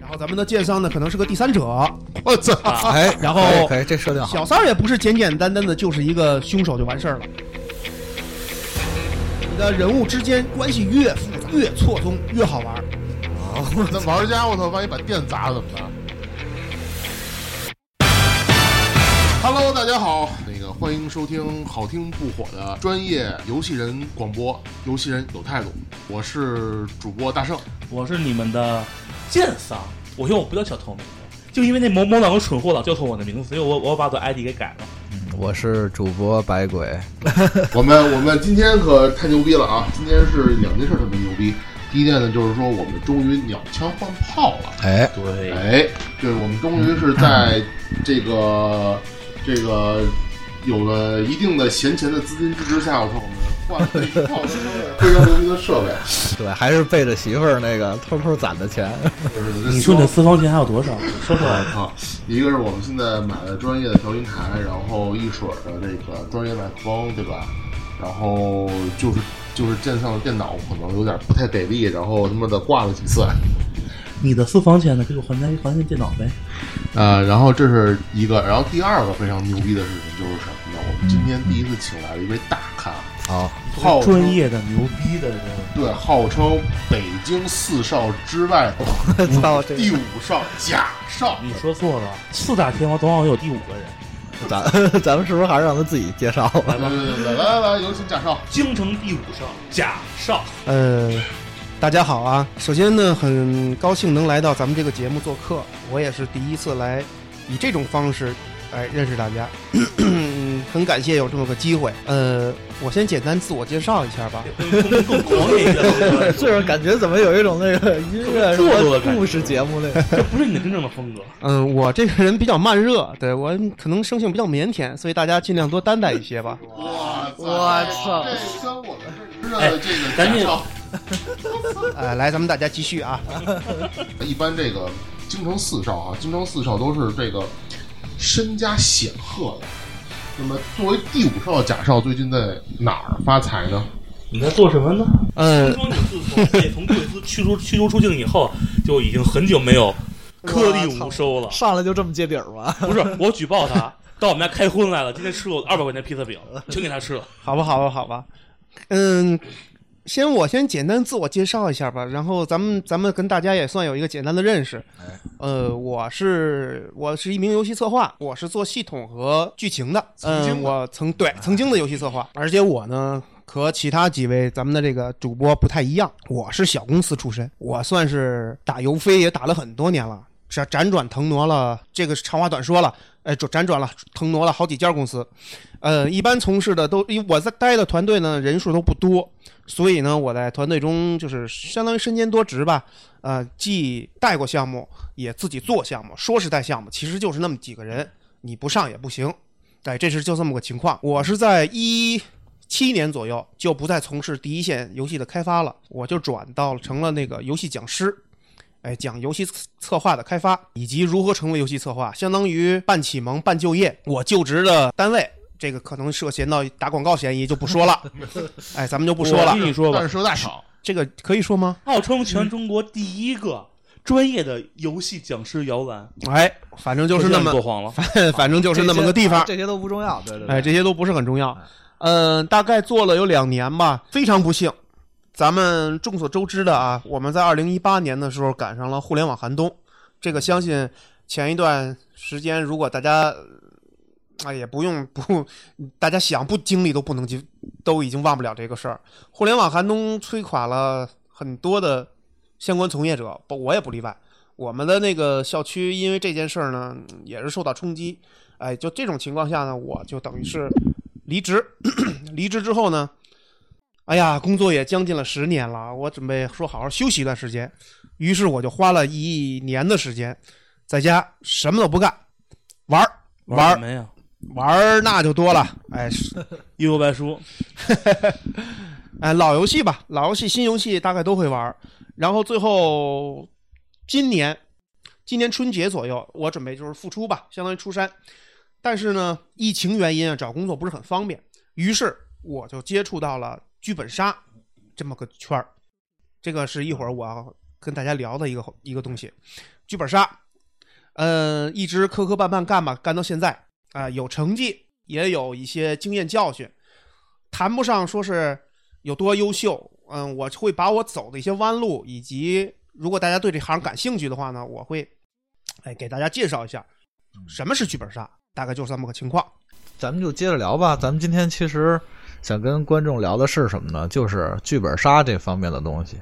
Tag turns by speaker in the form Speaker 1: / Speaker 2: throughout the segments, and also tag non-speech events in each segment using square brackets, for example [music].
Speaker 1: 然后咱们的剑商呢，可能是个第三者。
Speaker 2: 我
Speaker 1: [laughs]
Speaker 2: 操！
Speaker 3: 啊
Speaker 4: 哎，
Speaker 1: 然后
Speaker 4: 可以可以，这设定好。
Speaker 1: 小三儿也不是简简单单的就是一个凶手就完事儿了。你的人物之间关系越复杂、越错综、越好 [laughs] 玩儿。
Speaker 2: 那玩家，我操，万一把店砸了怎么办？Hello，大家好，那个欢迎收听好听不火的专业游戏人广播，游戏人有态度，我是主播大圣。
Speaker 5: 我是你们的剑桑，我说我不叫小透明，就因为那某某两个蠢货老叫错我的名字，所以我我把我的 ID 给改了。
Speaker 4: 我是主播白鬼，
Speaker 2: 我们我们今天可太牛逼了啊！今天是两件事特别牛逼，第一件呢就是说我们终于鸟枪换炮了。
Speaker 4: 哎，
Speaker 5: 对
Speaker 2: 哎，就是我们终于是在这个这个有了一定的闲钱的资金支持下，我说我们换了一套非常牛逼的设备。
Speaker 4: 对，还是背着媳妇儿那个偷偷攒的钱，
Speaker 2: 就是
Speaker 5: 你说你的私房钱还有多少？说出来。
Speaker 2: 啊，一个是我们现在买了专业的调音台，然后一水儿的这个专业麦克风，对吧？然后就是就是键上的电脑可能有点不太给力，然后他妈的挂了几次。
Speaker 5: 你的私房钱呢？给我还在还在电脑呗。
Speaker 2: 呃，然后这是一个，然后第二个非常牛逼的事情就是什么呢？我们今天第一次请来了一位大咖，
Speaker 1: 哦
Speaker 4: 好，
Speaker 2: 号称
Speaker 5: 专业的牛逼的人，
Speaker 2: 对，号称北京四少之外的
Speaker 1: 嗯
Speaker 4: 操，这
Speaker 2: 第五少贾少。
Speaker 5: 你说错了，四大天王总要有第五个人。
Speaker 4: [laughs] 咱 [laughs] 咱们是不是还是让他自己介绍吧？
Speaker 2: 来来来来来，有请贾少。
Speaker 5: 京城第五少贾 [laughs] 少，
Speaker 1: 呃，大家好啊！首先呢，很高兴能来到咱们这个节目做客，我也是第一次来以这种方式来认识大家， [coughs] 嗯很感谢有这么个机会。呃，我先简单自我介绍一下吧。
Speaker 5: 更更狂野一
Speaker 4: [laughs]
Speaker 5: 点，
Speaker 4: 就是感觉怎么有一种那个音乐什
Speaker 5: 做作
Speaker 4: 么
Speaker 5: 的感觉
Speaker 4: 故事节目那
Speaker 1: [laughs]
Speaker 4: 个，
Speaker 5: 这不是你的真正的风格。
Speaker 1: 嗯、我这个人比较慢热， [laughs] 对我可能生性比较腼腆，所以大家尽量多担待一些吧。
Speaker 2: 哇
Speaker 4: 我操
Speaker 2: 这跟我们知道的这个
Speaker 5: 哎赶
Speaker 2: 贾
Speaker 5: 紧
Speaker 2: 少，
Speaker 1: 呃，来，咱们大家继续啊。
Speaker 2: 一般这个京城四少啊，京城四少都是这个身家显赫的。那么，作为第五少的贾少，最近在哪儿发财呢？
Speaker 5: 你在做什么呢？
Speaker 1: 嗯
Speaker 5: 听， [laughs] 说你自从被从贵司驱逐驱逐出境以后，就已经很久没有颗粒无收了。
Speaker 4: 上来就这么揭底儿吗？
Speaker 5: [laughs] 不是，我举报他到我们家开荤来了，今天吃我二百块钱披萨饼，全给他吃了。
Speaker 1: 好吧，好吧，好吧。嗯，先我先简单自我介绍一下吧，然后咱们咱们跟大家也算有一个简单的认识。
Speaker 2: 哎
Speaker 1: 呃，我是我是一名游戏策划，我是做系统和剧情的。
Speaker 2: 曾经哎
Speaker 1: 嗯，我曾对曾经的游戏策划，而且我呢。和其他几位咱们的这个主播不太一样，我是小公司出身，我算是打游飞也打了很多年了，辗辗转腾挪了，这个是长话短说了，呃，转辗转了腾挪了好几家公司，呃，一般从事的都，因为我在待的团队呢人数都不多，所以呢，我在团队中就是相当于身兼多职吧。呃，既带过项目，也自己做项目，说是带项目，其实就是那么几个人，你不上也不行。对，这是就这么个情况。我是在一七年左右就不再从事第一线游戏的开发了，我就转到了成了那个游戏讲师。哎，讲游戏策策划的开发以及如何成为游戏策划，相当于半启蒙半就业。我就职的单位，这个可能涉嫌到打广告嫌疑，就不说
Speaker 5: [laughs]
Speaker 1: 了。哎，咱们就不说了
Speaker 5: 我。跟你说
Speaker 2: 但
Speaker 5: 吧
Speaker 2: 是，说大厂，
Speaker 1: 这个可以说吗？
Speaker 5: 号称全中国第一个专业的游戏讲师摇篮，
Speaker 1: 哎，反正就是那
Speaker 5: 这样
Speaker 1: 么
Speaker 5: 做，谎了。
Speaker 1: 反正 [laughs] 就是那么个地方。
Speaker 4: 这些都不重要，对对对。
Speaker 1: 哎，这些都不是很重要。嗯，大概做了有两年吧，非常不幸。咱们众所周知的啊，我们在二零一八年的时候赶上了互联网寒冬，这个相信前一段时间如果大家啊也不用不，大家想不经历都不能经，都已经忘不了这个事儿。互联网寒冬摧垮了很多的相关从业者，不我也不例外。我们的那个校区因为这件事儿呢，也是受到冲击。哎，就这种情况下呢，我就等于是离职。 [clears throat] 离职之后呢，哎呀，工作也将近了十年了，我准备说好好休息一段时间。于是我就花了一年的时间，在家什么都不干，玩儿玩
Speaker 5: 什
Speaker 1: 儿
Speaker 5: 么呀？
Speaker 1: 玩儿，那就多了。哎，是
Speaker 5: 一游白书，
Speaker 1: 哎，老游戏吧，老游戏、新游戏大概都会玩儿。然后最后，今年，今年春节左右，我准备就是复出吧，相当于出山。但是呢，疫情原因啊，找工作不是很方便，于是我就接触到了剧本杀这么个圈儿。这个是一会儿我要跟大家聊的一个一个东西，剧本杀。嗯，一直磕磕绊绊干吧，干到现在啊、有成绩，也有一些经验教训，谈不上说是有多优秀。嗯，我会把我走的一些弯路，以及如果大家对这行感兴趣的话呢，我会哎给大家介绍一下
Speaker 3: 嗯
Speaker 1: 什么是剧本杀，大概就这么个情况。
Speaker 3: 咱们就接着聊吧。咱们今天其实想跟观众聊的是什么呢？就是剧本杀这方面的东西，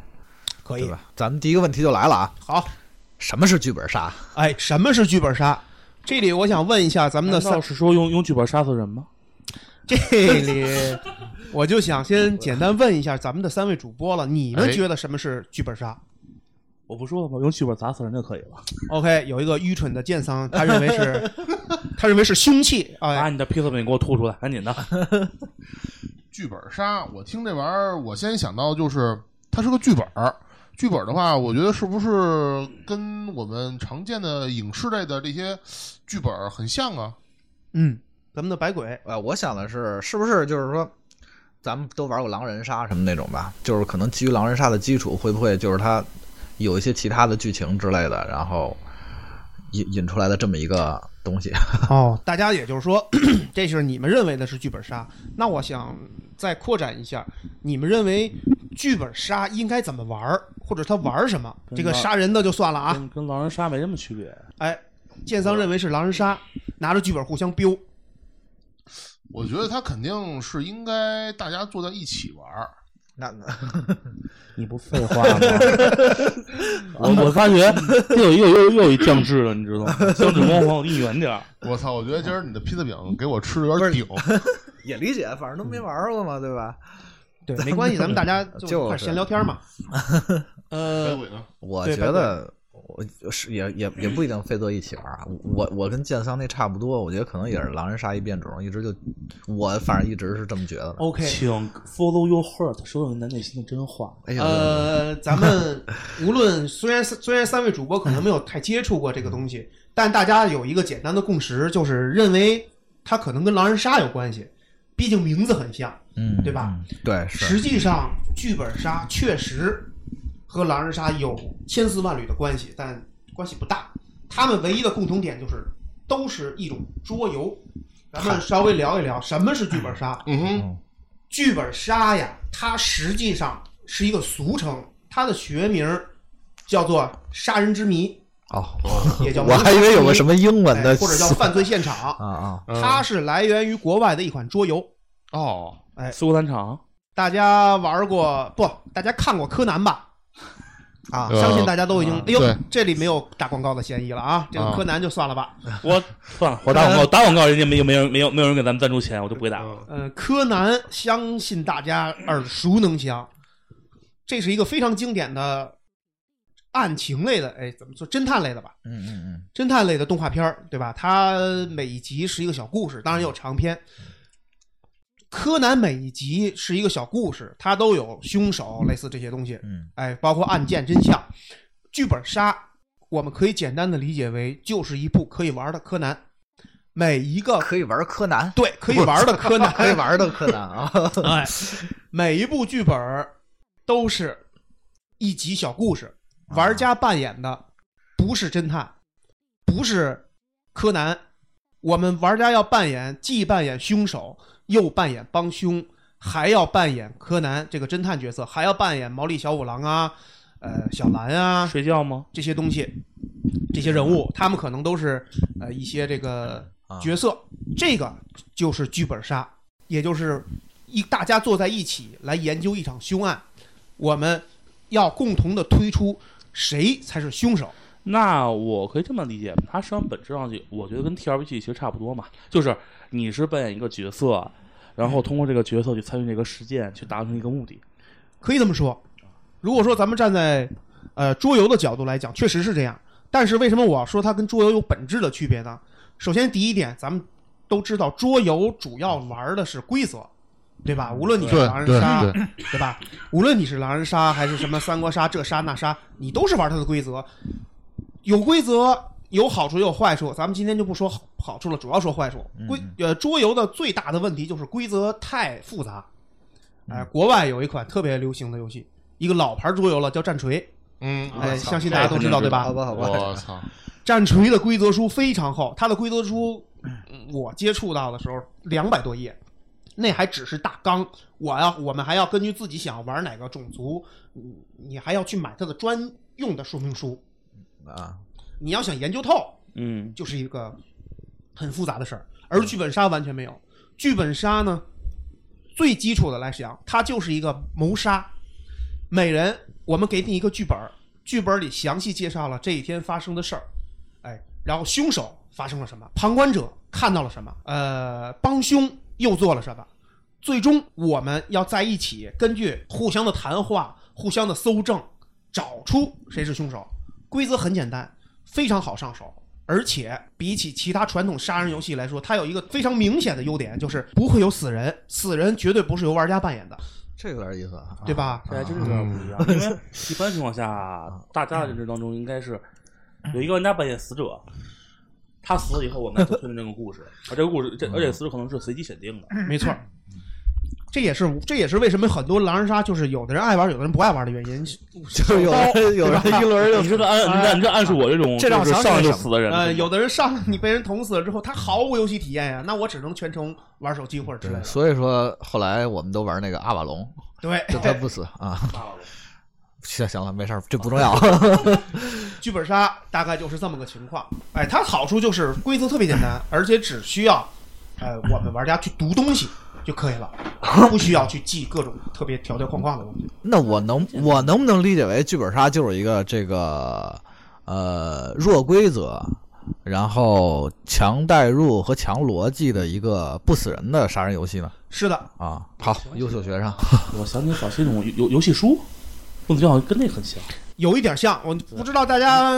Speaker 1: 可
Speaker 3: 对吧？咱们第一个问题就来了啊，
Speaker 1: 哎好，
Speaker 3: 什么是剧本
Speaker 4: 啊
Speaker 3: 杀？
Speaker 1: 哎，什么是剧本杀？这里我想问一下咱们的
Speaker 5: 难道
Speaker 1: 三，
Speaker 5: 是说用用剧本杀死人吗？
Speaker 1: 这里我就想先简单问一下咱们的三位主播了，你们
Speaker 2: 哎
Speaker 1: 觉得什么是剧本杀？
Speaker 5: 我不说了吗？用剧本砸死人就可以了。
Speaker 1: OK，有一个愚蠢的剑桑，他认为
Speaker 3: [laughs]
Speaker 1: 是，他认为是凶器。
Speaker 5: 把
Speaker 3: 啊
Speaker 1: 哎，
Speaker 5: 你的披萨饼给我吐出来，赶紧的。
Speaker 2: 剧本杀，我听这玩意儿，我先想到就是它是个剧本儿。剧本的话，我觉得是不是跟我们常见的影视类的这些剧本儿很像啊？
Speaker 1: 嗯，咱们的百鬼，
Speaker 3: 呃，我想的是，是不是就是说，咱们都玩过狼人杀什么那种吧？就是可能基于狼人杀的基础，会不会就是它有一些其他的剧情之类的，然后引引出来的这么一个东西？ [laughs]
Speaker 1: 哦，大家也就是说， [clears throat] 这是你们认为的是剧本杀。那我想再扩展一下，你们认为剧本杀应该怎么玩儿，或者他玩儿什么？这个杀人的就算了啊。
Speaker 5: 跟跟狼人杀没什么区
Speaker 1: [laughs]
Speaker 5: 别。
Speaker 1: 哎，剑桑认为是狼人杀，拿着剧本互相飙。
Speaker 2: 我觉得它肯定是应该大家坐在一起玩儿。
Speaker 3: 那
Speaker 5: 你不废话 [laughs] 吗？我我发觉又又又又一降智了，你知道吗？ [laughs] 降智魔皇，我离你远点儿。
Speaker 2: 我操！我觉得今儿你的披萨饼给我吃的有点顶。
Speaker 3: 也理解，反正都没玩过嘛，对吧？
Speaker 1: 对，没关系，咱们大家就
Speaker 3: 就是
Speaker 1: 快闲聊天嘛。
Speaker 2: 百
Speaker 1: 呃，
Speaker 2: 鬼呢？
Speaker 3: 我
Speaker 1: 对
Speaker 3: 觉
Speaker 1: 白
Speaker 3: 得我是也也也不一定非坐一起玩啊。我我跟剑桑那差不多，我觉得可能也是狼人杀一变种，一直就我反正一直是这么觉得的。
Speaker 1: OK，
Speaker 5: 请 follow your heart，说你的内心的真话。
Speaker 3: 哎呀，
Speaker 1: 呃，咱们无论 [laughs] 虽然虽然三位主播可能没有太接触过这个东西，但大家有一个简单的共识，就是认为它可能跟狼人杀有关系，毕竟名字很像。
Speaker 3: 嗯，
Speaker 1: 对吧
Speaker 3: 嗯？对，是
Speaker 1: 实际上，剧本杀确实和狼人杀有千丝万缕的关系，但关系不大。他们唯一的共同点就是都是一种桌游。咱们稍微聊一聊什么是剧本杀，
Speaker 2: 嗯哼，
Speaker 1: 剧本杀呀，它实际上是一个俗称，它的学名儿叫做《杀人之
Speaker 3: [laughs]
Speaker 1: 谜
Speaker 3: 哦，》，
Speaker 1: 也叫
Speaker 3: 我还以为有个什
Speaker 1: 么
Speaker 3: 么英文的，
Speaker 1: 或者叫犯罪现
Speaker 3: [laughs]
Speaker 1: 场。
Speaker 3: 啊啊，
Speaker 2: 嗯
Speaker 1: 它是来源于国外的一款桌游，
Speaker 5: [laughs]
Speaker 2: 哦，
Speaker 5: 苏格兰场，
Speaker 1: 大家玩过不？大家看过柯南吧？啊，
Speaker 2: 呃
Speaker 1: 相信大家都已经，哎呦
Speaker 2: 对，
Speaker 1: 这里没有打广告的嫌疑了啊！这个
Speaker 2: 啊
Speaker 1: 柯南就算了吧。
Speaker 5: 我 [laughs] 算了，我打广告，打广告人家没有没有没有没有人给咱们赞助钱，我就不会打了。
Speaker 1: 呃，柯南相信大家耳熟能详，这是一个非常经典的案情类的，哎，怎么说侦探类的吧？
Speaker 3: 嗯嗯嗯，
Speaker 1: 侦探类的动画片儿，对吧？它每一集是一个小故事，当然也有长篇。柯南每一集是一个小故事，它都有凶手，类似这些东西。
Speaker 3: 嗯，
Speaker 1: 哎，包括案件真相、剧本杀，我们可以简单的理解为就是一部可以玩的柯南。每一个
Speaker 3: 可以玩柯 [laughs] 南，
Speaker 1: 对可以玩的柯南，
Speaker 3: 可以玩的柯南
Speaker 1: [laughs]
Speaker 3: 啊，
Speaker 1: 哎，每一部剧本儿都是一集小故事，玩家扮演的不是侦探，不是柯南，我们玩家要扮演既扮演凶手，又扮演帮凶，还要扮演柯南这个侦探角色，还要扮演毛利小五郎啊，呃，小兰啊
Speaker 5: 睡觉吗？
Speaker 1: 这些东西，这些人物，他们可能都是呃一些这个
Speaker 3: 啊
Speaker 1: 角色，这个就是剧本杀，也就是一大家坐在一起来研究一场凶案，我们要共同的推出谁才是凶手。
Speaker 5: 那我可以这么理解，它实际上本质上就我觉得跟 T R P G 其实差不多嘛，就是你是扮演一个角色，然后通过这个角色去参与这个事件，去达成一个目的。
Speaker 1: 可以这么说。如果说咱们站在呃桌游的角度来讲，确实是这样。但是为什么我要说它跟桌游有本质的区别呢？首先，第一点，咱们都知道桌游主要玩的是规则，对吧？无论你是
Speaker 2: 对
Speaker 1: 狼人
Speaker 2: 对
Speaker 1: 杀，
Speaker 2: 对，
Speaker 1: 对吧？无论你是狼人杀还是什么三国杀、这杀那杀，你都是玩它的规则。有规则有好处也有坏处，咱们今天就不说好好处了，主要说坏处。规呃，桌游的最大的问题就是规则太复杂。哎、国外有一款特别流行的游戏，一个老牌桌游了，叫《战锤》。
Speaker 2: 嗯，
Speaker 1: 哎，相信大家都知道对吧？
Speaker 3: [laughs] 好吧，好吧，
Speaker 2: 我操，
Speaker 1: 战锤的规则书非常厚，它的规则书嗯我接触到的时候两百多页，那还只是大纲。我要我们还要根据自己想要玩哪个种族，嗯你还要去买它的专用的说明书。
Speaker 3: 啊，
Speaker 1: 你要想研究透，
Speaker 5: 嗯，
Speaker 1: 就是一个很复杂的事儿。而剧本杀完全没有，剧本杀呢，最基础的来讲，它就是一个谋杀。每人我们给你一个剧本儿，剧本里详细介绍了这一天发生的事儿，哎，然后凶手发生了什么，旁观者看到了什么，呃，帮凶又做了什么。最终我们要在一起，根据互相的谈话、互相的搜证，找出谁是凶手。规则很简单，非常好上手，而且比起其他传统杀人游戏来说，它有一个非常明显的优点，就是不会有死人，死人绝对不是由玩家扮演的，
Speaker 3: 这有点意思啊，
Speaker 1: 对吧？
Speaker 5: 哎这还真是有点不一样，嗯因为一般情况下，大家的认知当中应该是有一个玩家扮演死者，他死了以后，我们来推论这个故事，而这个故事，这而且死者可能是随机选定的，
Speaker 1: 没错。这也是这也是为什么很多狼人杀就是有的人爱玩，有的人不爱玩的原因。
Speaker 3: [laughs] 就是有 [laughs] 人有人一轮就
Speaker 5: [laughs]
Speaker 3: 哎
Speaker 5: 你这个暗，你这你这暗示我这种
Speaker 3: 这让我
Speaker 5: 就是
Speaker 3: 想起了
Speaker 5: 上来就
Speaker 3: 什么
Speaker 5: 死的人，
Speaker 1: 呃，有的人上来你被人捅死了之后，他毫无游戏体验呀，那我只能全程玩手机或 [laughs] 者之类
Speaker 3: 对，
Speaker 1: 的。
Speaker 3: 所以说后来我们都玩那个阿瓦隆，
Speaker 1: 对，
Speaker 3: 就他不死啊。行行了，没事儿，这不重要。 [laughs]
Speaker 1: 剧本杀大概就是这么个情况。哎，它好处就是规则特别简单，而且只需要，呃，我们玩家去读东西就可以了，不需要去记各种特别条条框框的东西。
Speaker 3: 那我 [laughs] 能我能不能理解为剧本杀就是一个这个呃弱规则，然后强代入和强逻辑的一个不死人的杀人游戏呢？
Speaker 1: 是的，
Speaker 3: 啊，好，优秀学生，
Speaker 5: 我想起早期那种游游游戏书，用的好像跟那很像。
Speaker 1: 有一点像，我不知道大家，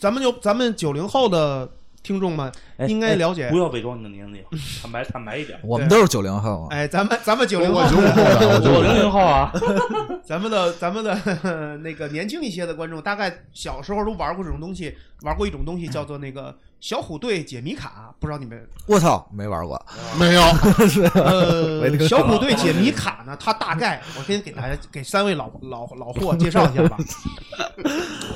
Speaker 1: 咱们就咱们九零后的听众们
Speaker 5: 哎
Speaker 1: 应该了解
Speaker 5: 哎不。要伪装你的年龄，坦白坦白一
Speaker 3: [laughs]
Speaker 5: 点。
Speaker 3: 我们都是九零后啊。
Speaker 1: 哎，咱们咱们九零后
Speaker 2: 我，九五后的，我九
Speaker 5: 我
Speaker 2: 五后
Speaker 5: 零
Speaker 2: 的
Speaker 5: 零后啊，
Speaker 1: 咱们的咱们的 [laughs] 呵呵那个年轻一些的观众，大概小时候都玩过这种东西，玩过一种东西叫做那个小虎队解谜卡，不知道你们
Speaker 3: 我操，没玩过，
Speaker 2: 没
Speaker 5: [laughs]
Speaker 2: 有，
Speaker 3: 没听
Speaker 1: 呃，
Speaker 3: 说
Speaker 1: 小虎队解谜卡呢，它大概我先给大家给三位老老老货介绍一下吧。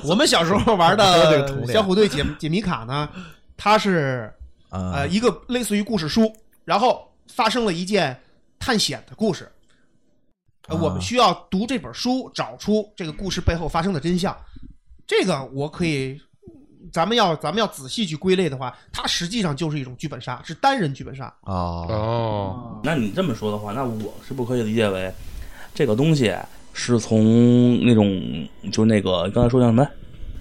Speaker 1: 我们小时候玩
Speaker 3: 这个
Speaker 1: 的
Speaker 3: 童年
Speaker 1: 小虎队解解谜卡呢，它是呃
Speaker 3: 呃，
Speaker 1: 一个类似于故事书，然后发生了一件探险的故事。呃，
Speaker 3: 啊
Speaker 1: 我们需要读这本书，找出这个故事背后发生的真相。这个我可以，咱们要咱们要仔细去归类的话，它实际上就是一种剧本杀，是单人剧本杀。
Speaker 3: 哦，
Speaker 2: 哦，
Speaker 5: 那你这么说的话，那我是不是可以理解为，这个东西是从那种就是那个刚才说叫什么来？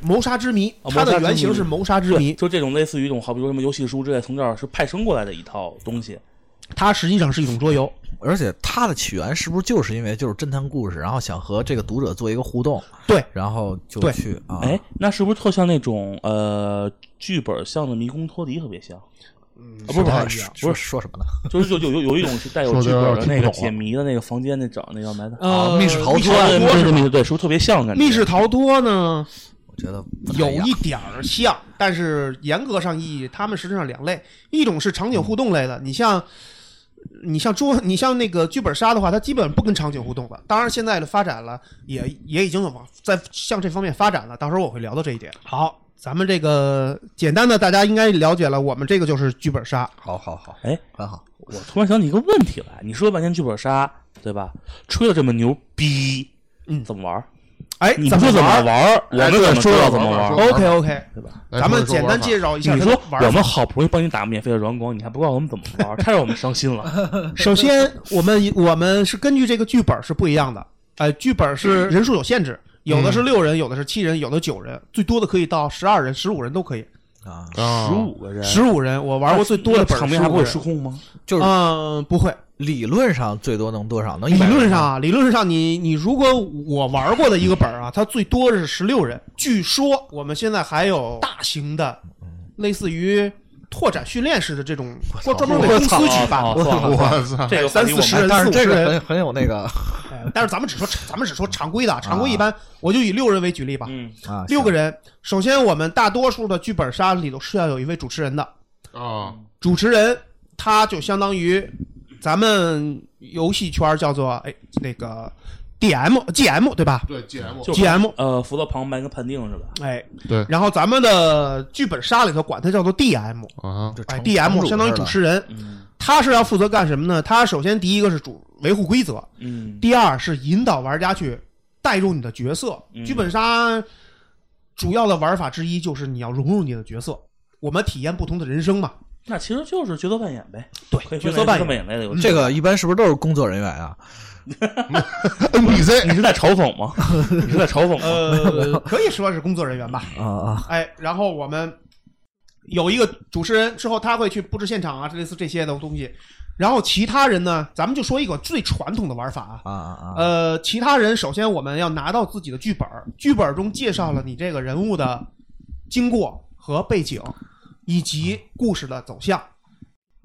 Speaker 1: 谋杀之谜，
Speaker 5: 哦
Speaker 1: 它
Speaker 5: 谋杀
Speaker 1: 的
Speaker 5: 之
Speaker 1: 原型
Speaker 5: 谜
Speaker 1: 是谋杀之谜，
Speaker 5: 就这种类似于一种好比说什么游戏书之类，从这儿是派生过来的一套东
Speaker 3: 啊
Speaker 5: 西。
Speaker 1: 它实际上是一种桌游。
Speaker 3: 而且它的起源是不是就是因为就是侦探故事，然后想和这个读者做一个互动，
Speaker 1: 对，
Speaker 3: 然后就
Speaker 1: 对
Speaker 3: 去啊，
Speaker 5: 哎，那是不是特像那种呃剧本像的迷宫脱离特别像？
Speaker 1: 嗯，
Speaker 5: 不是不
Speaker 3: 啊，
Speaker 5: 是
Speaker 3: 说说说什么呢？
Speaker 5: 就是有有有有一种是带有
Speaker 2: 说得
Speaker 5: 剧
Speaker 2: 有
Speaker 5: 本的
Speaker 2: 点听
Speaker 5: 那
Speaker 2: 不
Speaker 5: 个
Speaker 2: 懂
Speaker 5: 解谜的那个房间那找那叫什么来着？
Speaker 1: 呃，
Speaker 3: 密室逃脱
Speaker 1: 脱是
Speaker 5: 对对对
Speaker 1: 吧
Speaker 5: 对对，是不是特别像感觉？
Speaker 1: 密室逃脱呢，
Speaker 3: 我觉得不太
Speaker 1: 有
Speaker 3: 样
Speaker 1: 一点儿像，但是严格上意义，它们实际上两类，一种是场景互动类
Speaker 5: 嗯
Speaker 1: 的，你像。你像桌，你像那个剧本杀的话，它基本不跟场景互动了。当然，现在的发展了，也也已经有往在向这方面发展了。到时候我会聊到这一点。好，咱们这个简单的，大家应该了解了。我们这个就是剧本杀，
Speaker 3: 好好好，
Speaker 5: 哎，
Speaker 3: 很好。
Speaker 5: 我突然想起一个问题来，你说半天剧本杀，对吧？吹的这么牛逼，
Speaker 1: 嗯
Speaker 5: 怎么玩儿？
Speaker 1: 哎，
Speaker 5: 你
Speaker 1: 怎
Speaker 5: 说
Speaker 1: 么
Speaker 5: 怎么
Speaker 1: 玩
Speaker 5: 玩儿？我
Speaker 2: 哎
Speaker 5: 们
Speaker 2: 对
Speaker 5: 怎么知
Speaker 2: 说
Speaker 5: 道
Speaker 2: 到
Speaker 5: 怎么
Speaker 2: 玩
Speaker 5: 玩
Speaker 2: 法
Speaker 5: 儿？
Speaker 2: 说
Speaker 1: ？OK OK，
Speaker 5: 对吧？
Speaker 2: 来
Speaker 1: 咱们
Speaker 2: 说说
Speaker 1: 简单
Speaker 2: 玩法
Speaker 1: 介绍一下
Speaker 5: 你
Speaker 1: 它
Speaker 5: 说
Speaker 1: 的玩法。
Speaker 5: 我们好不容易帮你打免费的软广，你还不告诉我们怎么玩儿，太让我们伤心了。
Speaker 1: 首先，我们我们是根据这个剧本是不一样的，呃，剧本是
Speaker 5: 嗯
Speaker 1: 人数有限制，有的是六人，有的是七人，有的九人，最多的可以到十二人、十五人都可以。
Speaker 3: 啊，
Speaker 5: 十
Speaker 2: 哦
Speaker 5: 五个人，
Speaker 1: 十五人，我玩过最多的
Speaker 5: 那
Speaker 1: 本
Speaker 5: 场面还会失控吗？
Speaker 3: 就是
Speaker 1: 嗯，不会。
Speaker 3: 理论上最多能多少？能
Speaker 1: 理
Speaker 3: 100
Speaker 1: 论
Speaker 3: 人
Speaker 1: 上
Speaker 3: 吗，
Speaker 1: 啊，理论上你你如果我玩过的一个本儿啊，它最多是十六人。据说我们现在还有大型的，类似于拓展训练式的这种，或专门为公司举办。
Speaker 5: 我操
Speaker 2: 我操，
Speaker 5: 这个话
Speaker 1: 三
Speaker 5: 题
Speaker 1: 四
Speaker 5: 我
Speaker 1: 十
Speaker 5: 们
Speaker 1: 人
Speaker 3: 哎但是这
Speaker 1: 40
Speaker 3: 个
Speaker 1: 人
Speaker 3: 很很有
Speaker 1: [laughs]
Speaker 3: 那个
Speaker 1: 哎但是咱们只说咱们只说常规的啊，常规一般我就以六人为举例吧。
Speaker 5: 嗯，
Speaker 3: 啊，
Speaker 1: 六个
Speaker 3: 人
Speaker 1: 人，首先我们大多数的剧本杀里头是要有一位主持人的，
Speaker 2: 啊，
Speaker 1: 主持人他就相当于咱们游戏圈叫做哎那个 D M G M 对吧
Speaker 2: 对 GM
Speaker 5: 就
Speaker 1: ？G M
Speaker 5: 呃，福特旁白跟判定是吧？
Speaker 1: 哎，
Speaker 2: 对
Speaker 1: 然后咱们的剧本杀里头管它叫做 D M，
Speaker 2: 啊，
Speaker 3: 就
Speaker 1: 哎
Speaker 3: 成
Speaker 1: ，D
Speaker 3: 成
Speaker 1: M
Speaker 3: 主
Speaker 1: 相当于
Speaker 3: 似的
Speaker 1: 主持人，
Speaker 5: 嗯
Speaker 1: 他是要负责干什么呢？他首先第一个是主维护规则，
Speaker 5: 嗯，
Speaker 1: 第二是引导玩家去带入你的角色。
Speaker 5: 嗯
Speaker 1: 剧本杀主要的玩法之一就是你要融入你的角色，我们体验不同的人生嘛。
Speaker 5: 那其实就是角色扮演呗，
Speaker 1: 对
Speaker 5: 可以，
Speaker 1: 角色扮
Speaker 5: 分
Speaker 1: 演。
Speaker 5: 类类的游戏。
Speaker 3: 这个一般是不是都是工作人员啊？
Speaker 2: NPC
Speaker 5: 你是在嘲讽
Speaker 3: [laughs]
Speaker 5: 吗？你是在嘲讽吗？
Speaker 1: 呃，可以说是工作人员吧。 [laughs]
Speaker 3: 啊啊，
Speaker 1: 哎，然后我们有一个主持人之后，他会去布置现场啊，类似这些的东西。然后其他人呢，咱们就说一个最传统的玩法啊。
Speaker 3: 啊啊啊！
Speaker 1: 呃，其他人首先我们要拿到自己的剧本儿，剧本儿中介绍了你这个人物的经过和背景，以及故事的走向。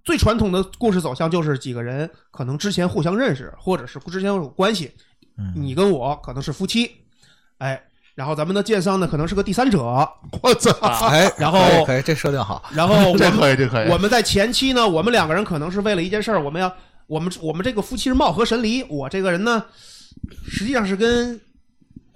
Speaker 1: 最传统的故事走向就是几个人可能之前互相认识，或者是之前有关系，
Speaker 3: 嗯，
Speaker 1: 你跟我可能是夫妻，哎，然后咱们的剑商呢可能是个第三者，
Speaker 3: [laughs]
Speaker 1: 我操，
Speaker 3: 哎，
Speaker 1: 然后
Speaker 3: 可以可以，这设定好，
Speaker 1: 然后我
Speaker 2: 这
Speaker 1: 们
Speaker 2: 可以，这
Speaker 5: 哎
Speaker 2: 可以。
Speaker 1: 我们在前期呢，我们两个人可能是为了一件事儿，我们要我们我们这个夫妻是貌合神离，我这个人呢，实际上是跟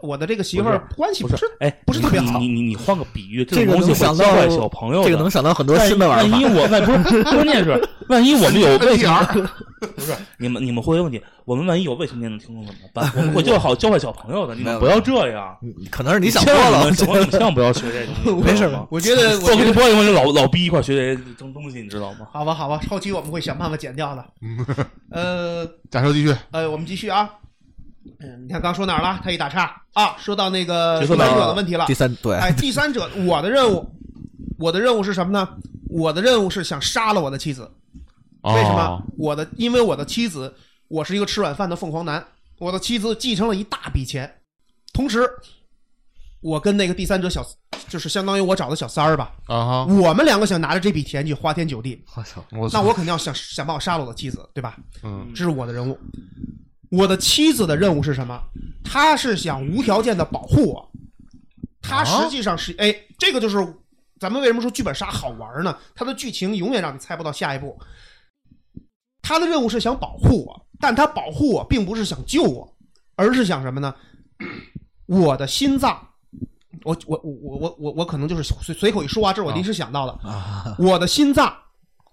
Speaker 1: 我的这个媳妇儿关系
Speaker 5: 不
Speaker 1: 不
Speaker 5: 是，哎，
Speaker 1: 不是特别
Speaker 5: 你
Speaker 1: 好
Speaker 5: 你你你换个比喻，
Speaker 3: 这
Speaker 5: 种
Speaker 3: 个
Speaker 5: 东西
Speaker 3: 能想
Speaker 5: 会教
Speaker 3: 到
Speaker 5: 坏小朋友的。
Speaker 3: 这个能想到很多
Speaker 5: 万一
Speaker 3: 新的玩
Speaker 5: 万
Speaker 3: 法
Speaker 5: 一。我万
Speaker 3: [laughs]
Speaker 5: 不是，关键是万一我们有未成
Speaker 2: NTR
Speaker 5: [laughs] 不是你们你们会有问题，我们万一有未成年的听众怎么办？我们
Speaker 3: [laughs]
Speaker 5: 会教好教坏小朋友的，你
Speaker 3: 没
Speaker 5: 们
Speaker 3: 有
Speaker 5: 不要这样。
Speaker 3: 可能是你想多
Speaker 5: 千万
Speaker 3: 了，
Speaker 5: 你
Speaker 3: 我
Speaker 5: 们
Speaker 3: 觉
Speaker 5: 小
Speaker 3: 得 [laughs]
Speaker 5: 朋友你们千万不要学这东西，
Speaker 3: 没事
Speaker 5: 吧
Speaker 3: 吧？
Speaker 1: 我觉
Speaker 5: [laughs]
Speaker 1: 得我
Speaker 5: 我
Speaker 1: 觉
Speaker 5: 跟
Speaker 1: 得
Speaker 5: 你说，因为老老逼一块学这东东西，你知道吗？
Speaker 1: 好吧好吧，后期我们会想办法剪掉
Speaker 5: [laughs]
Speaker 1: 的。呃
Speaker 2: 假设继续，
Speaker 1: 呃，我们继续啊。嗯，你看刚说哪儿了？他一打岔啊，说到那个第
Speaker 5: 就说到
Speaker 1: 三者的问题了
Speaker 3: 第。三对，
Speaker 5: [laughs]
Speaker 1: 哎，第三者，我的任务，我的任务是什么呢？我的任务是想杀了我的妻子。为什么
Speaker 2: 哦？？
Speaker 1: 我的因为我的妻子，我是一个吃软饭的凤凰男，我的妻子继承了一大笔钱，同时，我跟那个第三者小，就是相当于我找的小三儿吧，
Speaker 2: 啊哈！
Speaker 1: 我们两个想拿着这笔钱去花天酒地，
Speaker 3: 我操，
Speaker 2: 我
Speaker 1: 那我肯定要想想把我杀了我的妻子，对吧？
Speaker 2: 嗯，
Speaker 1: 这是我的任务。我的妻子的任务是什么？她是想无条件的保护我，她实际上是哎，这个就是咱们为什么说剧本杀好玩呢？它的剧情永远让你猜不到下一步。她的任务是想保护我，但她保护我并不是想救我，而是想什么呢？我的心脏，我我我我我我可能就是随随口一说啊，这是我临时想到的。
Speaker 3: 啊
Speaker 1: 我的心脏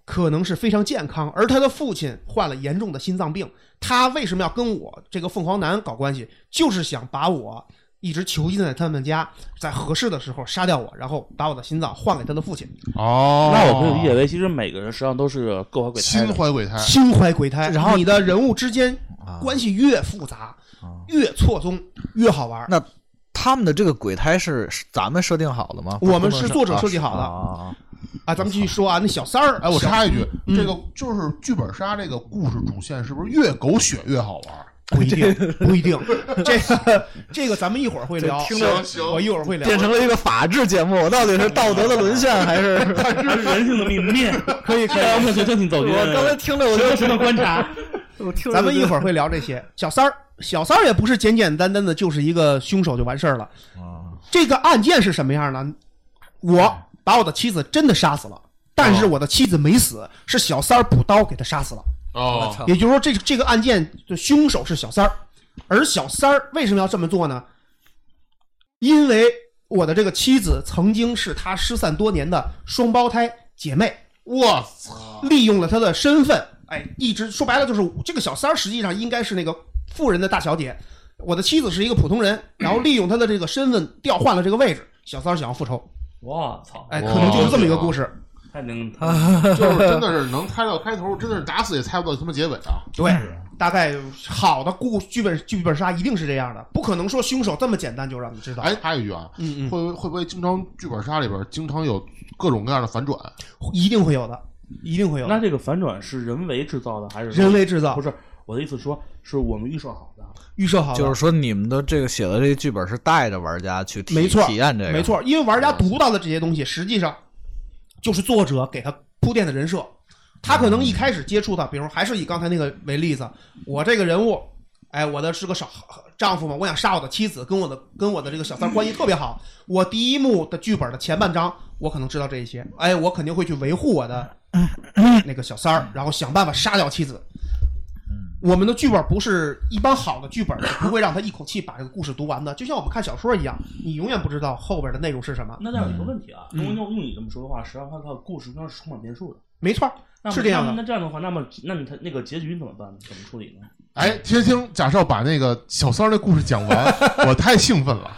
Speaker 1: 可能是非常健康，而他的父亲患了严重的心脏病。他为什么要跟我这个凤凰男搞关系？就是想把我一直囚禁在他们家，在合适的时候杀掉我，然后把我的心脏换给他的父亲。
Speaker 2: 哦，
Speaker 5: 那我可以理解为，其实每个人实际上都是各怀鬼胎
Speaker 2: 心
Speaker 5: 的。
Speaker 2: 怀鬼胎，
Speaker 1: 心怀鬼胎，哎然后你的人物之间
Speaker 3: 啊
Speaker 1: 关系越复杂
Speaker 3: 啊，
Speaker 1: 越错综，越好玩。
Speaker 3: 那他们的这个鬼胎是是咱们设定好的吗？
Speaker 1: 我们是作者设计好的
Speaker 3: 的。
Speaker 1: 啊，咱们继续说啊，那小三儿，
Speaker 2: 哎，我
Speaker 1: 小
Speaker 2: 插一句，
Speaker 1: 嗯
Speaker 2: 这个就是剧本杀这个故事主线，是不是越狗血越好玩？
Speaker 1: 不一定，不一 [laughs] 定，这个这个咱们一会儿会聊，
Speaker 3: 这听
Speaker 2: 着行行
Speaker 1: 我一会儿会聊，
Speaker 3: 变成了一个法制节目，到底是道德的沦陷还 [laughs] 是？
Speaker 5: 这是人性的泯灭，
Speaker 1: [laughs] 可以可以。
Speaker 5: 让我们请请走进呃
Speaker 3: 我刚才听着我就
Speaker 5: 深的观察。
Speaker 1: [laughs]
Speaker 3: 我听着就
Speaker 1: 咱们一会儿会聊这些。小三儿，小三儿也不是简简单单的就是一个凶手就完事儿了。
Speaker 3: 啊
Speaker 1: 这个案件是什么样呢？我把我的妻子真的杀死了，但是我的妻子没死，是小三儿补刀给他杀死了。
Speaker 2: 哦
Speaker 3: 我操
Speaker 1: 也就是说这，这个案件的凶手是小三儿，而小三儿为什么要这么做呢？因为我的这个妻子曾经是他失散多年的双胞胎姐妹。
Speaker 2: 我操！
Speaker 1: 利用了她的身份，哎，一直说白了就是这个小三儿实际上应该是那个富人的大小姐，我的妻子是一个普通人，然后利用她的这个身份调换了这个位置，小三儿想要复仇，
Speaker 5: 我操！
Speaker 1: 哎，可哎能就是这么一个故事。
Speaker 5: 太能
Speaker 2: 就是真的是能猜到开头，真的是打死也猜不到他妈结尾啊！
Speaker 1: 对，
Speaker 3: 嗯
Speaker 1: 大概好的故剧本剧本杀一定是这样的，不可能说凶手这么简单就让你知道。
Speaker 2: 哎，插一句啊，
Speaker 1: 嗯嗯，
Speaker 2: 会会不会经常剧本杀里边经常有各种各样的反转？
Speaker 1: 一定会有的，一定会有
Speaker 5: 那
Speaker 1: 的，
Speaker 5: 这个反转是人为制造的还是
Speaker 1: 人为制造
Speaker 5: 不，是我的意思说，是我们预设好的。
Speaker 1: 预设好的，
Speaker 3: 就是说，你们的这个写的这个剧本是带着玩家去体
Speaker 1: 没错
Speaker 3: 体验这个，
Speaker 1: 没。错，因为玩家读到的这些东西，实际上就是作者给他铺垫的人设。他可能一开始接触的，比如还是以刚才那个为例子，我这个人物，哎，我的是个少丈夫嘛，我想杀我的妻子，跟我的跟我的这个小三关系特别好。我第一幕的剧本的前半章，我可能知道这一些，哎，我肯定会去维护我的那个小三儿，然后想办法杀掉妻子。我们的剧本不是一般好的剧本，是不会让他一口气把这个故事读完的。就像我们看小说一样，你永远不知道后边的内容是什么。
Speaker 5: 那但有一个问题
Speaker 1: 嗯
Speaker 5: 啊，如果用用你这么说的话，实际上它的故事应该是充满变数的。
Speaker 1: 没错，
Speaker 5: 那么
Speaker 1: 是这样
Speaker 5: 那么
Speaker 1: 的。
Speaker 5: 那这样的话，那么那你他那个结局怎么办？怎么处理
Speaker 1: [laughs]
Speaker 5: 呢？
Speaker 2: 哎，天星假设把那个小三儿的故事讲完，我太兴奋了。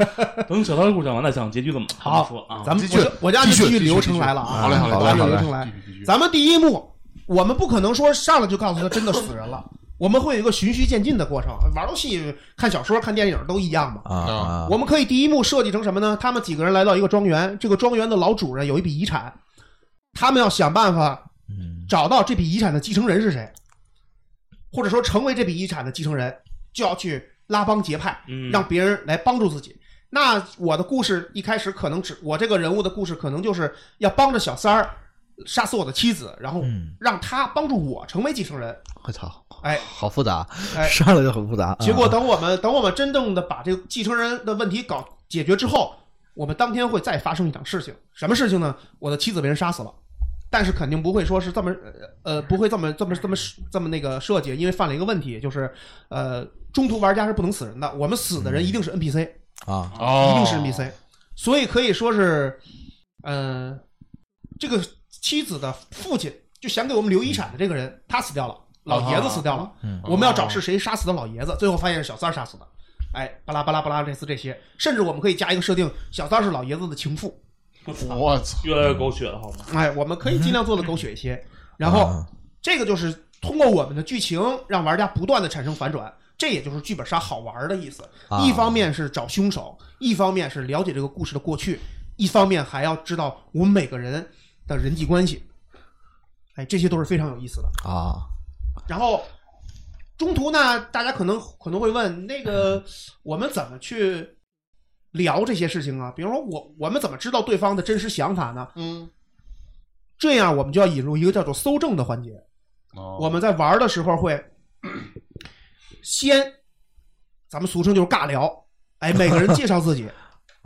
Speaker 5: 等小三故事讲完了，讲结局怎么
Speaker 1: 好
Speaker 5: 怎么说啊？
Speaker 1: 咱们
Speaker 2: 继续
Speaker 1: 我就我就按照
Speaker 2: 继续
Speaker 1: 继续
Speaker 2: 继续
Speaker 1: 流程来了
Speaker 2: 继
Speaker 1: 啊，
Speaker 2: 续好嘞好嘞
Speaker 1: 我就按照
Speaker 3: 好嘞
Speaker 1: 流程来。
Speaker 2: 继续
Speaker 1: 咱们第一幕，我们不可能说上来就告诉他真的死人了，我们会有一个循序渐进的过程。玩游戏、看小说、看电影都一样嘛。
Speaker 3: 啊啊
Speaker 1: 我们可以第一幕设计成什么呢？他们几个人来到一个庄园，这个庄园的老主人有一笔遗产，他们要想办法
Speaker 3: 嗯
Speaker 1: 找到这笔遗产的继承人是谁，或者说成为这笔遗产的继承人，就要去拉帮结派，
Speaker 5: 嗯
Speaker 1: 让别人来帮助自己。那我的故事一开始可能只我这个人物的故事可能就是要帮着小三儿杀死我的妻子，然后
Speaker 3: 嗯
Speaker 1: 让他帮助我成为继承人。
Speaker 3: 我操，
Speaker 1: 哎
Speaker 3: 好复杂，
Speaker 1: 哎
Speaker 3: [laughs] 上来就很复杂。
Speaker 1: 结果
Speaker 3: 啊
Speaker 1: 等我们等我们真正的把这个继承人的问题搞解决之后，我们当天会再发生一场事情。什么事情呢？我的妻子被人杀死了，但是肯定不会说是这么呃呃不会这么这么这么这么那个设计，因为犯了一个问题，就是呃中途玩家是不能死人的，我们死的人一定是 NPC，、
Speaker 3: 啊，
Speaker 2: 哦，
Speaker 1: 一定是 NPC，所以可以说是呃这个妻子的父亲就想给我们留遗产的这个人，他死掉了，老爷子死掉了。
Speaker 3: 嗯
Speaker 1: 我们要找是谁杀死的老爷子，最后发现是小三儿杀死的。哎，巴拉巴拉巴拉，类似这些，甚至我们可以加一个设定，小三儿是老爷子的情妇。
Speaker 5: 我操，
Speaker 2: 我操，
Speaker 5: 啊越来越狗血了，好吗？
Speaker 1: 哎，我们可以尽量做的狗血一些。然后
Speaker 3: 啊
Speaker 1: 这个就是通过我们的剧情，让玩家不断的产生反转，这也就是剧本杀好玩的意思。
Speaker 3: 啊
Speaker 1: 一方面是找凶手，一方面是了解这个故事的过去，一方面还要知道我们每个人的人际关系。哎，这些都是非常有意思的。
Speaker 3: 啊，
Speaker 1: 然后中途呢，大家可能可能会问，那个我们怎么去聊这些事情啊？比如说我我们怎么知道对方的真实想法呢？
Speaker 2: 嗯，
Speaker 1: 这样我们就要引入一个叫做搜证的环节。我
Speaker 2: 我
Speaker 1: 们在玩的时候会先，咱们俗称就是尬聊，哎，每个人介绍自己，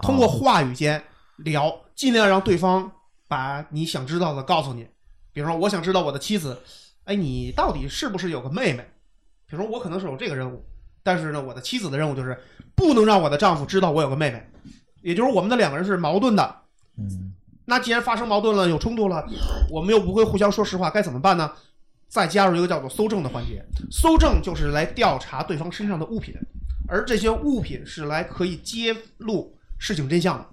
Speaker 1: 通过话语间聊，尽量让对方把你想知道的告诉你。比如说，我想知道我的妻子，哎，你到底是不是有个妹妹？比如说，我可能是有这个任务，但是呢，我的妻子的任务就是不能让我的丈夫知道我有个妹妹，也就是我们的两个人是矛盾的，
Speaker 3: 嗯
Speaker 1: 那既然发生矛盾了，有冲突了，我们又不会互相说实话，该怎么办呢？再加入一个叫做搜证的环节，搜证就是来调查对方身上的物品，而这些物品是来可以揭露事情真相的。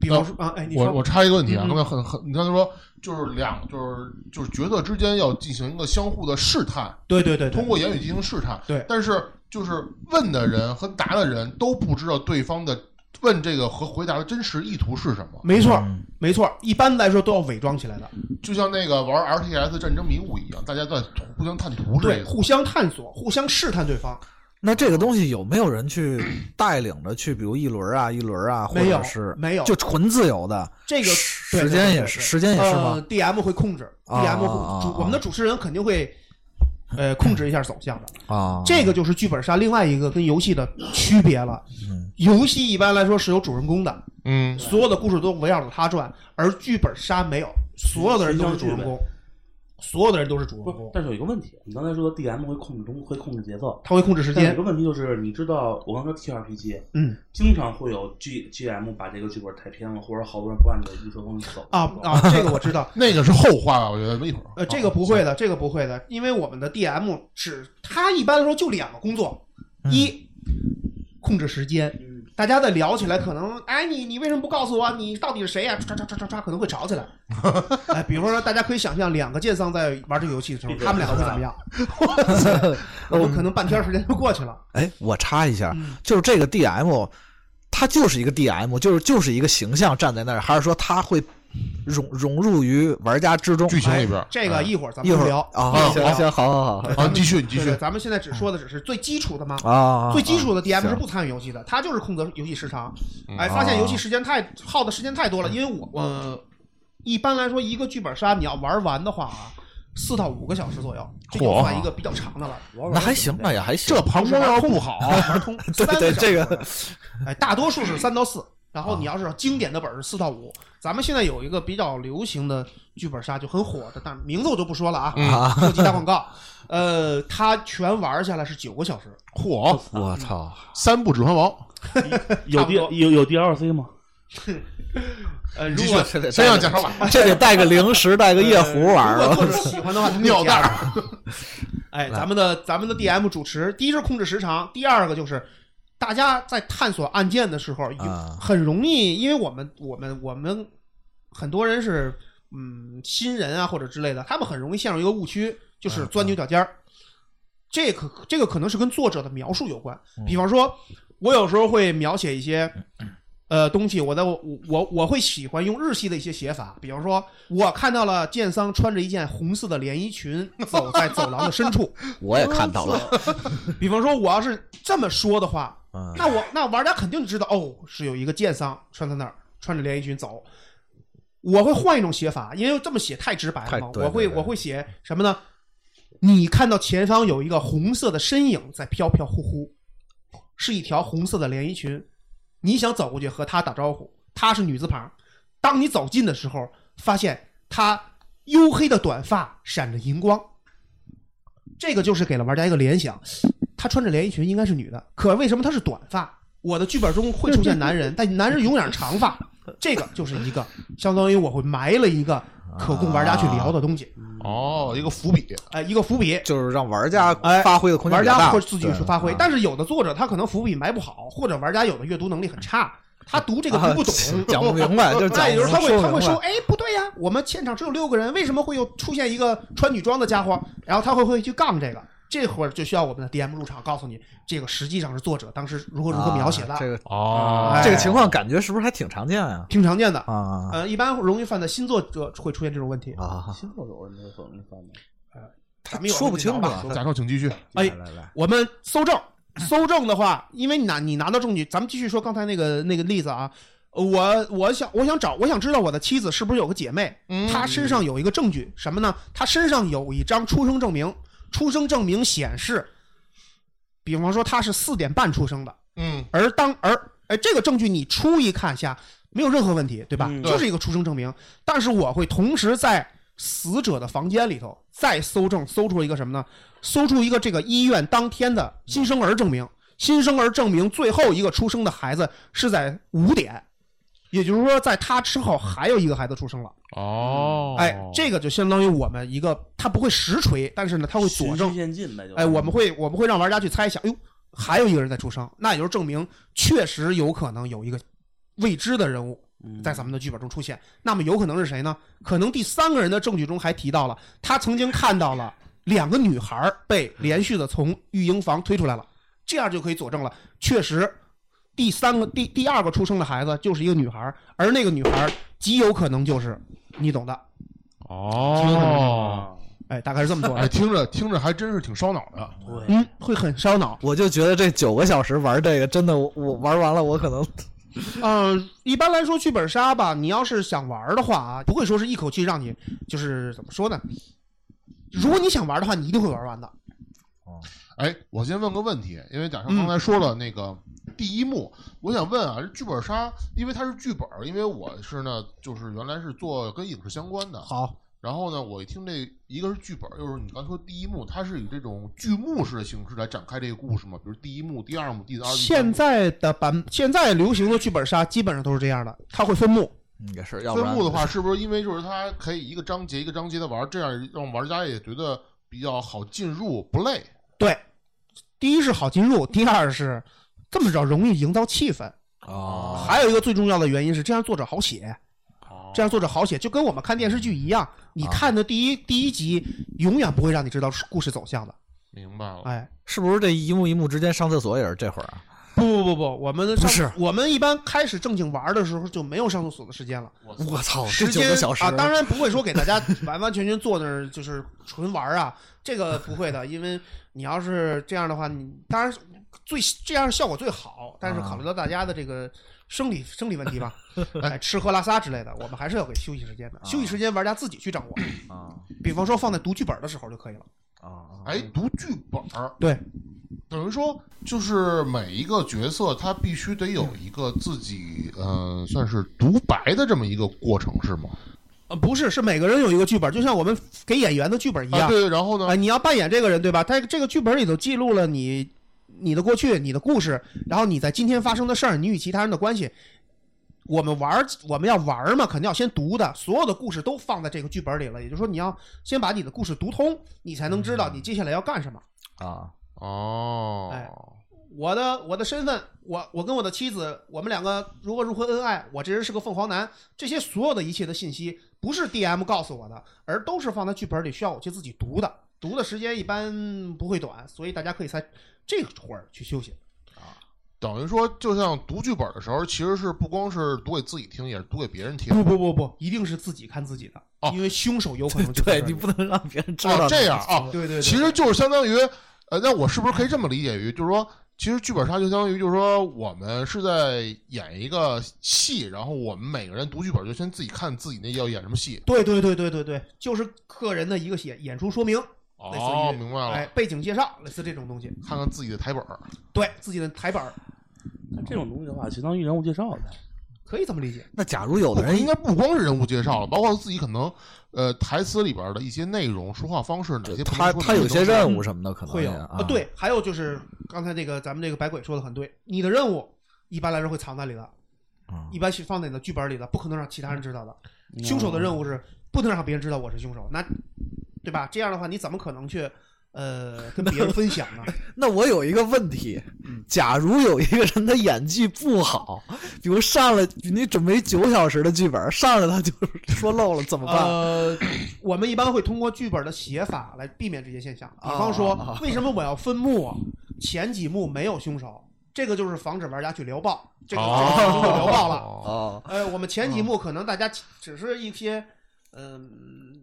Speaker 1: 比方
Speaker 3: 哦
Speaker 1: 说啊，哎，你
Speaker 2: 我
Speaker 1: 说
Speaker 2: 我插一个问题啊，
Speaker 1: 嗯嗯
Speaker 2: 刚才很很，你刚才说就是两就是就是角色之间要进行一个相互的试探，
Speaker 1: 对对对，对
Speaker 2: 通过言语进行试探。
Speaker 1: 对
Speaker 2: 但是就是问的人和答的人都不知道对方的问这个和回答的真实意图是什么，
Speaker 1: 没错
Speaker 3: 嗯
Speaker 1: 没错，一般来说都要伪装起来的，
Speaker 2: 就像那个玩 RTS 战争迷雾一样，大家在互相探图之类
Speaker 1: 对，
Speaker 2: 的。
Speaker 1: 互相探索，互相试探对方，
Speaker 3: 那
Speaker 1: 哦
Speaker 3: 这个东西有没有人去带领着去，比如一轮
Speaker 1: [clears throat]
Speaker 3: 啊一轮啊，或
Speaker 1: 没有
Speaker 3: 者是
Speaker 1: 没有
Speaker 3: 就纯自由的？
Speaker 1: 这个对
Speaker 3: 时
Speaker 1: 对
Speaker 3: 间
Speaker 1: 对
Speaker 3: 也
Speaker 1: 对
Speaker 3: 是，
Speaker 1: 对
Speaker 3: 时间也是吗
Speaker 1: 呃？？DM 会控制
Speaker 3: 啊
Speaker 1: ，DM 会
Speaker 3: 啊啊
Speaker 1: 主
Speaker 3: 啊
Speaker 1: 我们的主持人肯定会呃控制一下走向的。
Speaker 3: 啊，
Speaker 5: 哦
Speaker 1: 这个就是剧本杀另外一个跟游戏的区别了
Speaker 3: 嗯。
Speaker 1: 游戏一般来说是有主人公的，
Speaker 2: 嗯，。
Speaker 1: 所有的故事都围绕着他转，而剧本杀没有，所有的人都是主人公，所有的人都是主人
Speaker 5: 不是
Speaker 1: 公，，
Speaker 5: 但是有一个问题，你刚才说 DM 会控制中会控制节奏，
Speaker 1: 他会控制时
Speaker 5: 但有一
Speaker 1: 间
Speaker 5: 个。问题就是，你知道我刚才说 TRPG，
Speaker 1: 嗯，
Speaker 5: 经常会有 G GM 把这个剧本太偏了，或者好多人不按你的预设方式走
Speaker 1: 啊啊，这个我知道
Speaker 2: 那个是后话吧，我觉得一会儿。
Speaker 1: 呃，这个不会的，这个不会的，因为我们的 DM 只他一般来说就两个工作，
Speaker 3: 嗯
Speaker 1: 一控制时间，
Speaker 5: 嗯
Speaker 1: 大家在聊起来，可能哎，你你为什么不告诉我你到底是谁呀、啊唰唰唰唰唰，可能会吵起
Speaker 3: [laughs]
Speaker 1: 来。哎，比方说，大家可以想象两个剑桑在玩这个游戏的时候，他们两个会怎么 [laughs] 样？我们可能半天时间就过去了。
Speaker 3: 哎，我插一下，
Speaker 1: 嗯
Speaker 3: 就是这个 DM，它就是一个 DM，就是就是一个形象站在那儿，还是说它会融融入于玩家之中？
Speaker 2: 剧情里边儿
Speaker 1: 哎这个一会儿咱
Speaker 3: 一
Speaker 1: 们
Speaker 3: 会儿
Speaker 1: 聊
Speaker 3: 啊，行行，好好好
Speaker 2: 啊，继续你继
Speaker 1: 对
Speaker 2: 续
Speaker 1: 对，。咱们现在只说的只是最基础的嘛。
Speaker 3: 啊，
Speaker 1: 最基础的 DM
Speaker 3: 行哦
Speaker 1: 是不参与游戏的，他就是控制游戏时长。
Speaker 2: 嗯
Speaker 1: 哎，发现游戏时间太耗的时间太多
Speaker 3: 嗯
Speaker 1: 了，因为我我一般来说一个剧本杀你要玩完的话啊，四到五个小时左右，这就
Speaker 3: 嚯
Speaker 1: 算一个比较长的了。
Speaker 3: 那还行，那也还行。嗯
Speaker 2: 这旁边要不好，
Speaker 1: 玩通
Speaker 3: [laughs]
Speaker 1: 三
Speaker 3: 对
Speaker 1: 个
Speaker 3: 对
Speaker 1: 小时
Speaker 3: 这个啊
Speaker 1: 哎，大多数是三到四，然后你要是经典的本是四到五，咱们现在有一个比较流行的剧本杀就很火的，但名字我就不说了啊，
Speaker 3: 嗯
Speaker 1: [laughs] 涉及打广告。呃，他全玩下来是九个小时，哦
Speaker 2: 嚯，
Speaker 3: [laughs] 我操，
Speaker 1: 嗯
Speaker 2: 三部《指环王》，
Speaker 5: 有
Speaker 1: 差不
Speaker 5: D
Speaker 1: 多
Speaker 5: [laughs] 有有 DLC 吗？
Speaker 1: 呃，
Speaker 2: 你
Speaker 1: 如
Speaker 2: 继续
Speaker 1: 果
Speaker 2: 身上加手把，
Speaker 3: [laughs] 这得带个零食，带个夜壶玩
Speaker 1: 呃
Speaker 3: 啊
Speaker 1: 如果作
Speaker 3: 了。
Speaker 1: 者喜欢的
Speaker 3: [laughs]
Speaker 1: 话，他可以
Speaker 2: 尿
Speaker 1: 加
Speaker 2: 袋
Speaker 1: 入
Speaker 2: 儿。
Speaker 1: 哎，咱们的咱们的 DM 主持，第一是控制时长，第二个就是大家在探索案件的时候，有
Speaker 3: 啊
Speaker 1: 很容易，因为我们我们我们很多人是嗯新人啊或者之类的，他们很容易陷入一个误区，就是钻牛角尖儿。这可这个可能是跟作者的描述有关，比方说，我有时候会描写一些。呃，东西我在我我我会喜欢用日系的一些写法，比方说，我看到了剑桑穿着一件红色的连衣裙走在走廊的深处， [laughs]
Speaker 3: 我也看到了，
Speaker 1: 比方说，我要是这么说的话，
Speaker 3: 嗯
Speaker 1: 那我那玩家肯定知道，哦，是有一个剑桑穿在那儿，穿着连衣裙走。我会换一种写法，因为这么写太直白了
Speaker 3: 太
Speaker 1: 嘛。
Speaker 3: 对
Speaker 1: 我会
Speaker 3: 对对
Speaker 1: 我会写什么呢？你看到前方有一个红色的身影在飘飘忽忽，是一条红色的连衣裙。你想走过去和她打招呼，她是女字旁。当你走近的时候，发现她黝黑的短发闪着银光，这个就是给了玩家一个联想，她穿着连衣裙应该是女的，可为什么她是短发？我的剧本中会出现男
Speaker 3: [laughs]
Speaker 1: 人，但男人永远是长发，这个就是一个相当于我会埋了一个可供玩家去聊的东西，
Speaker 2: 哦，一个伏笔，
Speaker 1: 哎、一个伏笔，
Speaker 3: 就是让玩家
Speaker 1: 哎
Speaker 3: 发挥的空间
Speaker 1: 玩
Speaker 3: 比较大
Speaker 1: 家会自己去
Speaker 3: 对
Speaker 1: 发挥
Speaker 3: 啊。
Speaker 1: 但是有的作者他可能伏笔埋不好，或者玩家有的阅读能力很差，他读这个读不懂，
Speaker 3: 啊讲不明白，就是讲
Speaker 1: 那
Speaker 3: 不
Speaker 1: 也就是他会
Speaker 3: 说
Speaker 1: 他
Speaker 3: 不
Speaker 1: 会
Speaker 3: 明
Speaker 1: 说，
Speaker 3: 白
Speaker 1: 哎，不对呀，我们现场只有六个人，为什么会有出现一个穿女装的家伙？然后他会会去杠这个，这会儿就需要我们的 DM 入场告诉你，这个实际上是作者当时如何如何描写的，哎
Speaker 3: 啊这个
Speaker 2: 哦
Speaker 3: 这个情况，感觉是不是还挺常见啊？
Speaker 1: 挺常见的。
Speaker 3: 啊
Speaker 1: 呃，一般容易犯的新作者会出现这种问题，
Speaker 3: 啊，
Speaker 5: 星座有问题怎么翻的？
Speaker 1: 咱们一会儿
Speaker 3: 说不清
Speaker 1: 聊
Speaker 3: 楚
Speaker 1: 吧。
Speaker 3: 啊。
Speaker 2: 贾少，请继续。
Speaker 1: 哎
Speaker 3: 来来来，
Speaker 1: 我们搜证，搜证的话，因为你拿你拿到证据，咱们继续说刚才那个那个例子啊。呃我我想我想找我想知道我的妻子是不是有个姐妹，她身上有一个证据什么呢？她身上有一张出生证明，出生证明显示，比方说她是四点半出生的，
Speaker 2: 嗯，
Speaker 1: 而当而哎，这个证据你初一看下没有任何问题，对吧？
Speaker 5: 嗯
Speaker 1: 就是一个出生证明。但是我会同时在死者的房间里头再搜证，搜出一个什么呢？搜出一个这个医院当天的新生儿证明。新生儿证明最后一个出生的孩子是在五点，也就是说，在他之后还有一个孩子出生了。
Speaker 2: 哦
Speaker 1: 哎，这个就相当于我们一个，他不会实锤，但是呢，他会佐
Speaker 5: 循
Speaker 1: 证
Speaker 5: 序渐进呗，就
Speaker 1: 哎，我们会我们会让玩家去猜想，哎呦，还有一个人在出生，那也就是证明确实有可能有一个未知的人物
Speaker 5: 嗯
Speaker 1: 在咱们的剧本中出现。那么有可能是谁呢？可能第三个人的证据中还提到了，他曾经看到了两个女孩被连续的从育婴房推出来了，这样就可以佐证了，确实。第三个第第二个出生的孩子就是一个女孩，而那个女孩极有可能就是你懂的，
Speaker 2: 哦，
Speaker 5: 啊，
Speaker 1: 哎，大概是这么说
Speaker 2: [laughs] 哎，
Speaker 1: 的，
Speaker 2: 听着听着还真是挺烧脑的。
Speaker 5: 对，
Speaker 1: 嗯，会很烧脑。
Speaker 3: 我就觉得这九个小时玩这个，真的我我玩完了，我可能
Speaker 1: 嗯，一般来说剧本杀吧，你要是想玩儿的话啊，不会说是一口气让你就是怎么说呢？如果你想玩儿的话，你一定会玩完的。
Speaker 2: 哎，我先问个问题，因为贾少
Speaker 1: 嗯
Speaker 2: 刚才说了那个第一幕，我想问啊，这剧本杀，因为它是剧本，因为我是呢，就是原来是做跟影视相关的。
Speaker 1: 好，
Speaker 2: 然后呢，我一听这一个是剧本，又是你刚说第一幕，它是以这种剧目式的形式来展开这个故事嘛，比如第一幕、第二幕、第二幕。第三幕
Speaker 1: 现在的版现在流行的剧本杀基本上都是这样的，它会分幕。
Speaker 3: 嗯也是，要不
Speaker 2: 分
Speaker 3: 然
Speaker 2: 幕的话，是不是因为就是它可以一个章节一个章节的玩，这样让玩家也觉得比较好进入，不累？
Speaker 1: 对，第一是好进入，第二是这么着容易营造气氛，
Speaker 3: 哦，
Speaker 1: 还有一个最重要的原因是这样作者好写。
Speaker 5: 啊
Speaker 1: 这样作者好写，就跟我们看电视剧一样，
Speaker 3: 啊
Speaker 1: 你看的第一、第一集永远不会让你知道故事走向的。
Speaker 2: 明
Speaker 3: 哦
Speaker 2: 白了。
Speaker 1: 哎，
Speaker 3: 是不是这一幕一幕之间上厕所也是这会儿啊？
Speaker 1: 不不不不，我们的上
Speaker 3: 不是
Speaker 1: 我们一般开始正经玩的时候就没有上厕所的时间了，
Speaker 3: 我操，哦这
Speaker 1: 时
Speaker 3: 九
Speaker 1: 间
Speaker 3: 个小时
Speaker 1: 啊，当然不会说给大家 [laughs] 完完全全坐那儿就是纯玩啊，这个不会的，因为你要是这样的话，你当然最这样效果最好，但是考
Speaker 3: 啊
Speaker 1: 虑到大家的这个生理生理问题吧，哎，吃喝拉撒之类的，我们还是要给休息时间的，休息时间玩家自己去掌握，
Speaker 3: 啊
Speaker 1: 比方说放在读剧本的时候就可以了。
Speaker 3: 啊，
Speaker 2: 哎，读剧本儿，
Speaker 1: 对，
Speaker 2: 等于说就是每一个角色他必须得有一个自己，呃，算是独白的这么一个过程是吗？
Speaker 1: 呃，不是，是每个人有一个剧本，就像我们给演员的剧本一
Speaker 2: 啊，
Speaker 1: 样。
Speaker 2: 对，然后
Speaker 1: 啊、
Speaker 2: 呢？
Speaker 1: 你要扮演这个人，对吧？他这个剧本里头记录了你你的过去、你的故事，然后你在今天发生的事儿，你与其他人的关系。我们玩儿，我们要玩儿嘛，肯定要先读的，所有的故事都放在这个剧本里了。也就是说，你要先把你的故事读通，你才能知道你接下来要干什么。
Speaker 3: 啊，
Speaker 2: 哦，
Speaker 1: 哎我的我的身份，我我跟我的妻子，我们两个如何如何恩爱，我这人是个凤凰男，这些所有的一切的信息，不是 DM 告诉我的，而都是放在剧本里需要我去自己读的，读的时间一般不会短，所以大家可以在这会儿去休息。
Speaker 2: 等于说就像读剧本的时候，其实是不光是读给自己听，也是读给别人听。
Speaker 1: 不不不不，一定是自己看自己的，
Speaker 2: 哦
Speaker 1: 因为凶手有可能就在
Speaker 3: [laughs] 对
Speaker 1: 这
Speaker 3: 你
Speaker 1: 里
Speaker 3: 不能让别人知道
Speaker 2: 哦，
Speaker 3: 你
Speaker 2: 这样啊，
Speaker 1: 对对对，
Speaker 2: 其实就是相当于，呃，那我是不是可以这么理解于，就是说，其实剧本杀就相当于，就是说，我们是在演一个戏，然后我们每个人读剧本，就先自己看自己那要演什么戏。
Speaker 1: 对对对对对对，就是个人的一个演演出说明，类似于
Speaker 2: 哦，明白了，
Speaker 1: 哎，背景介绍，类似这种东西，
Speaker 2: 看看自己的台本儿。
Speaker 1: 对自己的台本儿
Speaker 5: 那这种东西的话，相当于人物介绍的。
Speaker 1: 可以这么理解。
Speaker 3: 那假如有
Speaker 2: 不
Speaker 3: 的人
Speaker 2: 应该不光是人物介绍了，包括自己可能，呃，台词里边的一些内容、说话方式，哪些不能
Speaker 3: 他
Speaker 2: 说
Speaker 3: 他有些
Speaker 2: 哪
Speaker 3: 任务什么的可能
Speaker 1: 会有
Speaker 3: 也啊，
Speaker 1: 对，还有就是刚才这个咱们这个白鬼说的很对，你的任务一般来说会藏在里的，
Speaker 3: 嗯
Speaker 1: 一般是放在你的剧本里的，不可能让其他人知道的。
Speaker 5: 嗯
Speaker 1: 凶嗯手的任务是不能让别人知道我是凶手，那对吧？这样的话，你怎么可能去呃跟别人分享呢？
Speaker 3: 那我有一个问题，假如有一个人的演技不好，比如上来你准备九小时的剧本，上来他 [laughs] 就说漏了，怎么办？
Speaker 1: 呃，我们一般会通过剧本的写法来避免这些现象。比方说
Speaker 3: 啊，
Speaker 1: 为什么我要分幕啊？前几幕没有凶手，这个就是防止玩家去聊爆，这个就
Speaker 2: 哦
Speaker 1: 是
Speaker 2: [laughs]
Speaker 1: 聊爆了。
Speaker 3: 哦，
Speaker 1: 呃，我们前几幕可能大家只是一些，嗯、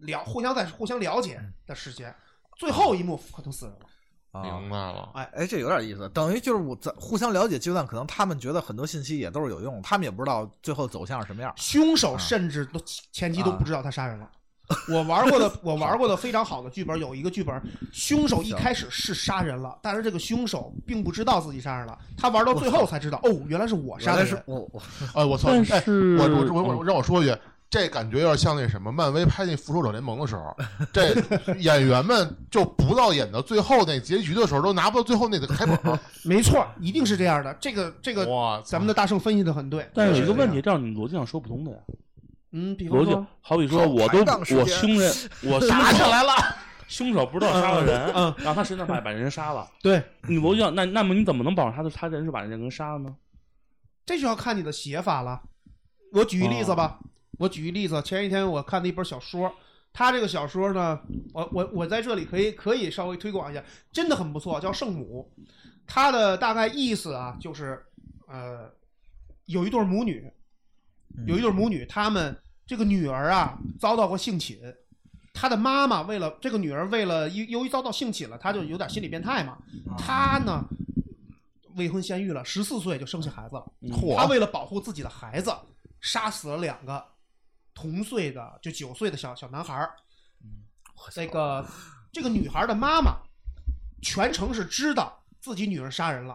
Speaker 1: 了互相在互相了解的时间，最后一幕可能死人了。
Speaker 3: 啊
Speaker 2: 明白了，
Speaker 3: 哎，这有点意思，等于就是我在互相了解阶段，可能他们觉得很多信息也都是有用，他们也不知道最后走向是什么样。
Speaker 1: 凶手甚至都前期都不知道他杀人了。我玩过的， [laughs] 我玩过的非常好的剧本，有一个剧本，凶手一开始是杀人了，但是这个凶手并不知道自己杀人了，他玩到最后才知道，哦，原来是我杀
Speaker 3: 原
Speaker 1: 的
Speaker 3: 来
Speaker 1: 人。
Speaker 3: 是我我
Speaker 2: 哎，我操！
Speaker 5: 但
Speaker 2: 哎
Speaker 5: 是嗯
Speaker 2: 我我我我让我说一句，这感觉有点像那什么，漫威拍那《复仇者联盟》的时候， [laughs] 这演员们就不到演到最后那结局的时候，都拿不到最后那个开本 [laughs] 儿。
Speaker 1: 没错，一定是这样的。这个这个，
Speaker 2: 哇，
Speaker 1: 咱们的大圣分析的很对。
Speaker 5: 但是有一个问题，这样你逻辑上说不通的呀。
Speaker 1: 嗯，比方
Speaker 5: 逻辑
Speaker 1: 说，
Speaker 5: 好比说，我都
Speaker 3: 排档时间
Speaker 5: 我凶人，我打
Speaker 3: [laughs]
Speaker 5: 起来了，凶手不知道杀了人，然后他身上把把人杀了，
Speaker 1: 对，
Speaker 5: 你逻辑上那那么你怎么能保证他的他人是把人给杀了呢？
Speaker 1: 这就要看你的写法了。我举一例子吧，我举一例子，前一天我看的一本小说，它这个小说呢，我我我在这里可以可以稍微推广一下，真的很不错，叫《圣母》，它的大概意思啊，就是呃，有一对母女，有一对母女，她们这个女儿啊遭到过性侵。她的妈妈为了这个女儿，为了由由于遭到性侵了，她就有点心理变态嘛。她呢，未婚先育了，十四岁就生下孩子了。他为了保护自己的孩子，杀死了两个同岁的就九岁的小小男孩儿。这个这个女孩的妈妈全程是知道自己女儿杀人了，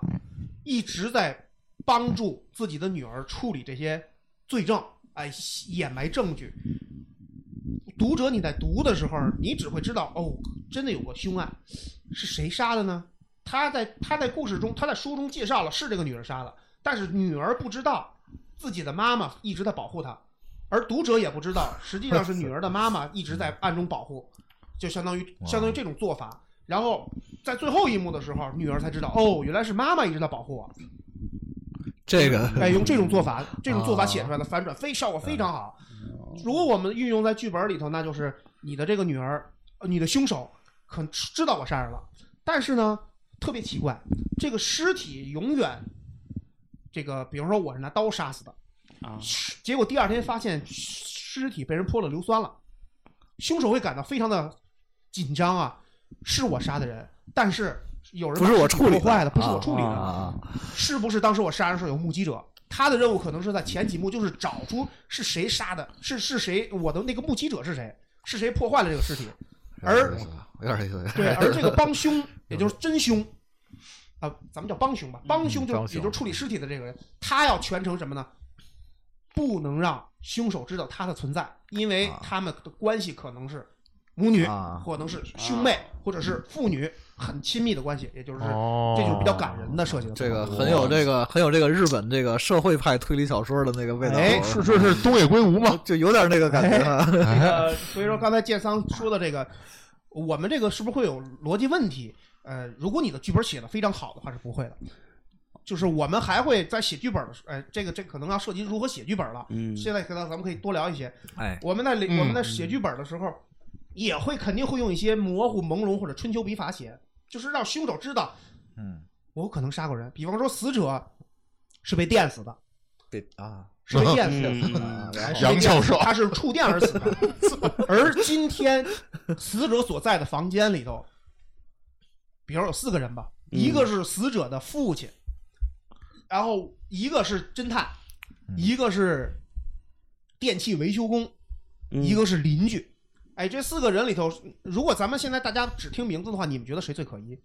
Speaker 1: 一直在帮助自己的女儿处理这些罪证，哎，掩埋证据。读者你在读的时候，你只会知道哦，真的有个凶案，是谁杀的呢？他在他在故事中，他在书中介绍了是这个女人杀的，但是女儿不知道自己的妈妈一直在保护她，而读者也不知道，实际上是女儿的妈妈一直在暗中保护， [laughs] 就相当于相当于这种做法。然后在最后一幕的时候，女儿才知道哦，原来是妈妈一直在保护啊我。
Speaker 3: 这个
Speaker 1: 哎，用这种做法，这种做
Speaker 3: 啊
Speaker 1: 法写出来的反转非效果非常好。
Speaker 3: 嗯
Speaker 1: 如果我们运用在剧本里头，那就是你的这个女儿，呃你的凶手可能知道我杀人了，但是呢，特别奇怪，这个尸体永远，这个比如说我是拿刀杀死的，
Speaker 5: 啊，
Speaker 1: 结果第二天发现尸体被人泼了硫酸了，凶手会感到非常的紧张啊，是我杀的人，但是有人
Speaker 3: 不是
Speaker 1: 把
Speaker 3: 我
Speaker 1: 尸体
Speaker 3: 处理
Speaker 1: 破坏的，不是
Speaker 3: 啊
Speaker 1: 我处理的。
Speaker 3: 啊
Speaker 1: 是不是当时我杀人时候有目击者？他的任务可能是在前几幕，就是找出是谁杀的，是是谁，我的那个目击者是谁，是谁破坏了这个尸体。
Speaker 3: 而有点意思，
Speaker 1: 对，
Speaker 3: [laughs]
Speaker 1: 而这个帮凶，也就是真凶，啊，咱们叫帮凶吧，帮凶就是
Speaker 3: 嗯帮凶
Speaker 1: 也就是处理尸体的这个人，他要全程什么呢？不能让凶手知道他的存在，因为
Speaker 3: 啊
Speaker 1: 他们的关系可能是母女，
Speaker 3: 啊
Speaker 1: 或能是兄妹，或者是父女，很亲密的关系，也就是
Speaker 2: 哦
Speaker 1: 这就是比较感人的设计的。
Speaker 3: 这个很有这个很有这个日本这个社会派推理小说的那个味道，
Speaker 1: 哎
Speaker 2: 是是是东野圭吾 [laughs] 嘛？
Speaker 3: 就有点那个感觉啊。
Speaker 1: 呃，所以说刚才建桑说的这个，我们这个是不是会有逻辑问题？呃，如果你的剧本写的非常好的话是不会的，就是我们还会在写剧本的时候，呃，这个这个可能要涉及如何写剧本了。
Speaker 5: 嗯
Speaker 1: 现在可能咱们可以多聊一些。
Speaker 3: 哎，
Speaker 1: 我们在里
Speaker 2: 嗯
Speaker 1: 我们在写剧本的时候，也会肯定会用一些模糊、朦胧或者春秋笔法写，就是让凶手知道
Speaker 3: 嗯，
Speaker 1: 我可能杀过人。比方说，死者是被电死的，
Speaker 3: 对啊，
Speaker 1: 是被电死的。
Speaker 5: 嗯，
Speaker 2: 杨教授
Speaker 1: 啊他是触电而死的，而今天死者所在的房间里头，比如有四个人吧，
Speaker 5: 嗯
Speaker 1: 一个是死者的父亲，然后一个是侦探，
Speaker 2: 嗯
Speaker 1: 一个是电器维修工，
Speaker 5: 嗯
Speaker 1: 一个是邻居。哎，这四个人里头，如果咱们现在大家只听名字的话，你们觉得谁最可疑？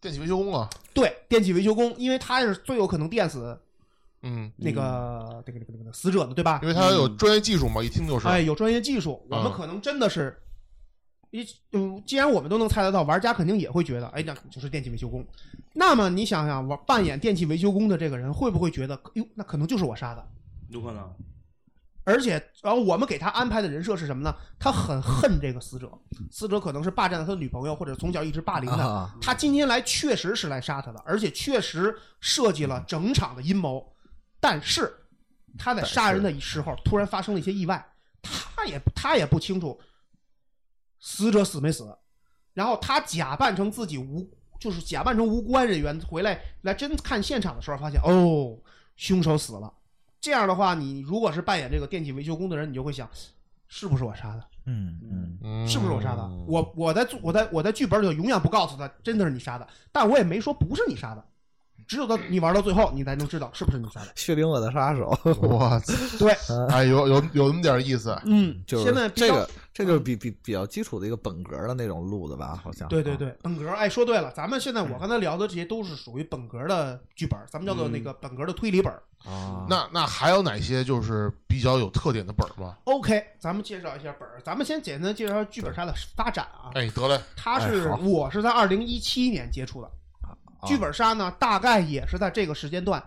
Speaker 2: 电气维修工啊，
Speaker 1: 对，电器维修工，因为他是最有可能电死
Speaker 2: 嗯，
Speaker 1: 那个、那个、那个、那个死者的，对吧？
Speaker 2: 因为他有专业技术嘛，一听就是。
Speaker 1: 哎，有专业技术，我们
Speaker 2: 嗯
Speaker 1: 可能真的是，一嗯，既然我们都能猜得到，玩家肯定也会觉得，哎，那就是电气维修工。那么你想想，玩扮演电气维修工的这个人会不会觉得，哟，那可能就是我杀的？
Speaker 5: 有可能，
Speaker 1: 而且，然后我们给他安排的人设是什么呢？他很恨这个死者，死者可能是霸占了他的女朋友，或者从小一直霸凌他。
Speaker 3: 啊
Speaker 1: 他今天来确实是来杀他的，而且确实设计了整场的阴谋。但是他在杀人的时候突然发生了一些意外，他也他也不清楚死者死没死，然后他假扮成自己无，就是假扮成无关人员回来来真看现场的时候，发现哦，凶手死了。这样的话，你如果是扮演这个电器维修工的人，你就会想，是不是我杀的？
Speaker 3: 嗯嗯，
Speaker 2: 嗯
Speaker 1: 是不是我杀的？我我在做我在我在剧本里头永远不告诉他真的是你杀的，但我也没说不是你杀的，只有到你玩到最后，你才能知道是不是你杀的。
Speaker 3: 血淋我的杀手，
Speaker 1: 嗯
Speaker 2: 我操！
Speaker 1: 对，
Speaker 2: 哎，有有有那么点意思。
Speaker 1: 嗯，
Speaker 3: [laughs] 就是
Speaker 1: 现在比较
Speaker 3: 这个，这就是比比比较基础的一个本格的那种路子吧，好像。啊
Speaker 1: 对对，对，本格，哎，说对了，咱们现在
Speaker 3: 嗯
Speaker 1: 我刚才聊的这些都是属于本格的剧本，咱们叫做
Speaker 3: 嗯
Speaker 1: 那个本格的推理本。
Speaker 3: 啊，
Speaker 2: 那那还有哪些就是比较有特点的本儿吗？
Speaker 1: OK，咱们介绍一下本儿，咱们先简单介绍剧本杀的发展啊。
Speaker 2: 哎，得嘞，
Speaker 1: 它是、
Speaker 3: 哎好啊
Speaker 1: 我是在二零一七年接触的，剧本杀呢，大概也是在这个时间段，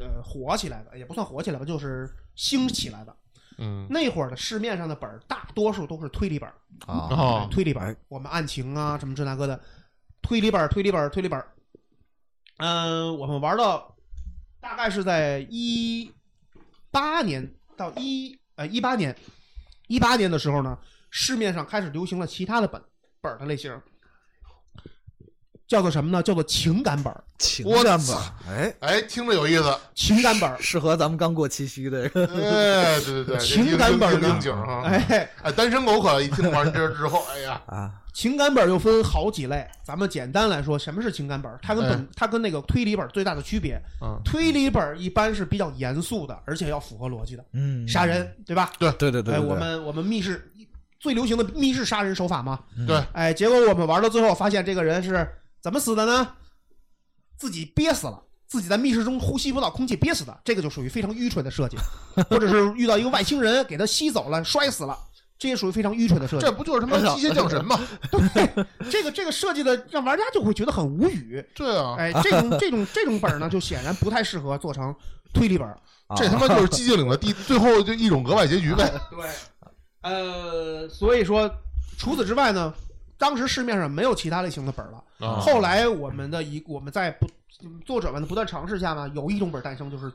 Speaker 1: 呃，火起来的，也不算火起来吧，就是兴起来的。
Speaker 2: 嗯，
Speaker 1: 那会儿的市面上的本儿，大多数都是推理本儿，
Speaker 3: 啊，
Speaker 2: 哦，
Speaker 1: 推理本儿，我们案情啊，什么这那个的，推理本儿，推理本儿，推理本儿。嗯、我们玩到大概是在一八年到一呃一八年，一八年的时候呢，市面上开始流行了其他的本本儿的类型，叫做什么呢？叫做情感本儿。
Speaker 3: 情
Speaker 2: 我
Speaker 3: 感
Speaker 2: 操
Speaker 3: 吧，哎，
Speaker 2: 哎，听着有意思。
Speaker 1: 情感本儿，
Speaker 3: 适合咱们刚过七夕的
Speaker 1: [laughs]
Speaker 2: 哎，对对对，
Speaker 1: 情感本儿呢
Speaker 2: 应景啊。
Speaker 1: 哎，
Speaker 2: 哎，单身狗可一听完这之后，哎呀，
Speaker 3: 啊，
Speaker 1: 情感本儿又分好几类，咱们简单来说，什么是情感本儿？它跟本、它跟那个推理本儿最大的区别，
Speaker 2: 嗯
Speaker 1: 推理本儿一般是比较严肃的，而且要符合逻辑的，
Speaker 3: 嗯，
Speaker 1: 杀人对吧？
Speaker 3: 对，对对对
Speaker 1: 哎，
Speaker 3: 对，
Speaker 1: 我们我们密室最流行的密室杀人手法嘛，
Speaker 2: 对，
Speaker 1: 哎，结果我们玩到最后发现这个人是怎么死的呢？自己憋死了。自己在密室中呼吸不到空气，憋死的，这个就属于非常愚蠢的
Speaker 3: [laughs]
Speaker 1: 设计，或者是遇到一个外星人给他吸走了，摔死了，这也属于非常愚蠢的
Speaker 3: [laughs]
Speaker 1: 设计。
Speaker 2: 这不就是他妈机械降神吗？
Speaker 1: 这个这个设计的让玩家就会觉得很无语。
Speaker 2: 对啊，
Speaker 1: 哎，这种这种这种本儿呢，就显然不太适合做成推理本儿。
Speaker 3: 啊
Speaker 2: 这他妈就是寂静岭的第最后就一种格外结局呗。
Speaker 1: 对，呃，所以说除此之外呢，当时市面上没有其他类型的本儿了。
Speaker 2: 啊
Speaker 1: 后来我们的一我们在不作者们的不断尝试下呢，有一种本儿诞生，就是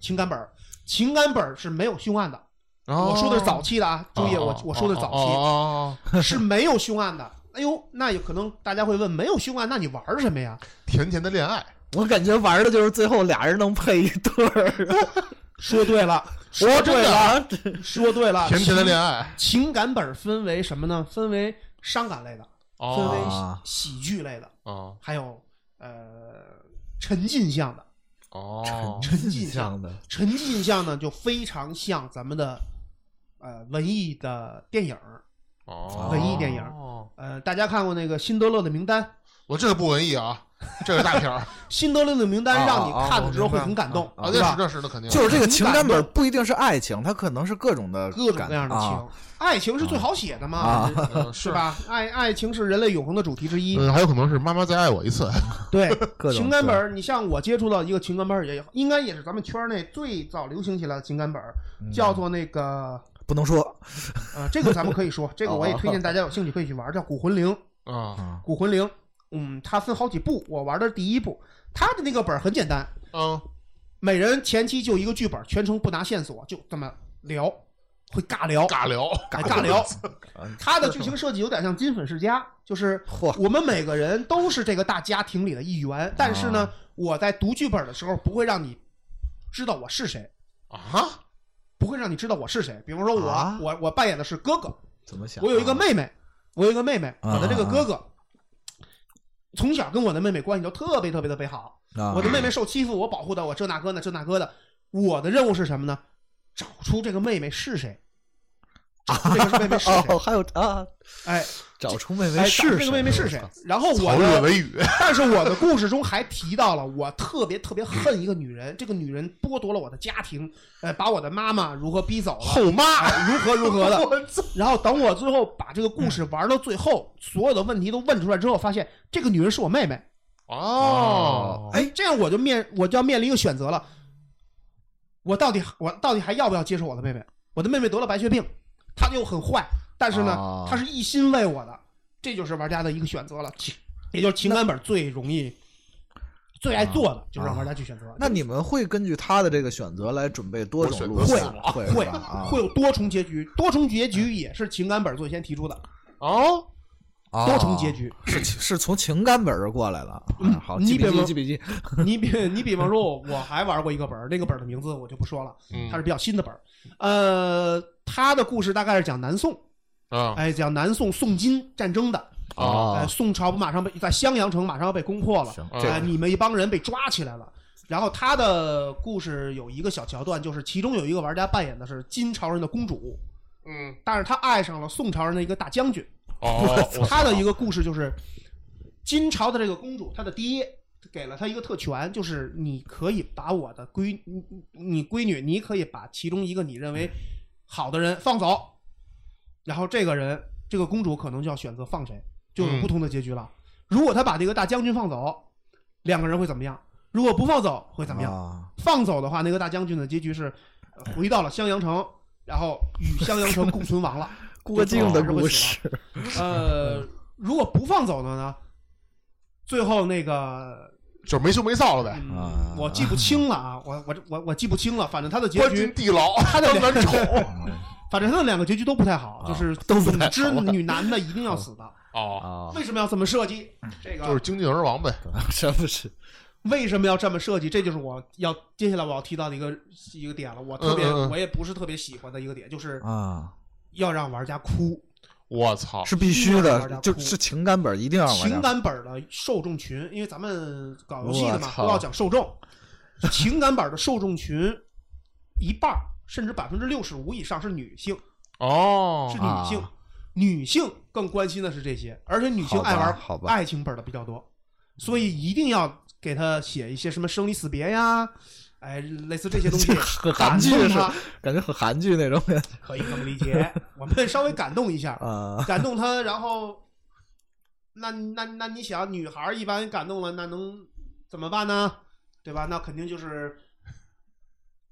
Speaker 1: 情感本儿。情感本儿是没有凶案的，我说的是早期的啊，注意我我说的是早期。
Speaker 2: 哦，哦哦
Speaker 1: 是没有凶案的。哎呦，那有可能大家会问，没有凶案，那你玩儿什么呀？
Speaker 2: 甜甜的恋爱，
Speaker 3: 我感觉玩的就是最后俩人能配一对儿，
Speaker 1: 说对了，说对了，
Speaker 3: [laughs] 了，
Speaker 1: 说对了。
Speaker 2: 甜甜的
Speaker 1: 情
Speaker 2: 恋爱，
Speaker 1: 情感本分为什么呢？分为伤感类的，分为
Speaker 2: 哦
Speaker 3: 啊
Speaker 1: 喜喜剧类的，
Speaker 2: 哦
Speaker 1: 还有呃沉浸向的。
Speaker 3: [laughs]
Speaker 2: 哦，
Speaker 1: 沉
Speaker 3: 印
Speaker 1: 浸向，
Speaker 3: 象的，
Speaker 1: 沉浸向呢就非常像咱们的呃文艺的电影儿，
Speaker 2: 哦
Speaker 1: 文艺电影儿。
Speaker 2: 哦，
Speaker 1: 呃，大家看过那个《辛德勒的名单》？《
Speaker 2: 我这个不文艺啊，这是大片儿
Speaker 1: 辛德勒的名单》让你看了之后会很感动，
Speaker 2: 啊，那
Speaker 1: 对
Speaker 2: 啊是
Speaker 1: 吧？
Speaker 2: 那是那肯定
Speaker 3: 就是这个情感
Speaker 1: 你感
Speaker 3: 本不一定是爱情，它可能是各种的
Speaker 1: 各种
Speaker 3: 感
Speaker 1: 各样的
Speaker 3: 啊
Speaker 1: 情，爱情是最好写的嘛
Speaker 3: 啊，
Speaker 2: 嗯
Speaker 1: 是
Speaker 2: 是？
Speaker 1: 吧？爱爱情是人类永恒的主题之一。
Speaker 2: 嗯，还有可能是妈妈再爱我一次，
Speaker 1: 对，
Speaker 3: 各种
Speaker 1: 情感本儿，你像我接触到一个情感本儿，也应该也是咱们圈儿内最早流行起来的情感本儿，
Speaker 3: 嗯
Speaker 1: 叫做那个
Speaker 3: 不能说
Speaker 1: 呃，这个咱们可以说，这个我也推荐大家有兴趣可以去玩儿，叫《古魂灵》。
Speaker 2: 啊
Speaker 1: 《古魂灵》，嗯，它分好几部，我玩的第一部，它的那个本儿很简单，
Speaker 2: 嗯，
Speaker 1: 每人前期就一个剧本，全程不拿线索，就这么聊，会尬聊，
Speaker 2: 尬聊，
Speaker 1: 哎尬聊。 [laughs] 它的剧情设计有点像《金粉世家》，就是
Speaker 3: 嚯
Speaker 1: 我们每个人都是这个大家庭里的一员，但是呢
Speaker 3: 啊，
Speaker 1: 我在读剧本的时候不会让你知道我是谁，
Speaker 2: 啊，
Speaker 1: 不会让你知道我是谁。比方说我，
Speaker 3: 啊
Speaker 1: 我我扮演的是哥哥，
Speaker 3: 怎么想啊，
Speaker 1: 我有一个妹妹，我有一个妹妹，
Speaker 3: 啊
Speaker 1: 我的这个哥哥。从小跟我的妹妹关系都特别特别特别好，
Speaker 3: 啊，
Speaker 1: 我的妹妹受欺负，我保护的我这那哥呢这那哥的，我的任务是什么呢？找出这个妹妹是谁，找出这个妹妹是谁，
Speaker 3: 哦，还有啊，
Speaker 1: 哎，
Speaker 3: 找出妹妹
Speaker 1: 哎，
Speaker 3: 是
Speaker 1: 找出
Speaker 3: 谁啊
Speaker 1: 这个妹妹是谁
Speaker 3: 我操？
Speaker 1: 然后我
Speaker 2: 曹若
Speaker 1: 的，
Speaker 2: 为语，
Speaker 1: 但是我的故事中还提到了，我特别特别恨一个女人，这个女人剥夺了我的家庭，呃，把我的妈妈如何逼走了，
Speaker 2: 后妈，
Speaker 1: 哎如何如何
Speaker 2: [laughs]
Speaker 1: 的。然后等我最后把这个故事玩到最后，所有的问题都问出来之后，发现这个女人是我妹妹。
Speaker 2: 哦，
Speaker 1: 哎，这样我就面我就要面临一个选择了，我到底我到底还要不要接受我的妹妹？我的妹妹得了白血病，她又很坏，但是呢
Speaker 3: 哦，
Speaker 1: 她是一心为我的，这就是玩家的一个选择了，情也就是情感本最容易。最爱做的就是让玩家去选择，
Speaker 3: 啊那你们会根据他的这个选择来准备多种路
Speaker 2: 我选
Speaker 3: 线
Speaker 2: 择死？
Speaker 3: 会
Speaker 1: 会
Speaker 3: 吧啊哎
Speaker 1: 会有多重结局，多重结局也是情感本最先提出的，
Speaker 2: 哦，
Speaker 3: 啊
Speaker 1: 多重结局。嗯
Speaker 3: 是是从情感本儿过来的。啊好，
Speaker 1: 你
Speaker 3: 记笔
Speaker 1: 比如
Speaker 3: 记，记笔记。
Speaker 1: 你比你比方说，我我还玩过一个本儿，那个本儿的名字我就不说了，
Speaker 2: 嗯
Speaker 1: 它是比较新的本儿。呃，它的故事大概是讲南宋，
Speaker 2: 啊
Speaker 1: 哎，讲南宋宋金战争的。
Speaker 2: 啊，
Speaker 1: 哎，宋朝不马上被在襄阳城马上要被攻破了，
Speaker 3: 行，
Speaker 2: 嗯
Speaker 3: 这
Speaker 1: 哎，你们一帮人被抓起来了。然后他的故事有一个小桥段，就是其中有一个玩家扮演的是金朝人的公主，
Speaker 2: 嗯，
Speaker 1: 但是他爱上了宋朝人的一个大将军。
Speaker 2: 哦， [laughs] 我
Speaker 1: 他的一个故事就是，金朝的这个公主，她的爹给了她一个特权，就是你可以把我的闺你你闺女，你可以把其中一个你认为好的人放走，然后这个人这个公主可能就要选择放谁，就有不同的结局了。如果她把这个大将军放走，两个人会怎么样？如果不放走会怎么样？
Speaker 3: 啊？
Speaker 1: 放走的话，那个大将军的结局是呃回到了襄阳城，然后与襄阳城共存亡了。
Speaker 3: [laughs] 郭靖的故
Speaker 1: 就死了
Speaker 3: 事，
Speaker 1: 呃，如果不放走的呢，最后那个、
Speaker 2: 就是没羞没臊了呗，
Speaker 1: 嗯
Speaker 3: 啊
Speaker 1: 我记不清了啊，我我我我记不清了，反正他的结
Speaker 2: 关进
Speaker 1: 局，
Speaker 2: 地牢，
Speaker 1: 他的
Speaker 2: 难瞅，
Speaker 1: 反正他的两个结局都不太好，就是
Speaker 3: 都不
Speaker 1: 总
Speaker 3: 太好
Speaker 1: 之女男的一定要死
Speaker 3: [laughs]
Speaker 1: 的，
Speaker 2: [laughs]
Speaker 1: [laughs]
Speaker 2: 哦，
Speaker 3: 啊，
Speaker 1: 为什么要这么设计？这个
Speaker 2: 就是精尽而亡呗，
Speaker 3: 真不是
Speaker 1: 为什么要这么设计？这就是我要接下来我要提到的一个一个点了，我特别
Speaker 2: 嗯嗯嗯
Speaker 1: 我也不是特别喜欢的一个点，就是
Speaker 3: 啊，
Speaker 1: 要让玩家哭。
Speaker 2: 我操，
Speaker 3: 是必须
Speaker 1: 一定要让玩家
Speaker 3: 的，
Speaker 1: 哭
Speaker 3: 就是情感本儿一定要让玩家
Speaker 1: 情感本儿的受众群，因为咱们搞游戏的嘛
Speaker 3: 我，操
Speaker 1: 都要讲受众。情感本儿的受众群一半儿甚至百分之六十五以上是女性，
Speaker 2: 哦
Speaker 1: 是，女性，
Speaker 3: 啊
Speaker 1: 女性更关心的是这些，而且女性
Speaker 3: 好吧
Speaker 1: 爱玩
Speaker 3: 好吧，
Speaker 1: 爱情本儿的比较多，所以一定要给她写一些什么生离死别呀，哎，类似这些东西
Speaker 3: [laughs] 和
Speaker 1: 感
Speaker 3: 韩剧
Speaker 1: 动
Speaker 3: 是
Speaker 1: 她，
Speaker 3: 感觉很韩剧那种感觉
Speaker 1: 可以这么理解。我们稍微感动一下，
Speaker 3: [laughs] 啊
Speaker 1: 感动她，然后，那那那你想，女孩儿一般感动了，那能怎么办呢？对吧？那肯定就是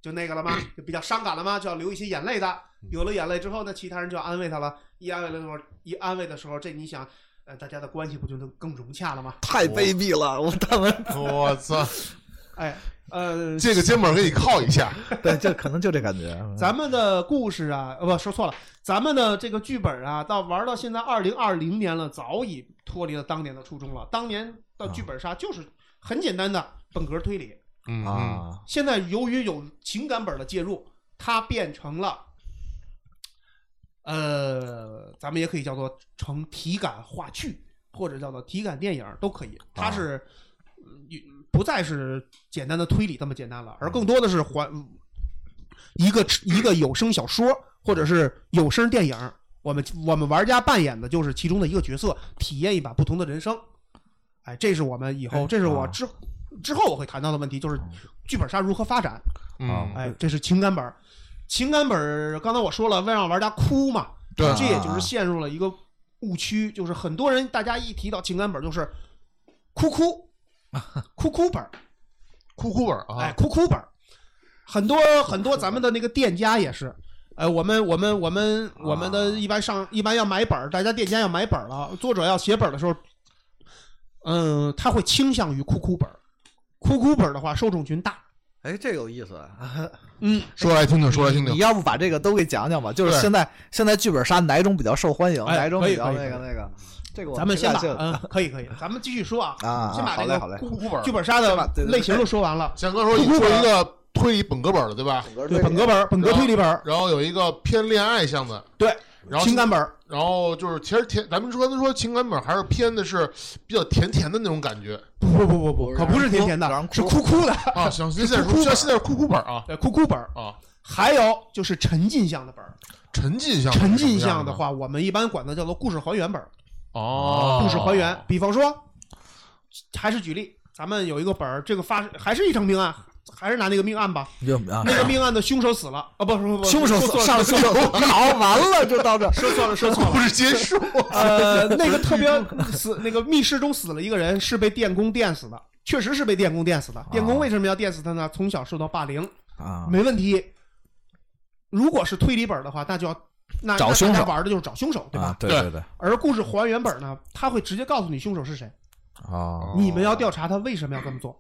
Speaker 1: 就那个了吗？就比较伤感了吗？就要流一些眼泪的。有了眼泪之后呢，其他人就要安慰她了。一安慰的时候，一安慰的时候，这你想，呃，大家的关系不就能更融洽了吗？
Speaker 3: 太卑鄙了！我
Speaker 4: [laughs]
Speaker 3: 他们
Speaker 2: 我操，
Speaker 1: 哎，呃，
Speaker 2: 这个肩膀给你靠一下，
Speaker 3: 对，就可能就这感觉。
Speaker 1: 咱们的故事啊，呃，不说错了，咱们的这个剧本啊，到玩到现在二零二零年了，早已脱离了当年的初衷了。当年的剧本杀就是很简单的本格推理，
Speaker 2: 嗯，
Speaker 3: 啊，
Speaker 1: 现在由于有情感本的介入，它变成了，呃，咱们也可以叫做成体感话剧，或者叫做体感电影都可以。它是、嗯不再是简单的推理这么简单了，而更多的是还一个一个有声小说或者是有声电影。我们我们玩家扮演的就是其中的一个角色，体验一把不同的人生。哎，啊这是我们以后，这是我之之后我会谈到的问题，就是剧本杀如何发展。
Speaker 2: 嗯，
Speaker 1: 哎，这是情感本儿，情感本儿刚才我说了，为让玩家哭嘛，
Speaker 2: 对
Speaker 1: 这也就是陷入了一个误区，就是很多人大家一提到情感本儿就是哭 [laughs] 哭哭哭本儿，
Speaker 2: 哭哭本儿
Speaker 1: 哎，
Speaker 2: 啊，
Speaker 1: 哭哭本儿，很多很多咱们的那个店家也是。哎，我们我们我
Speaker 2: 啊
Speaker 1: 们我们的一般上一般要买本儿，大家店家要买本儿了，作者要写本儿的时候，嗯，他会倾向于哭哭本儿，哭哭本儿的话受众群大，
Speaker 4: 哎，这有意思。
Speaker 1: 嗯，
Speaker 2: 说来听听，说来听
Speaker 4: 你
Speaker 2: 听。
Speaker 4: 要不把这个都给讲讲吧？就是
Speaker 2: 对
Speaker 4: 现在现在剧本杀哪种比较受欢迎，
Speaker 1: 哎
Speaker 4: 哪种
Speaker 1: 可以
Speaker 4: 比较
Speaker 1: 可以嗯
Speaker 4: 那个那个？这个我
Speaker 1: 咱们先把
Speaker 4: 挺感兴趣
Speaker 1: 嗯，可以可以，咱们继续说啊，
Speaker 4: 的啊，
Speaker 1: 先把
Speaker 4: 好
Speaker 1: 这
Speaker 4: 嘞好嘞
Speaker 1: 个。
Speaker 2: 哭哭本儿
Speaker 1: 剧，本杀
Speaker 4: 啊先把
Speaker 1: 的
Speaker 4: 对对
Speaker 1: 类型都说完了，
Speaker 2: 翔哥说你说一个推理本格本儿的对吧？
Speaker 1: 对本格本儿、本格推理本儿，
Speaker 2: 然后有一个偏恋爱向的，
Speaker 1: 对，
Speaker 2: 然后
Speaker 1: 情感本儿，
Speaker 2: 然后就是，其实甜，咱们说刚才说情感本还是偏的是比较甜甜的那种感
Speaker 1: [laughs]
Speaker 2: 觉
Speaker 1: 不不不不不，可不是甜甜
Speaker 3: 让人
Speaker 1: 的，
Speaker 3: 哭
Speaker 1: 是哭哭的，
Speaker 2: 啊。行，现在
Speaker 1: 哭哭
Speaker 2: 说
Speaker 1: 本
Speaker 2: 现在是哭哭本啊
Speaker 1: 对，哭哭本儿，
Speaker 2: 啊，
Speaker 1: 还有就是沉浸向的本儿，
Speaker 2: 沉浸向
Speaker 1: 沉浸向的话，我们一般管它叫做故事还原本儿，
Speaker 2: 哦，
Speaker 1: 故事还原，比方说，还是举例，咱们有一个本儿，这个发还是一场命案，还是拿那个命案吧，
Speaker 3: 又啊
Speaker 1: 那个命案的凶手死了啊，不不不，
Speaker 4: 嗯凶手死
Speaker 1: 了
Speaker 4: 上凶手死好，完了就到
Speaker 1: [laughs]
Speaker 4: 这。
Speaker 1: 说错了说错了
Speaker 2: [laughs] 故。事结
Speaker 1: [laughs]
Speaker 2: 束，
Speaker 1: 呃，那个特别死，那个密室中死了一个人，是被电工电死的，确实是被电工电死的。电工为什么要电死他呢？从小受到霸凌，
Speaker 3: 啊，
Speaker 1: 没问题。如果是推理本的话，那就要那
Speaker 3: 找凶手
Speaker 1: 那大家玩的就是找凶手，对吧？
Speaker 3: 啊，对对
Speaker 1: 而故事还原本呢，他会直接告诉你凶手是谁，
Speaker 3: 啊
Speaker 1: 你们要调查他为什么要这么做，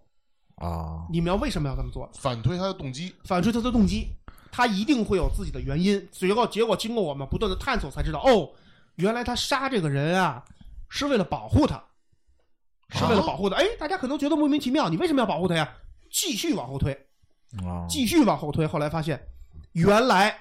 Speaker 3: 啊，
Speaker 1: 你们要为什么要这么做，
Speaker 2: 反推他的动机。
Speaker 1: 反推他的动机，他一定会有自己的原因。最后结果经过我们不断的探索才知道，哦，原来他杀这个人啊，是为了保护他，是为了保护他。哎，大家可能觉得莫名其妙，你为什么要保护他呀？继续往后推，
Speaker 3: 啊
Speaker 1: 继续往后推，后来发现，原来。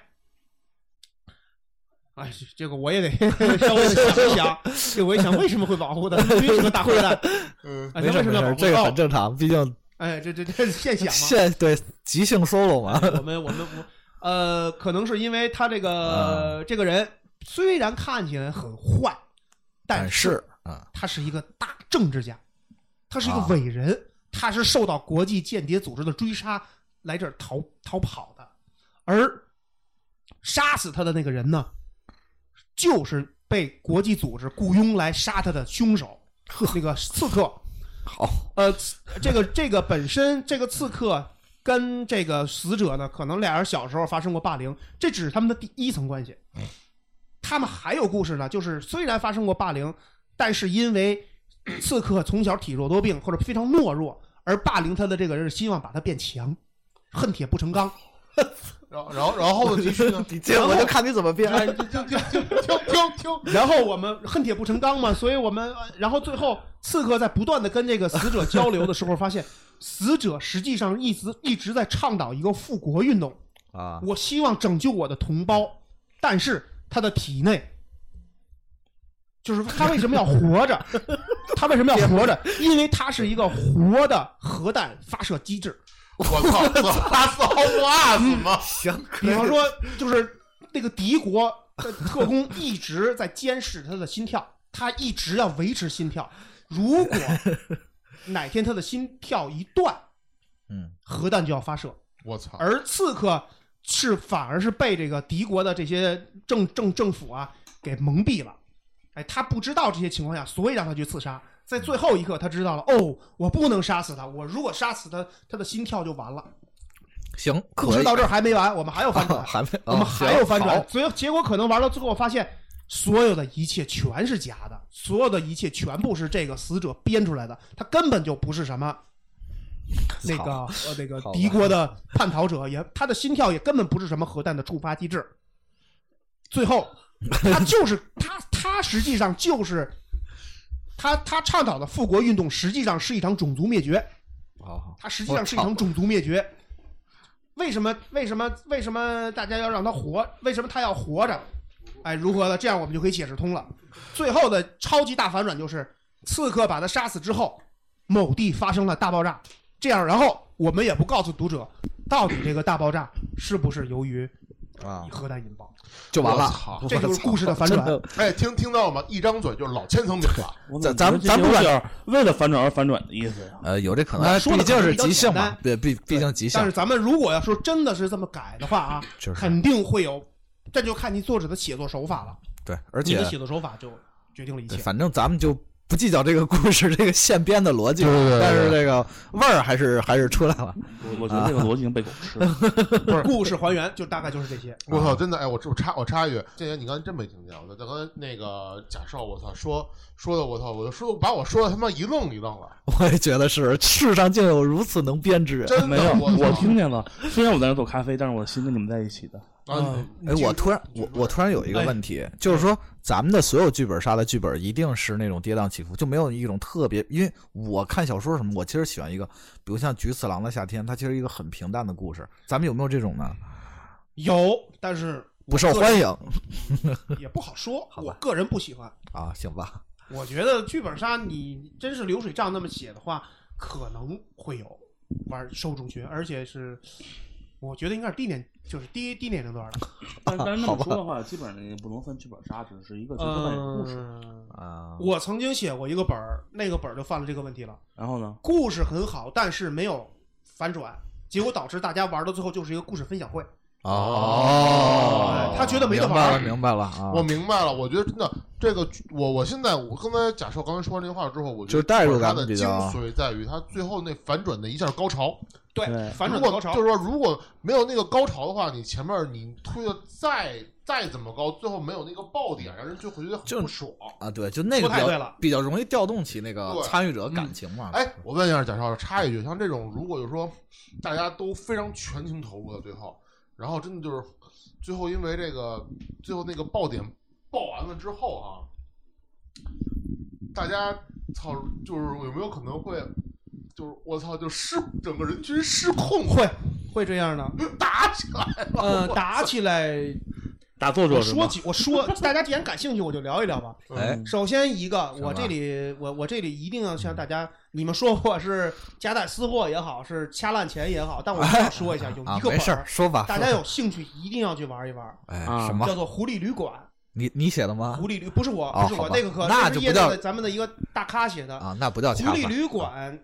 Speaker 1: 哎，这个我也得 [laughs] 稍微的想一想，这我一想为什么会保护他？因为是个大坏蛋，
Speaker 2: 嗯，
Speaker 1: 哎，
Speaker 4: 没
Speaker 1: 他
Speaker 4: 事
Speaker 1: 为什
Speaker 4: 没
Speaker 1: 么要
Speaker 4: 事，
Speaker 1: 保护
Speaker 4: 这个
Speaker 1: 他
Speaker 4: 很正常，毕竟
Speaker 1: 哎，这这这现想嘛，
Speaker 4: 现对即兴 solo 嘛。
Speaker 1: 我们我们我呃，可能是因为他这
Speaker 4: 啊
Speaker 1: 个、这个人虽然看起来很坏，但
Speaker 4: 哎
Speaker 3: 但是啊
Speaker 1: 他是一个大政治家，他是一个
Speaker 3: 啊
Speaker 1: 伟人，他是受到国际间谍组织的追杀来这儿逃逃跑的，而杀死他的那个人呢，就是被国际组织雇佣来杀他的凶手，那个刺客。
Speaker 3: 好
Speaker 1: 呃，这个这个本身这个刺客跟这个死者呢，可能俩人小时候发生过霸凌，这只是他们的第一层关系。
Speaker 3: 嗯
Speaker 1: 他们还有故事呢，就是虽然发生过霸凌，但是因为刺客从小体弱多病或者非常懦弱，而霸凌他的这个人是希望把他变强，恨铁不成钢。
Speaker 2: 然后然后然后呢？继续
Speaker 4: [laughs]
Speaker 2: 呢？
Speaker 4: 你接我就看你怎么变。
Speaker 2: 哎，听听听听听听听，
Speaker 1: 然后我们恨铁不成钢嘛，所以我们，呃然后最后刺客在不断的跟这个死者交流的时候，发现死者实际上一直一直在倡导一个复国运动，
Speaker 3: 啊
Speaker 1: 我希望拯救我的同胞，但是他的体内，就是他为什么要活着？他为什么要活着？因为他是一个活的核弹发射机制。
Speaker 2: 我操，拉丝好不拉死
Speaker 4: [laughs]
Speaker 2: 吗？
Speaker 4: 行，
Speaker 1: 比方说，就是那个敌国的特工一直在监视他的心跳，他一直要维持心跳。如果哪天他的心跳一断，
Speaker 3: 嗯
Speaker 1: 核弹就要发射。
Speaker 2: 我操，
Speaker 1: 而刺客是反而是被这个敌国的这些政政政府啊给蒙蔽了，哎，他不知道这些情况下，所以让他去刺杀。在最后一刻，他知道了，哦，我不能杀死他，我如果杀死他，他的心跳就完了。
Speaker 3: 行，
Speaker 1: 故
Speaker 3: 可
Speaker 1: 事
Speaker 3: 以哦啊
Speaker 1: 到这儿还没完，我们还有翻
Speaker 3: [laughs]
Speaker 1: 转，
Speaker 3: 还没，哦
Speaker 1: 我们还有翻
Speaker 3: 转
Speaker 1: 转，所以结果可能玩到最后发现，所有的一切全是假的，所有的一切全部是这个死者编出来的，他根本就不是什么。
Speaker 3: [laughs]
Speaker 1: 那个
Speaker 3: 好
Speaker 1: 呃，那个
Speaker 3: 好吧
Speaker 1: 敌国的叛逃者也，他的心跳也根本不是什么核弹的触发机制。最后，他就是他，他实际上就是他，他倡导的复国运动实际上是一场种族灭绝。
Speaker 3: 好
Speaker 1: 它实际上是一场种族灭绝。为什么？为什么？为什么大家要让他活？为什么他要活着？哎，如何的？这样我们就可以解释通了。最后的超级大反转就是，刺客把他杀死之后，某地发生了大爆炸。这样，然后我们也不告诉读者，到底这个大爆炸是不是由于
Speaker 3: 啊
Speaker 1: 一，核弹引爆，
Speaker 3: 就完了。
Speaker 1: 这就是故事的反转。
Speaker 2: 哎，听听到了吗？一张嘴就是老千层饼了。
Speaker 5: 我
Speaker 3: 咱
Speaker 5: 怎么觉得
Speaker 3: 咱咱不管
Speaker 5: 这有点为了反转而反转的意思呀。
Speaker 3: 呃，有这可
Speaker 1: 那
Speaker 3: 能，
Speaker 1: 说的
Speaker 3: 毕竟
Speaker 1: 可能
Speaker 3: 是
Speaker 1: 比较
Speaker 3: 即兴
Speaker 1: 简
Speaker 3: 嘛
Speaker 1: 单，
Speaker 3: 对，毕毕竟即兴
Speaker 1: 但是咱们如果要说真的是这么改的话啊，
Speaker 3: 就是
Speaker 1: 肯定会有，这就看你作者的写作手法了。
Speaker 3: 对，而
Speaker 1: 你
Speaker 3: 且
Speaker 1: 的写作手法就决定了一
Speaker 3: 对
Speaker 1: 切。
Speaker 3: 反正咱们就不计较这个故事这个现编的逻辑，
Speaker 2: 对对对对
Speaker 3: 但是这个味儿还是还是出来了。
Speaker 5: 我我觉得这个逻辑已经被狗吃
Speaker 3: [laughs]
Speaker 1: [laughs]
Speaker 5: 了。
Speaker 1: 故事还原就大概就是这些。
Speaker 2: 我操，真的哎，我我插我插一句，这些你刚才真没听见，我啊操刚才那个贾少，我操说说的我操，我说把我说的他妈一愣一愣了，
Speaker 3: 我也觉得是，世上竟有如此能编之人。
Speaker 2: 真的
Speaker 5: 没有，
Speaker 2: 我操
Speaker 5: 我听见了。虽然我在那做咖啡，但是我的心跟你们在
Speaker 3: [laughs]
Speaker 5: 一起的。
Speaker 2: 啊，
Speaker 1: 嗯
Speaker 2: 你
Speaker 3: 哎，我突然我我突然有一
Speaker 1: 哎
Speaker 3: 个问题，就是说咱们的所有剧本杀的剧本一定是那种跌宕起伏，就没有一种特别。因为我看小说什么，我其实喜欢一个，比如像《菊次郎的夏天》，它其实一个很平淡的故事。咱们有没有这种呢？
Speaker 1: 有，但是
Speaker 3: 不受欢迎
Speaker 1: 也 [laughs] 不好说。我个人不喜欢，
Speaker 3: 啊，行吧，
Speaker 1: 我觉得剧本杀你真是流水账那么写的话，可能会有玩受众群，而且是我觉得应该是低年，就是低低年龄段的。
Speaker 5: 但但是那么说的话，基本上也不能算剧本杀，只是一个角色扮演故事。
Speaker 1: 嗯，
Speaker 3: 啊，
Speaker 1: 我曾经写过一个本儿，那个本儿就犯了这个问题了。
Speaker 5: 然后呢，
Speaker 1: 故事很好，但是没有反转，结果导致大家玩到最后就是一个故事分享会。
Speaker 3: 哦
Speaker 1: 哎，他觉得没得
Speaker 3: 明白
Speaker 1: 玩
Speaker 3: 了，
Speaker 1: 儿
Speaker 3: 明白了啊，
Speaker 2: 我明白了，我觉得真的这个我我现在我刚才贾少刚才说完这句话之后，我觉
Speaker 3: 就
Speaker 2: 得
Speaker 3: 是代入感
Speaker 2: 它的
Speaker 3: 比
Speaker 2: 精
Speaker 3: 较
Speaker 2: 髓在于他最后那反转的一下高潮，
Speaker 1: 对
Speaker 5: 对
Speaker 1: 反
Speaker 2: 如
Speaker 1: 转
Speaker 2: 果
Speaker 1: 高潮
Speaker 2: 就。是说，如果没有那个高潮的话，你前面你推的再再怎么高，最后没有那个爆点，让人就会觉得
Speaker 3: 就
Speaker 2: 很不爽。
Speaker 3: 啊，对，就那个
Speaker 1: 说
Speaker 3: 比
Speaker 1: 太对
Speaker 3: 较
Speaker 1: 了嗯
Speaker 3: 比较容易调动起那个
Speaker 2: 对
Speaker 3: 参与者感情嘛。
Speaker 2: 哎，我问一下贾少，插一句，像这种如果就是说大家都非常全情投入到最后，然后真的就是最后因为这个最后那个爆点爆完了之后啊，大家操，就是有没有可能会就是我操，就失整个人群失控，
Speaker 1: 会会这样的，
Speaker 2: 打起来了。
Speaker 1: [laughs] 呃，打起来，
Speaker 5: 打作者
Speaker 1: 我
Speaker 5: 是
Speaker 1: 说
Speaker 5: 吗？
Speaker 1: 几，我说，大家既然感兴趣，我就聊一聊吧。
Speaker 3: 哎，
Speaker 1: 首先一个，我
Speaker 3: 吧
Speaker 1: 这里我我这里一定要向大家，你们说我是夹带私货也好，是掐烂钱也好，但我一定要说
Speaker 3: [laughs]
Speaker 1: 一下，嗯有
Speaker 3: 啊
Speaker 1: 一，个
Speaker 3: 没
Speaker 1: 本
Speaker 3: 事儿，
Speaker 1: 儿，
Speaker 3: 说吧。
Speaker 1: 大
Speaker 3: 说
Speaker 1: 家
Speaker 3: 吧
Speaker 1: 有兴趣一定要去玩一玩，
Speaker 3: 哎
Speaker 5: 啊
Speaker 3: 什么
Speaker 1: 叫？做《狐狸旅馆
Speaker 3: 你你写的》。吗？
Speaker 1: 狐狸旅不是我，
Speaker 3: 哦
Speaker 1: 不是我，
Speaker 3: 好吧
Speaker 1: 那个可
Speaker 3: 那
Speaker 1: 是
Speaker 3: 就不
Speaker 1: 业内
Speaker 3: 叫
Speaker 1: 的咱们的一个大咖写的。
Speaker 3: 啊，那不叫
Speaker 1: 狐
Speaker 3: 恰
Speaker 1: 狸
Speaker 3: 饭
Speaker 1: 旅馆，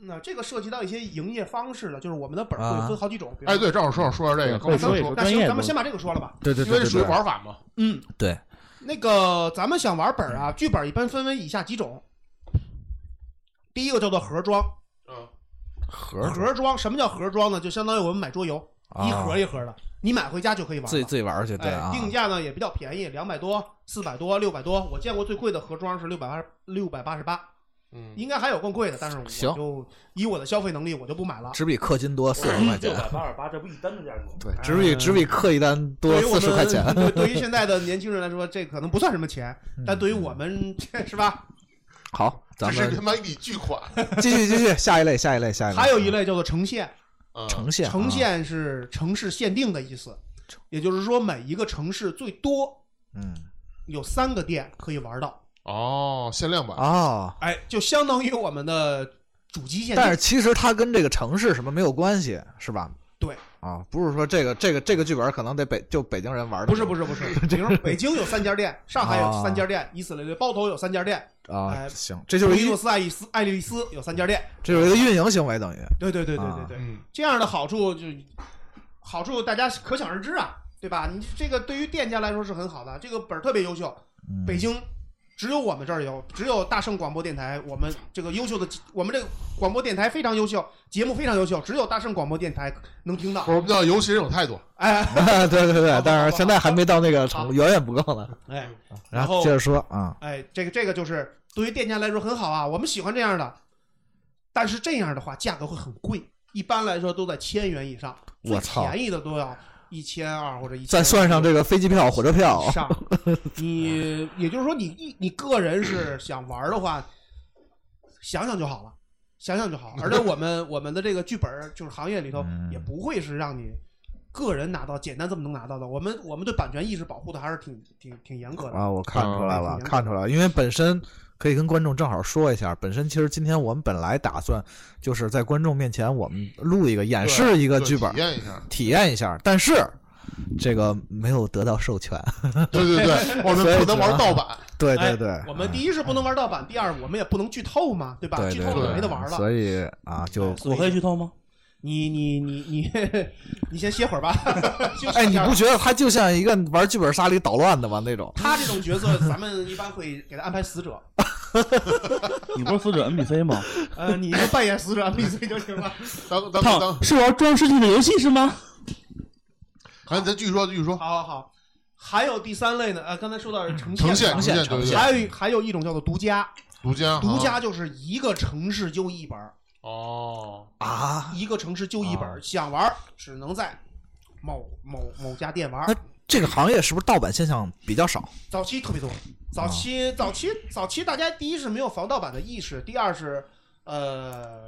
Speaker 1: 那这个涉及到一些营业方式了，就是我们的本儿
Speaker 3: 啊哎
Speaker 1: 会分好几种。比如
Speaker 2: 哎，对，正好说说这个，刚才
Speaker 5: 对所以
Speaker 2: 说
Speaker 1: 那
Speaker 5: 专业
Speaker 1: 行，
Speaker 5: 的
Speaker 1: 咱们先把这个说了吧。
Speaker 3: 对对
Speaker 2: 因为这
Speaker 3: 对对
Speaker 2: 属于
Speaker 3: 对，
Speaker 2: 玩法嘛。
Speaker 1: 嗯，
Speaker 3: 对。
Speaker 1: 那个，咱们想玩本儿啊，剧本一般分为以下几种。第一个叫做盒装，
Speaker 2: 嗯，
Speaker 3: 盒儿
Speaker 1: 盒装什么叫盒装呢？就相当于我们买桌游，
Speaker 3: 啊
Speaker 1: 一盒一盒的，你买回家就可以玩了。
Speaker 3: 自己自己玩儿去，对
Speaker 1: 哎
Speaker 3: 啊，，
Speaker 1: 定价呢也比较便宜，两百多、四百多、六百多。我见过最贵的盒装是六百八六百八十八，
Speaker 2: 嗯，
Speaker 1: 应该还有更贵的，但是我
Speaker 3: 行
Speaker 1: 就以我的消费能力，我就不买了。
Speaker 3: 只比氪金多四十块
Speaker 5: 六
Speaker 3: 钱，
Speaker 1: 哎
Speaker 5: 百八十八，这不一单的价格吗？
Speaker 3: [laughs] 对，只比只比氪一单多
Speaker 1: 对于我
Speaker 3: 四
Speaker 1: 们
Speaker 3: 十块钱，
Speaker 1: [laughs] 对对于现在的年轻人来说，这可能不算什么钱，但对于我们 [laughs] 是吧？
Speaker 3: 嗯好，
Speaker 2: 这
Speaker 3: 咱
Speaker 2: 是
Speaker 3: 们
Speaker 2: 他妈一笔巨款。
Speaker 3: 继续继续，下一类下一类下一类，
Speaker 1: 还有一类叫做呈现，
Speaker 2: 嗯
Speaker 3: 呈现
Speaker 1: 呈
Speaker 3: 啊，
Speaker 1: 现是城市限定的意思，也就是说每一个城市最多
Speaker 3: 嗯
Speaker 1: 有三个店可以玩到，
Speaker 2: 哦，限量版。
Speaker 3: 哦，
Speaker 1: 哎，就相当于我们的主机限定。
Speaker 3: 但是其实它跟这个城市什么没有关系，是吧？
Speaker 1: 对
Speaker 3: 啊，不是说这个这个这个剧本可能得北就北京人玩的，
Speaker 1: 不是不是不
Speaker 3: [laughs]
Speaker 1: 是，比如说北京有三家店，上海有三家
Speaker 3: 啊
Speaker 1: 店，以此类推，包头有三家店，
Speaker 3: 是啊，
Speaker 1: 哎
Speaker 3: 行，这就是
Speaker 1: 普利
Speaker 3: 一
Speaker 1: 诺斯爱丽丝爱丽丝有三家店。
Speaker 3: 这就是一个运营行为，等于
Speaker 1: 对对对对
Speaker 3: 啊
Speaker 1: 对对，
Speaker 2: 嗯，
Speaker 1: 这样的好处就好处大家可想而知啊，对吧？你这个对于店家来说是很好的，这个本儿特别优秀，
Speaker 3: 嗯
Speaker 1: 北京。只有我们这儿有，只有大圣广播电台，我们这个优秀的，我们这个广播电台非常优秀，节目非常优秀，只有大圣广播电台能听到
Speaker 2: 我。们叫游戏人有态度。
Speaker 1: 哎
Speaker 3: [laughs] 对对对
Speaker 1: 好，
Speaker 3: 但
Speaker 1: 好
Speaker 3: 是
Speaker 1: 好
Speaker 3: 现在还没到那个程度，远远不够呢。
Speaker 1: 哎，
Speaker 3: 然
Speaker 1: 然
Speaker 3: 后
Speaker 1: 后
Speaker 3: 接着说啊，
Speaker 1: 哎，这个这个就是对于店家来说很好啊，我们喜欢这样的，但是这样的话价格会很贵，一般来说都在千元以上，
Speaker 3: 我
Speaker 1: 最
Speaker 3: 操
Speaker 1: 便宜的都要一千二或者一千。
Speaker 3: 再算上这个飞机票、火车票
Speaker 1: 以，上，你也就是说你一你个人是想玩的话，想想就好了，想想就好。而且我们我们的这个剧本就是行业里头
Speaker 3: 嗯
Speaker 1: 也不会是让你。个人拿到简单这么能拿到的，我们我们对版权意识保护的还是挺挺挺严格的。
Speaker 3: 啊，我看出来了，
Speaker 1: 嗯
Speaker 3: 看出来了，因为本身可以跟观众正好说一下，本身其实今天我们本来打算就是在观众面前我们录一个演示一个剧本
Speaker 2: 体，验一下。
Speaker 3: 体验一下，但是这个没有得到授权。
Speaker 2: 对对
Speaker 3: [laughs]
Speaker 2: 对，我
Speaker 3: 所以
Speaker 2: 们不能玩
Speaker 3: 只能
Speaker 2: 盗版，
Speaker 3: 对
Speaker 1: 哎
Speaker 3: 对对，
Speaker 1: 我们第一是不能玩盗版，第二我们也不能剧透嘛，对吧？
Speaker 3: 对
Speaker 1: 剧
Speaker 3: 对
Speaker 1: 透了
Speaker 3: 对，
Speaker 1: 没得玩了。
Speaker 3: 所以啊，就
Speaker 5: 我可以剧透吗？
Speaker 1: 你你你你你先歇会儿吧。 [laughs] 休息
Speaker 6: 哎，
Speaker 1: 一
Speaker 6: 你
Speaker 1: 下
Speaker 6: 不觉得他就像一个玩剧本杀里捣乱的吗？那种
Speaker 1: 他这种角色，咱们一般会给他安排死者，
Speaker 5: 你不是死者 NPC [laughs] 吗？
Speaker 1: 呃，你就扮演死者 NPC 就行了。
Speaker 2: 当当当
Speaker 5: 操，，是玩装尸体的游戏是吗？
Speaker 2: 好，咱继续说，继续
Speaker 1: [laughs]
Speaker 2: 说，
Speaker 1: 好好好，还有第三类呢，呃，刚才说到是呈
Speaker 2: 呈现
Speaker 1: 现嘛，
Speaker 2: 现对对对，
Speaker 1: 还有一还有一种叫做独家，
Speaker 2: 独家
Speaker 1: 独
Speaker 2: 啊
Speaker 1: 家就是一个城市就一本儿，
Speaker 2: 哦，
Speaker 6: 啊，
Speaker 1: 一个城市就一本儿，想玩儿只能在某某某家店玩儿。
Speaker 3: 这个行业是不是盗版现象比较少？
Speaker 1: 早期特别多，早期、早期早期大家第一是没有防盗版的意识，第二是呃，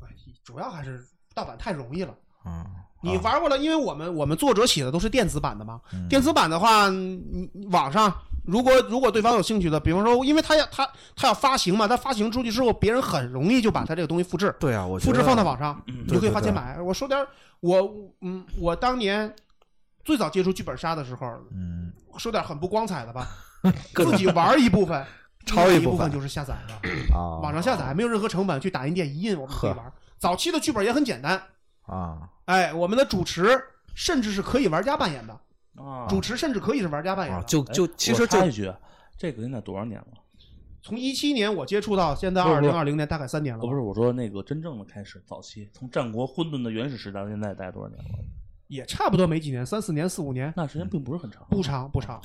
Speaker 1: 哎主要还是盗版太容易了。
Speaker 3: 嗯，
Speaker 1: 你玩过了，因为我们我们作者写的都是电子版的嘛。
Speaker 3: 嗯
Speaker 1: 电子版的话，你你网上如果如果对方有兴趣的，比方说，因为他要他他要发行嘛，他发行出去之后，别人很容易就把他这个东西复制，
Speaker 3: 对啊，我觉
Speaker 1: 复
Speaker 3: 得
Speaker 1: 制放在网上，
Speaker 5: 嗯
Speaker 1: 你就可以花钱
Speaker 3: 对
Speaker 1: 买。我说点儿我嗯，我当年最早接触剧本杀的时候，
Speaker 3: 嗯，
Speaker 1: 说点很不光彩
Speaker 3: [laughs]
Speaker 1: 的吧，自己玩一部分，
Speaker 3: 抄
Speaker 1: 另
Speaker 3: 一
Speaker 1: 一
Speaker 3: 部分
Speaker 1: 就是下载了，
Speaker 3: 啊，
Speaker 1: 网上下载没有任何成本，去打印店一印，我们可以玩。早期的剧本也很简单，
Speaker 3: 啊，
Speaker 1: 哎，我们的主持甚至是可以玩家扮演的，
Speaker 5: 啊哎
Speaker 1: 主持甚至可以是玩家扮演
Speaker 3: 啊
Speaker 1: 的。
Speaker 3: 就就其实就
Speaker 5: 插一句，啊这个现在多少年了？
Speaker 1: 从一七年我接触到现在
Speaker 5: 不
Speaker 1: 二
Speaker 5: 是不
Speaker 1: 零
Speaker 5: 是
Speaker 1: 二零年，大概三年了
Speaker 5: 哦，不，是，我说那个真正的开始，早期从战国混沌的原始时代到现在，大概多少年了？
Speaker 1: 也差不多没几年，三四年、四五年，
Speaker 5: 那时间并不是很长。
Speaker 1: 不长不长。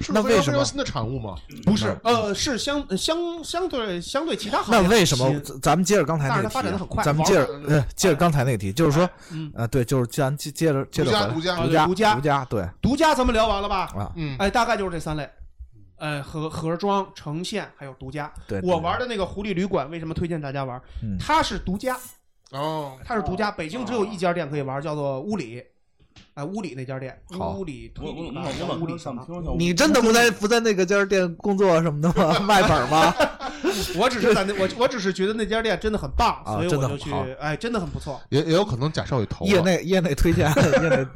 Speaker 2: 是
Speaker 3: 那
Speaker 2: 非常
Speaker 3: 为什
Speaker 2: 非
Speaker 3: 么
Speaker 2: 常新的产物吗？
Speaker 3: 嗯
Speaker 1: 不是，呃，是相相相对相对其他行业
Speaker 3: 那
Speaker 1: 很
Speaker 3: 为什么
Speaker 1: 新
Speaker 3: 咱咱们接着刚才
Speaker 1: 但是
Speaker 3: 那个
Speaker 1: 它发展得
Speaker 3: 题
Speaker 1: 很快，
Speaker 3: 咱们接着呃接着刚才那个题，就是说
Speaker 1: 嗯
Speaker 3: 呃对，就是咱接接着接
Speaker 2: 独
Speaker 3: 着
Speaker 2: 家
Speaker 3: 回来
Speaker 2: 独家
Speaker 1: 啊对独家
Speaker 3: 独家独家对
Speaker 1: 独家咱们聊完了吧？
Speaker 3: 啊
Speaker 2: 嗯，
Speaker 1: 哎，大概就是这三类，呃，盒盒装、呈现还有独家。
Speaker 3: 对，
Speaker 1: 我玩的那个狐狸旅馆，为什么推荐大家玩？
Speaker 3: 嗯
Speaker 1: 它是独家，
Speaker 2: 哦，
Speaker 1: 它是独家，北京只有一家店可以玩，叫做屋里，哎、屋里那家店，
Speaker 3: 好
Speaker 1: 屋里推
Speaker 5: 我我
Speaker 1: 理
Speaker 5: 我
Speaker 1: 吧
Speaker 5: 老
Speaker 1: 叫
Speaker 5: 我
Speaker 1: 屋里
Speaker 5: 老跟
Speaker 1: 什
Speaker 5: 上
Speaker 1: 么？
Speaker 5: 听听，
Speaker 3: [laughs] 你真的不在不在那个家店工作什么的吗？ [laughs] 卖本吗？
Speaker 1: 我只是在那，我我只是觉得那家店真的很棒，
Speaker 3: 啊
Speaker 1: 所以
Speaker 3: 真
Speaker 1: 我就
Speaker 3: 的很
Speaker 1: 去
Speaker 3: 好，
Speaker 1: 哎，真的很不错。
Speaker 2: 也也有可能假少给投
Speaker 3: 业
Speaker 2: 了，
Speaker 3: 内业内推荐，业内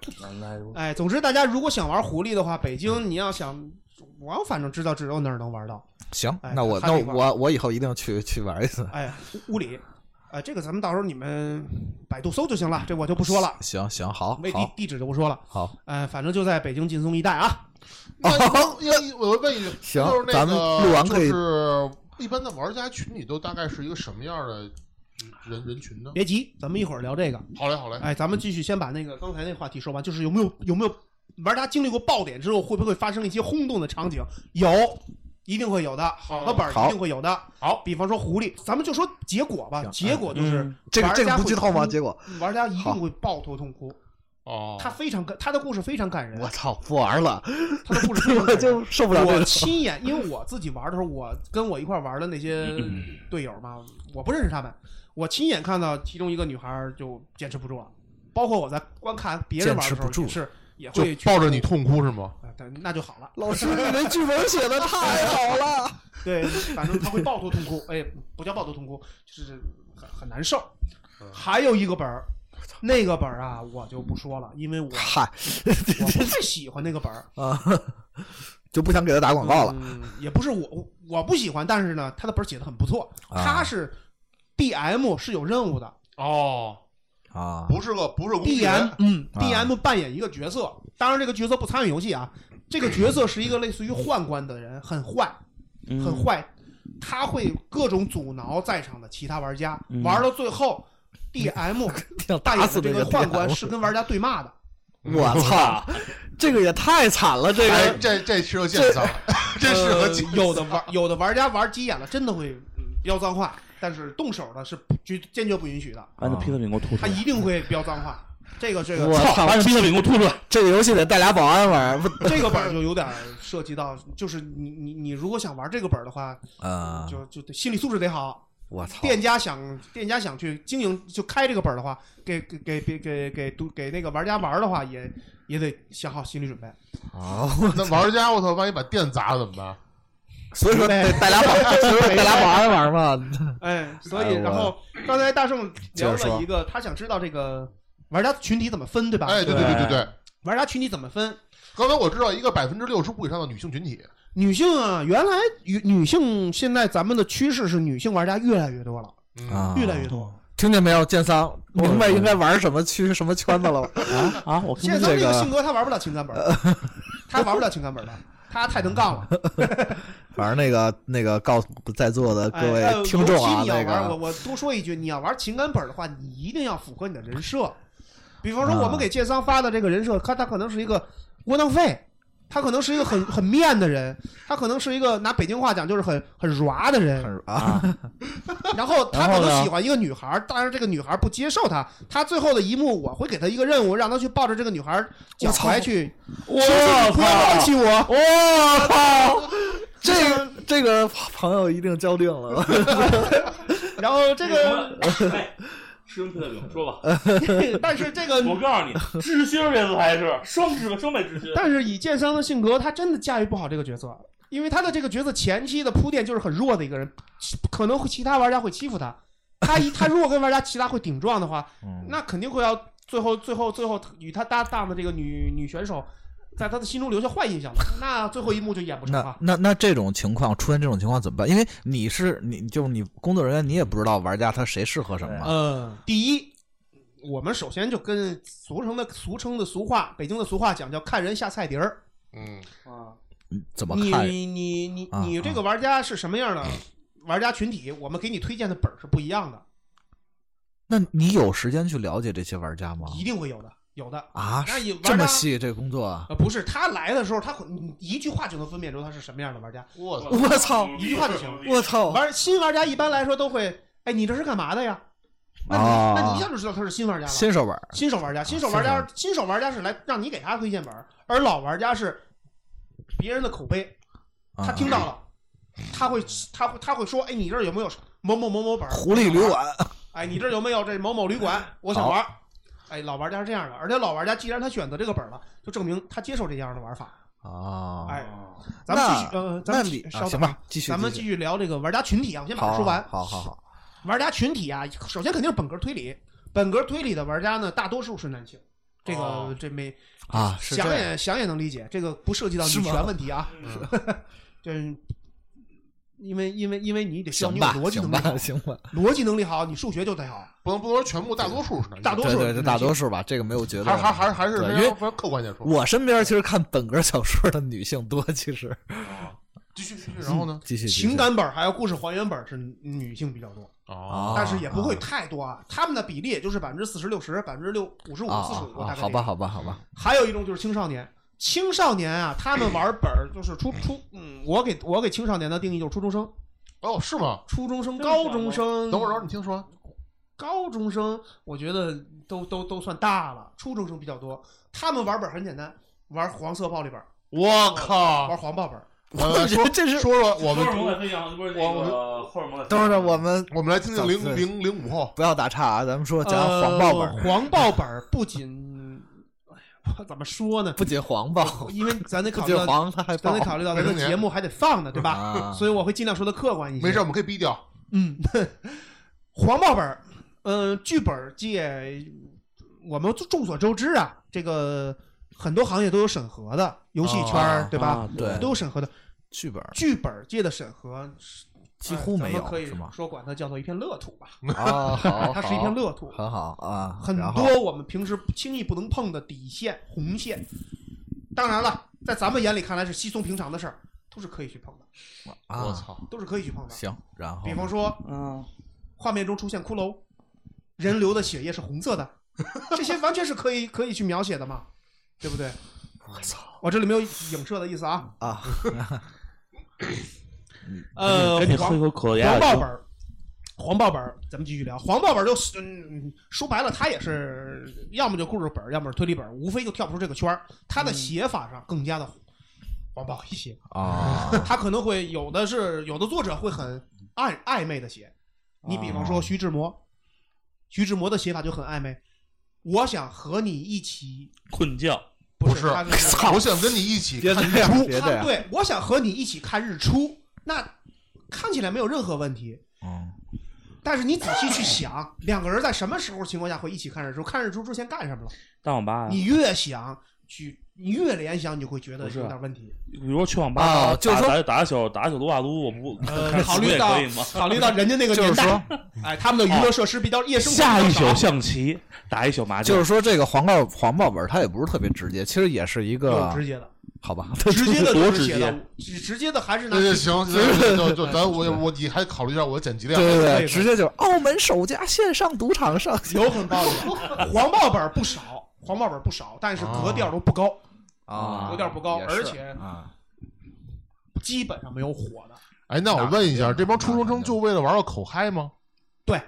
Speaker 1: 哎，总之大家如果想玩狐狸的话，北京你要想，我反正知道只有那儿能玩到。
Speaker 3: 行，
Speaker 1: 哎
Speaker 3: 那我
Speaker 1: 他
Speaker 3: 那
Speaker 1: 这块儿
Speaker 3: 我我以后一定去去玩一次。
Speaker 1: 哎，屋屋里，哎，这个咱们到时候你们百度搜就行了，这我就不说了，
Speaker 3: 行行，好
Speaker 1: 位地
Speaker 3: 好
Speaker 1: 地址就不说了。
Speaker 3: 好，
Speaker 1: 呃，反正就在北京劲松一带啊。
Speaker 2: 那那我问一句， [laughs]
Speaker 3: 行
Speaker 2: 就是那
Speaker 3: 咱们
Speaker 2: 个
Speaker 3: 录完可以
Speaker 2: 就是一般的玩家群体都大概是一个什么样的人人群呢？
Speaker 1: 别急，咱们一会儿聊这个。
Speaker 2: 好嘞，好嘞，
Speaker 1: 哎，咱们继续先把那个刚才那话题说完，就是有没有有没有玩家经历过爆点之后，会不会发生一些轰动的场景？有，一定会有的。好的本儿一定会有的。好，比方说狐狸，咱们就说结果吧。结果就是
Speaker 5: 嗯
Speaker 3: 这个这个不剧透吗？
Speaker 1: 玩家
Speaker 3: 结果
Speaker 1: 会玩家一
Speaker 3: 好
Speaker 1: 定会抱头痛哭，
Speaker 2: 哦，
Speaker 1: 他非常感，他的故事非常感人
Speaker 3: 我，操，不玩了， [laughs]
Speaker 1: 他的故事非常
Speaker 3: 我
Speaker 1: 感
Speaker 3: [laughs]
Speaker 1: 人。
Speaker 3: 就受不了这
Speaker 1: 我
Speaker 3: 个。
Speaker 1: 亲眼，因为我自己玩的时候，我跟我一块玩的那些
Speaker 3: 嗯
Speaker 1: 队友嘛，我不认识他们，我亲眼看到其中一个女孩就坚持不住了，包括我在观看别人玩的时候
Speaker 3: 坚持
Speaker 1: 也
Speaker 3: 不住
Speaker 1: 是也
Speaker 2: 就
Speaker 1: 会去
Speaker 2: 抱着你，痛哭是吗？
Speaker 1: 啊对那就好了。
Speaker 3: 老师，你那剧本写的太好了。 [laughs]
Speaker 1: 对，反正他会抱头痛哭，哎，不叫抱头痛哭，就是很很难受。还有一个本儿，那个本儿啊，我就不说了，因为
Speaker 3: [laughs]
Speaker 1: 我
Speaker 3: 嗨，
Speaker 1: 我不太喜欢那个本儿。
Speaker 3: 啊，就不想给他打广告了。
Speaker 1: 嗯，也不是我我我不喜欢，但是呢，他的本儿写的很不错，
Speaker 3: 啊
Speaker 1: 他是 DM 是有任务的
Speaker 2: 哦，
Speaker 3: 啊
Speaker 2: 不是个不是工具人
Speaker 1: ，DM 嗯
Speaker 3: 啊
Speaker 1: ，DM 扮演一个角色，当然这个角色不参与游戏啊，这个角色是一个类似于宦官的人，很坏，
Speaker 5: 嗯
Speaker 1: 很坏，他会各种阻挠在场的其他玩家，
Speaker 5: 嗯
Speaker 1: 玩到最后，DM
Speaker 3: 想
Speaker 1: 扮
Speaker 3: [laughs] 打
Speaker 1: 演
Speaker 3: 死
Speaker 1: 的这
Speaker 3: 这
Speaker 1: 个
Speaker 3: 店
Speaker 1: 宦官是跟玩家对骂的，
Speaker 3: 我操，这个也太惨了，这
Speaker 2: 哎，
Speaker 3: 个
Speaker 2: 这这适合建造，这适合
Speaker 1: 呃
Speaker 2: 建
Speaker 1: 有的玩有的玩家玩急眼了，真的会嗯飙脏话，但是动手的是不绝坚决不允许的。
Speaker 5: 把你披萨饼给我吐出
Speaker 1: 他
Speaker 5: 来！
Speaker 1: 一定会飙脏话。这个这
Speaker 3: 我
Speaker 1: 个
Speaker 3: 操
Speaker 5: 把你披萨饼给我吐出来！
Speaker 3: 这个游戏得带俩保安玩不
Speaker 1: 这个本儿就有点涉及到，就是你你你如果想玩这个本儿的话，
Speaker 3: 啊
Speaker 1: 就就得心理素质得好。
Speaker 3: 我操
Speaker 1: 店家想店家想去经营就开这个本儿的话，给给给给给给读给那个玩家玩儿的话，也也得想好心理准备。
Speaker 3: 啊！
Speaker 2: 那玩家，我操，万一把店砸了怎么办？
Speaker 3: [laughs] 所以说得带俩保，所以说带俩保安玩嘛。
Speaker 1: 哎，所
Speaker 3: 哎
Speaker 1: 以
Speaker 3: 我
Speaker 1: 然后刚才大圣
Speaker 3: 接
Speaker 1: 聊
Speaker 3: 着说
Speaker 1: 了一个，他想知道这个玩家群体怎么分，对吧？
Speaker 2: 哎，对对对对对，
Speaker 1: 玩家群体怎么分？
Speaker 2: 刚才我知道一个百分之六十五以上的女性群体，
Speaker 1: 女性啊，原来女女性现在咱们的趋势是女性玩家越来越多了，
Speaker 3: [laughs] 啊，
Speaker 1: 越 [laughs] 来越多。
Speaker 7: 听见没有，剑桑，明白应该玩什么区什么圈子了吧？
Speaker 5: 啊啊！我
Speaker 1: [laughs] 现在咱们这个性格，他玩不了情感本儿，
Speaker 3: [laughs]
Speaker 1: 他玩不了情感本儿的，他太能杠了。
Speaker 3: 反正那个那个告诉在座的 [laughs] 各
Speaker 1: 哎哎
Speaker 3: 位听众啊，
Speaker 1: 尤其你
Speaker 3: 那
Speaker 1: 要玩，我
Speaker 3: 个
Speaker 1: 我多说一句，你要玩情感本儿的话，你一定要符合你的人设。比方说，
Speaker 3: 啊
Speaker 1: 我们给建商发的这个人设，他他可能是一个窝囊废，他可能是一个很很面的人，他可能是一个拿北京话讲就是很很软的人，
Speaker 3: 啊，
Speaker 1: 然后他
Speaker 5: 然
Speaker 1: 可
Speaker 5: 后
Speaker 1: 能
Speaker 5: 呢
Speaker 1: 喜欢一个女孩儿，但是这个女孩儿不接受他。他最后的一幕，我会给他一个任务，让他去抱着这个女孩儿脚踝去，
Speaker 5: 我
Speaker 1: 说不要放弃我。
Speaker 7: 我操，这个这个朋友一定交定了。
Speaker 1: 然后这
Speaker 5: [laughs]
Speaker 1: 个，
Speaker 5: 哎，吃人配料饼，说吧。
Speaker 1: 但是这
Speaker 5: [laughs]
Speaker 1: 个，
Speaker 5: 我告诉你，知心儿这次还是双知吧，双倍知心。
Speaker 1: 但是以剑商的性格，他真的驾驭不好这个角色，因为他的这个角色前期的铺垫就是很弱的一个人，其可能会其他玩家会欺负他。他 [laughs] 一他如果跟玩家其他会顶撞的话， [laughs] 那肯定会要最后最后最后与他搭档的这个女女选手，在他的心中留下坏印象嘛。那最后一幕就演不成
Speaker 3: 那
Speaker 1: 了。
Speaker 3: 那那这种情况出现这种情况怎么办？因为你是你就是你工作人员，你也不知道玩家他谁适合什么嘛。
Speaker 1: 嗯，第一，我们首先就跟俗称的俗称的俗话，北京的俗话讲叫看人下菜碟儿。
Speaker 2: 嗯，
Speaker 5: 啊，
Speaker 3: 怎么
Speaker 1: 你
Speaker 3: 看？
Speaker 1: 你你
Speaker 3: 啊
Speaker 1: 你这个玩家是什么样的玩家群体？我们给你推荐的本儿是不一样
Speaker 3: 啊
Speaker 1: 的，
Speaker 3: 那你有时间去了解这些玩家吗？
Speaker 1: 一定会有的，有的。
Speaker 3: 啊，
Speaker 1: 那你
Speaker 3: 是
Speaker 1: 玩
Speaker 3: 这么
Speaker 1: 家
Speaker 3: 细这工作啊？
Speaker 1: 呃，不是他来的时候，他会你一句话就能分辨出他是什么样的玩家。
Speaker 2: 我操，
Speaker 7: 我操，
Speaker 1: 一句话就行
Speaker 7: 我
Speaker 3: 哦
Speaker 7: 操，
Speaker 1: 玩新玩家一般来说都会，哎，你这是干嘛的呀？那你、
Speaker 3: 哦
Speaker 1: 那你一下就知道他是新玩家了。
Speaker 3: 新手玩儿
Speaker 1: 新手玩家，新手玩家，新手玩家是来让你给他推荐本儿，而老玩家是别人的口碑，
Speaker 3: 啊
Speaker 1: 他听到了，他会他会他会说，哎，你这儿有没有某某某某本儿？
Speaker 3: 啊狐狸旅馆，
Speaker 1: 哎，你这儿有没有这某某旅馆？
Speaker 3: 嗯
Speaker 1: 我想玩儿。哎，老玩家是这样的，而且老玩家既然他选择这个本儿了，就证明他接受这样的玩法。
Speaker 3: 哦，
Speaker 1: 哎，咱们继续，
Speaker 3: 那
Speaker 1: 呃，咱
Speaker 3: 那
Speaker 1: 们
Speaker 3: 你
Speaker 1: 继
Speaker 3: 啊，
Speaker 1: 稍
Speaker 3: 行
Speaker 1: 等，
Speaker 3: 吧，继续，
Speaker 1: 咱们继
Speaker 3: 继续
Speaker 1: 续聊这个玩家群体啊，我先把它
Speaker 3: 好
Speaker 1: 说完。
Speaker 3: 好好好，
Speaker 1: 玩家群体啊，首先肯定是本格推理，本格推理的玩家呢，大多数是男性。这个、
Speaker 2: 哦
Speaker 1: 这没
Speaker 3: 啊，是这
Speaker 1: 想
Speaker 3: 样
Speaker 1: 也想也能理解，这个不涉及到女
Speaker 7: 是吗
Speaker 1: 权问题啊。
Speaker 5: 嗯
Speaker 1: 就是因为因为因为你得需要
Speaker 3: 行
Speaker 1: 你有
Speaker 3: 吧，
Speaker 1: 逻辑能
Speaker 3: 行
Speaker 1: 力好
Speaker 3: 吧，，行吧， [laughs]
Speaker 1: 逻辑能力好，你数学就得好。
Speaker 2: 不能不能说全部，大多数是男性
Speaker 1: 大多
Speaker 3: 对
Speaker 1: 数
Speaker 3: 对对，
Speaker 1: 是
Speaker 3: 大
Speaker 1: 女性
Speaker 3: 多数吧，这个没有绝对
Speaker 2: 还
Speaker 3: 的，
Speaker 2: 还还还是
Speaker 3: 对
Speaker 2: 非
Speaker 3: 因为
Speaker 2: 常非常客观点说，
Speaker 3: 我身边其实看本格小说的女性多，其实
Speaker 2: 继续继续，然后呢？
Speaker 3: 继续继续
Speaker 1: 情感本还有故事还原本是女性比较多，
Speaker 3: 啊，
Speaker 1: 但是也不会
Speaker 3: 啊
Speaker 1: 太多啊，他们的比例也就是百分之四十六十、百分之六五十五、
Speaker 3: 啊
Speaker 1: 四十五，大
Speaker 3: 啊
Speaker 1: 概
Speaker 3: 啊
Speaker 1: 这
Speaker 3: 好吧
Speaker 1: 样。
Speaker 3: 好吧好吧，
Speaker 1: 还有一种就是青少年，青少年啊，他们玩本儿就是初初，嗯，我给我给青少年的定义就是初中生、
Speaker 2: 哦，是吗？
Speaker 1: 初中生、
Speaker 5: 真的假的
Speaker 1: 高中生。
Speaker 2: 等会儿，等会儿你听说，
Speaker 1: 高中生我觉得都都都算大了，初中生比较多。他们玩本儿很简单，玩黄色暴力本儿，
Speaker 2: 我靠
Speaker 3: 啊
Speaker 1: 玩，黄暴本儿。
Speaker 2: 呃说
Speaker 3: 这是
Speaker 2: 说说我
Speaker 5: 荷
Speaker 2: 们
Speaker 5: 尔蒙在飞扬，不是那个荷尔蒙在飞扬。
Speaker 3: 等会儿我们
Speaker 2: 我们来听听
Speaker 3: 小
Speaker 2: 零
Speaker 3: 四
Speaker 2: 零零五后，
Speaker 3: 不要打岔啊，咱们说讲黄豹本
Speaker 1: 呃
Speaker 3: 儿，
Speaker 1: 黄豹本儿不仅，哎呀，我怎么说呢？
Speaker 3: 不仅黄豹，
Speaker 1: [laughs] 因为咱得
Speaker 3: 不
Speaker 1: 考虑到，
Speaker 3: 仅黄，他还
Speaker 1: 咱
Speaker 3: 豹
Speaker 1: 得考虑到咱的节目还得放呢，对吧？
Speaker 3: 啊，
Speaker 1: 所以我会尽量说的客观一些。
Speaker 2: 没事，我，们可以逼掉。
Speaker 1: 嗯，黄豹本儿，呃，剧本儿界，我们众所周知啊，这个很多行业都有审核的，游戏圈儿、
Speaker 3: 啊
Speaker 1: 对吧？
Speaker 5: 啊
Speaker 3: 对
Speaker 1: 都有审核的，
Speaker 3: 剧本儿
Speaker 1: 剧本儿界的审核是
Speaker 3: 几乎没
Speaker 1: 呃哎咱们可
Speaker 3: 有
Speaker 1: 以 [laughs]
Speaker 3: 是吗？
Speaker 1: 说管它叫做一片乐土吧，
Speaker 3: 啊，
Speaker 1: [laughs]
Speaker 3: 好，
Speaker 1: 它是一片乐土
Speaker 3: 好，很好啊，
Speaker 1: 很
Speaker 3: 然后
Speaker 1: 多我们平时轻易不能碰的底线、红线。当然了，在咱们眼里看来是稀松平常的事儿，都是可以去碰的，
Speaker 2: 我
Speaker 3: 啊，
Speaker 2: 操，
Speaker 1: 都是可以去碰的。
Speaker 3: 行，然后
Speaker 1: 比方说，
Speaker 5: 嗯，
Speaker 1: 画面中出现骷髅，人流的血液是红色
Speaker 3: [laughs]
Speaker 1: 的，这些完全是可以可以去描写的嘛，对不对？
Speaker 3: 我操
Speaker 1: 我这里没有影射的意思啊。
Speaker 3: 啊，
Speaker 1: 呃，
Speaker 5: 赶紧喝
Speaker 1: 黄
Speaker 5: 一口可
Speaker 1: 黄
Speaker 5: 乐。
Speaker 1: 豹本儿，黄豹本儿，咱们继续聊。黄豹本儿就是，嗯，说白了，它也是要么就故事本儿，要么是推理本儿，无非就跳不出这个圈儿。它
Speaker 3: 嗯
Speaker 1: 的写法上更加的黄暴一些， [laughs]
Speaker 3: 啊，
Speaker 1: 它可能会有的是有的作者会很暧暧昧的写。你比方说徐志摩，徐志摩的写法就很暧昧。我想和你一起，
Speaker 5: 困觉，
Speaker 1: 不
Speaker 2: 是
Speaker 1: 他是
Speaker 2: 我想跟你一起
Speaker 3: 别这样，别这
Speaker 1: 他
Speaker 3: 样，
Speaker 1: 对我想和你一起看日出，那看起来没有任何问题。
Speaker 3: 嗯
Speaker 1: 但是你仔细去想，两个人在什么时候情况下会一起看日出？看日出之前干什么了？
Speaker 5: 啊当网吧呀。
Speaker 1: 你越想，去，你越联想你就会觉得
Speaker 5: 不是
Speaker 1: 有点问题。
Speaker 5: 比如说去网吧
Speaker 8: 啊
Speaker 5: 打
Speaker 8: 就是说
Speaker 5: 打打小打小撸啊撸，我不
Speaker 1: 呃，考
Speaker 5: 不
Speaker 1: 虑
Speaker 5: 也
Speaker 1: 到
Speaker 5: 可以吗？
Speaker 1: 考虑到人家那个
Speaker 8: 就是
Speaker 1: 年代
Speaker 8: 说，
Speaker 1: 哎，他们的娱乐设施比较夜生活比较
Speaker 5: 下一宿
Speaker 1: 少
Speaker 5: 象棋，打一宿麻
Speaker 3: 就
Speaker 5: 将
Speaker 3: 是，说这个黄告黄报本它也不是特别直接，其实也是一个
Speaker 1: 有直接的，
Speaker 3: 好吧， [laughs]
Speaker 1: 直接的
Speaker 5: 多
Speaker 1: 就是
Speaker 5: 直
Speaker 1: 写
Speaker 5: 接
Speaker 1: 的，直直接的还是拿
Speaker 2: 那就行，就就就咱我我你还考虑一下我的剪辑量
Speaker 3: 对。对对，
Speaker 1: 对
Speaker 3: 直接就是澳门首家线上赌场上线
Speaker 1: 有很道理。
Speaker 3: [laughs]
Speaker 1: 黄报本儿不少，黄报本儿不少，但是格调都不高，
Speaker 3: 啊
Speaker 1: 有点不高
Speaker 3: 也是
Speaker 1: 而且
Speaker 3: 啊，
Speaker 1: 基本上没有火的。
Speaker 2: 哎，那我问一下，这帮初中生就为了玩个口嗨吗？
Speaker 1: 对，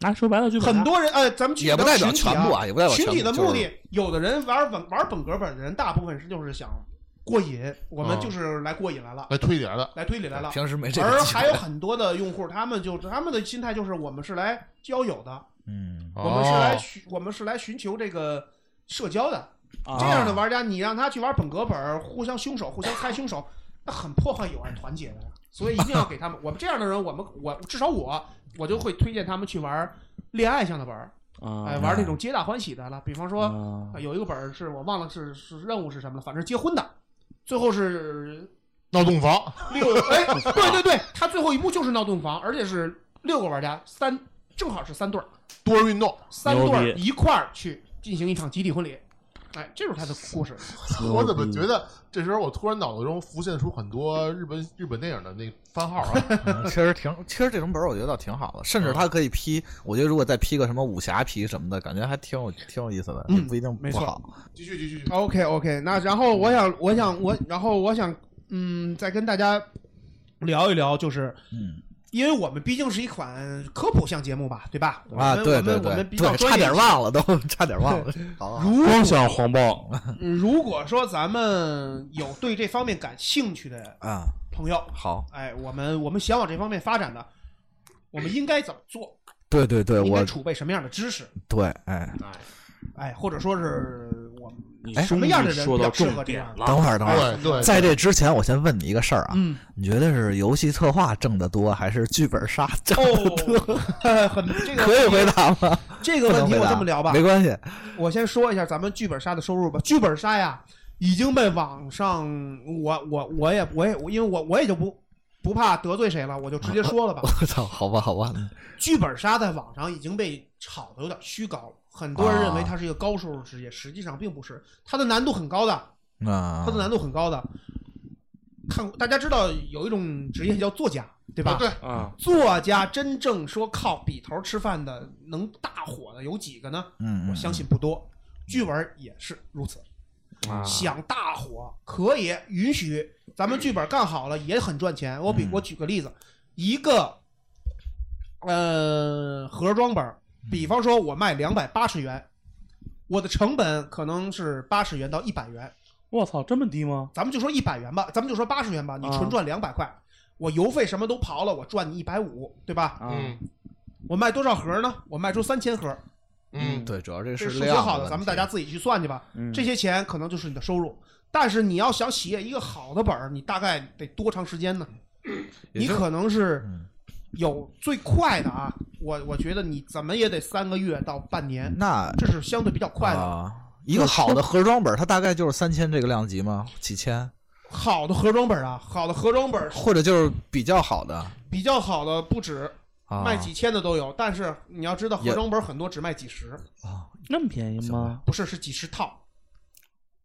Speaker 5: 那说白了就
Speaker 1: 很多人哎，咱们去
Speaker 3: 也不代表
Speaker 1: 群体
Speaker 3: 全部啊，也不代表全
Speaker 1: 群
Speaker 3: 部
Speaker 1: 体的
Speaker 3: 就是
Speaker 1: 目的，有的人玩本玩本格本的人，大部分是就是想过瘾，我们
Speaker 2: 嗯
Speaker 1: 就是来过瘾来了，
Speaker 2: 来推理来的，
Speaker 1: 来推理来了。
Speaker 3: 平时啊没这个
Speaker 1: 而
Speaker 3: 机会
Speaker 1: 还有很多的用户，他们就他们的心态就是我们是来交友的，
Speaker 3: [laughs] 嗯，
Speaker 1: 我们是来
Speaker 2: 哦
Speaker 1: 寻我们是来寻求这个社交的。
Speaker 5: 啊
Speaker 1: 这样的玩家，你让他去玩本格本儿，互相凶手，互相猜凶手，那很破坏友爱团结的。所以一定要给他
Speaker 5: [laughs]
Speaker 1: 们，我们这样的人，我们我至少我我就会推荐他们去玩恋爱向的本儿，
Speaker 5: 啊，
Speaker 1: 哎，玩那种皆大欢喜的了。比方说，
Speaker 5: 啊
Speaker 1: 啊有一个本儿是我忘了是是任务是什么了，反正结婚的，最后是
Speaker 2: 闹洞房，
Speaker 5: [laughs]
Speaker 1: 六哎，对对对，他最后一幕就是闹洞房，而且是六个玩家，三正好是三对儿，
Speaker 2: 多人运动，
Speaker 1: 三对儿
Speaker 5: 牛逼
Speaker 1: 一块儿去进行一场集体婚礼，哎，这就是他的故事。
Speaker 2: 我怎么觉得这时候我突然脑子中浮现出很多日本日本电影的那番号
Speaker 1: [laughs]
Speaker 2: 啊？
Speaker 3: 嗯其实挺，其实这种本儿我觉得倒挺好的，甚至它可以批，我觉得如果再批个什么武侠皮什么的，感觉还挺有挺有意思的，也
Speaker 1: 嗯
Speaker 3: 不一定
Speaker 1: 没
Speaker 3: 不
Speaker 1: 错
Speaker 3: 好。啊
Speaker 2: 继续
Speaker 1: [laughs]
Speaker 2: 继续继续，
Speaker 1: OK OK，那然后我想，我想我，然后我想，嗯，再跟大家聊一聊，就是
Speaker 3: 嗯
Speaker 1: 因为我们毕竟是一款科普向节目吧，对吧？
Speaker 3: 啊，
Speaker 1: 我们
Speaker 3: 对
Speaker 1: 我
Speaker 3: 对
Speaker 1: 们我
Speaker 3: 对
Speaker 1: 们比较
Speaker 3: 对，
Speaker 1: 专
Speaker 3: 差
Speaker 1: 业
Speaker 3: 点忘了，都 [laughs] 差点忘
Speaker 1: [laughs]
Speaker 3: 了。好啊好，
Speaker 1: 如
Speaker 5: 光想黄暴，
Speaker 1: 嗯如果说咱们有对这方面感兴趣的
Speaker 3: 啊，
Speaker 1: 朋友，
Speaker 3: 好，
Speaker 1: 哎，我们我们想往这方面发展的，我们应该怎么做？
Speaker 3: 对对对，
Speaker 1: 应该
Speaker 3: 我
Speaker 1: 储备什么样的知识？
Speaker 3: 对，哎，
Speaker 1: 哎，或者说是我们
Speaker 5: 你
Speaker 1: 什么样的人
Speaker 5: 嗯哎说
Speaker 1: 比
Speaker 5: 到
Speaker 1: 较适
Speaker 5: 重
Speaker 1: 合这
Speaker 5: 点
Speaker 1: 样的？
Speaker 5: 了，
Speaker 3: 等会儿等会儿，
Speaker 2: 对对，
Speaker 3: 在这之前，我先问你一个事儿啊，
Speaker 1: 嗯，
Speaker 3: 你觉得是游戏策划挣得多，还是剧本杀挣得多？
Speaker 1: 哦， [laughs] 很这个
Speaker 3: 可以回答吗？
Speaker 1: 这
Speaker 3: [laughs] 不
Speaker 1: 个问
Speaker 3: 能
Speaker 1: 题
Speaker 3: 回
Speaker 1: 我
Speaker 3: 答，
Speaker 1: 这么聊吧，
Speaker 3: 没关系。
Speaker 1: 我先说一下咱们剧本杀的收入吧。剧本杀呀，已经被网上我我我也我也我因为我我也就不不怕得罪谁了，我就直接
Speaker 5: [laughs]
Speaker 1: 说了吧。
Speaker 3: [laughs] 我操，好吧好吧，
Speaker 1: 剧本杀在网上已经被炒得有点虚高了，很多人认为它是一个高收入职业，实际上并不是。它的难度很高的，
Speaker 3: 那
Speaker 1: 它的难
Speaker 3: 嗯
Speaker 1: 度很高的。看，大家知道有一种职业叫作家，对吧？
Speaker 2: 啊对，
Speaker 5: 啊，
Speaker 1: 作家真正说靠笔头吃饭的，能大火的有几个呢？
Speaker 3: 嗯，嗯
Speaker 1: 我相信不多。剧本也是如此，
Speaker 5: 啊
Speaker 1: 想大火可以允许咱们剧本干好了也很赚钱。我比
Speaker 3: 嗯
Speaker 1: 我举个例子，一个呃盒装本儿，
Speaker 3: 嗯
Speaker 1: 比方说我卖两百八十元，我的成本可能是八十元到一百元，
Speaker 5: 我操，这么低吗？
Speaker 1: 咱们就说一百元吧，咱们就说八十元吧，你
Speaker 3: 啊
Speaker 1: 纯赚两百块，我邮费什么都刨了，我赚你一百五，对吧？
Speaker 5: 啊，
Speaker 2: 嗯
Speaker 1: 我卖多少盒呢？我卖出三千盒，
Speaker 3: 嗯，
Speaker 2: 嗯，
Speaker 3: 对，主要这个
Speaker 1: 这
Speaker 3: 是
Speaker 1: 是数学
Speaker 3: 量
Speaker 1: 好
Speaker 3: 问
Speaker 1: 的，
Speaker 3: 题
Speaker 1: 咱们大家自己去算去吧。
Speaker 5: 嗯
Speaker 1: 这些钱可能就是你的收入。但是你要想企业一个好的本儿，你大概得多长时间呢？
Speaker 3: 嗯也
Speaker 1: 你
Speaker 3: 就
Speaker 1: 可能是
Speaker 3: 嗯
Speaker 1: 有最快的啊，我我觉得你怎么也得三个月到半年，
Speaker 3: 那
Speaker 1: 这是相对比较快的。
Speaker 3: 啊。一个好的盒装本，它大概就是三千这个量级吗？几千，
Speaker 1: 好的盒装本儿啊，好的盒装本儿
Speaker 3: 或者就是比较好的
Speaker 1: 比较好的不止
Speaker 3: 啊？
Speaker 1: 卖几千的都有，但是你要知道
Speaker 3: 也
Speaker 1: 盒装本儿很多只卖几十，
Speaker 3: 啊？
Speaker 5: 那么便宜吗？
Speaker 1: 不是是几十套，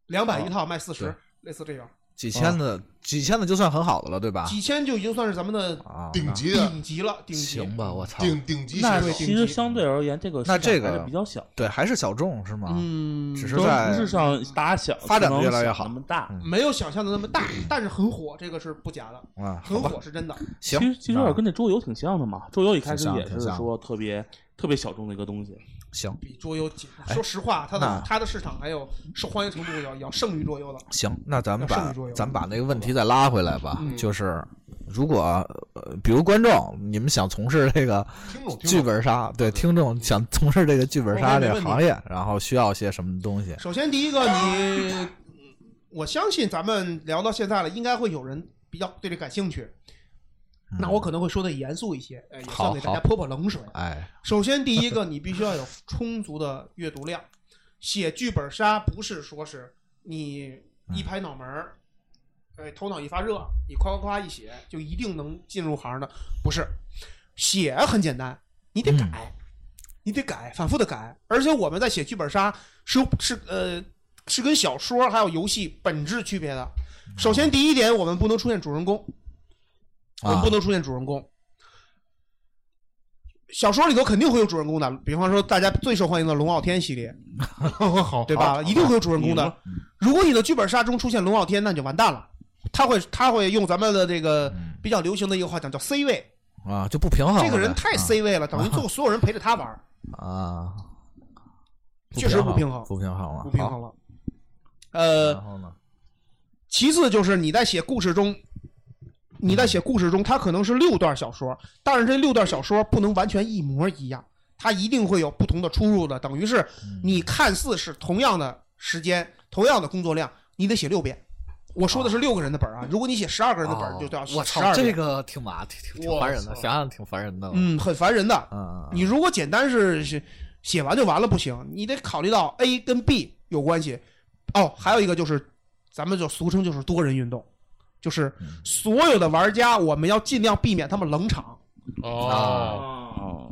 Speaker 1: 两百一套卖四十
Speaker 3: 啊对，
Speaker 1: 类似这样，
Speaker 3: 几千的，几千的就算很好的了，对吧？
Speaker 1: 啊几千就已经算是咱们的
Speaker 3: 啊，
Speaker 2: 顶级的
Speaker 1: 顶级了，顶级。
Speaker 3: 行吧，我操，
Speaker 2: 顶顶级选
Speaker 5: 那
Speaker 2: 手，
Speaker 5: 其实相对而言，这个市
Speaker 3: 那这
Speaker 5: 场还
Speaker 3: 个
Speaker 5: 是比较小，
Speaker 3: 对，还是小众是吗？
Speaker 1: 嗯，
Speaker 3: 只是
Speaker 5: 都
Speaker 3: 在
Speaker 5: 不是像大家想
Speaker 3: 发展得越来越好
Speaker 5: 可能想那么大。
Speaker 3: 嗯
Speaker 1: 没有想象的那么大，但是很火，这个是不假的，
Speaker 3: 啊，好
Speaker 1: 很
Speaker 3: 吧，
Speaker 1: 火是真的。
Speaker 3: 行
Speaker 5: 其实，其实有点跟那桌游挺像的嘛，桌游一开始
Speaker 3: 挺像
Speaker 5: 也是
Speaker 3: 挺像
Speaker 5: 说特别特别小众的一个东西，
Speaker 3: 那行
Speaker 1: 比桌游紧，说实话，它的
Speaker 3: 哎那哎
Speaker 1: 它的市场还有受欢迎程度要要胜于桌游的。
Speaker 3: 行，那咱们
Speaker 1: 要剩
Speaker 3: 把
Speaker 1: 余桌游
Speaker 3: 咱们把那个问题再拉回来吧，
Speaker 1: 嗯
Speaker 3: 就是如果呃，比如观众你们想从事这个
Speaker 2: 听懂听
Speaker 3: 剧
Speaker 2: 懂，
Speaker 3: 本杀，对听众想从事这个剧本杀
Speaker 1: OK，没
Speaker 3: 这个
Speaker 1: 问题
Speaker 3: 行业，然后需要些什么东西？
Speaker 1: 首先第一个，你我相信咱们聊到现在了，应该会有人比较对这感兴趣。那我可能会说的严肃一些，呃，也
Speaker 3: 嗯好
Speaker 1: 算给大家
Speaker 3: 好
Speaker 1: 泼泼冷水。
Speaker 3: 哎，
Speaker 1: 首先，第一个，你必须要有充足的阅读量。写剧本杀不是说是你一拍脑门儿，哎，头脑一发热，你夸夸夸一写，就一定能进入行的？不是，写很简单，你得改，你得改，反复的改。而且我们在写剧本杀是是呃是跟小说还有游戏本质区别的。首先，第一点，我们不能出现主人公，我们
Speaker 3: 啊
Speaker 1: 不能出现主人公。小说里头肯定会有主人公的，比方说大家最受欢迎的龙傲天系列，
Speaker 3: 哦
Speaker 9: 好
Speaker 1: 对吧？一定会有主人公
Speaker 5: 你
Speaker 1: 的。如果你的剧本杀中出现龙傲天，那你就完蛋了。他会他会用咱们的这个比较流行的一个话讲叫 C 位，
Speaker 3: 嗯啊，就不平衡了。
Speaker 1: 这个人太 C 位了，等于最后所有人陪着他玩儿，
Speaker 3: 啊，
Speaker 1: 确实不平衡
Speaker 3: 不平衡了，
Speaker 1: 不平衡
Speaker 3: 好。
Speaker 1: 了。呃
Speaker 3: 然，后呢？
Speaker 1: 其次就是你在写故事中，你在写故事中，它可能是六段小说，但是这六段小说不能完全一模一样，它一定会有不同的出入的。等于是
Speaker 3: 嗯
Speaker 1: 你看似是同样的时间、同样的工作量，你得写六遍。我说的是六个人的本儿啊，如果你写十二个人的本儿，就都要
Speaker 9: 哦我
Speaker 1: 写十
Speaker 9: 操，
Speaker 1: 二
Speaker 9: 这
Speaker 1: 遍。
Speaker 9: 个挺麻挺挺挺
Speaker 2: 我
Speaker 9: 烦人的，
Speaker 2: 操
Speaker 9: 想想挺烦人的。
Speaker 1: 嗯，很烦人的。
Speaker 2: 啊
Speaker 3: 嗯嗯
Speaker 1: 你如果简单是写写完就完了不行，你得考虑到 A 跟 B 有关系。哦，还有一个就是，咱们就俗称就是多人运动，就是
Speaker 2: 嗯
Speaker 1: 所有的玩家，我们要尽量避免他们冷场。
Speaker 2: 哦，
Speaker 5: 哦，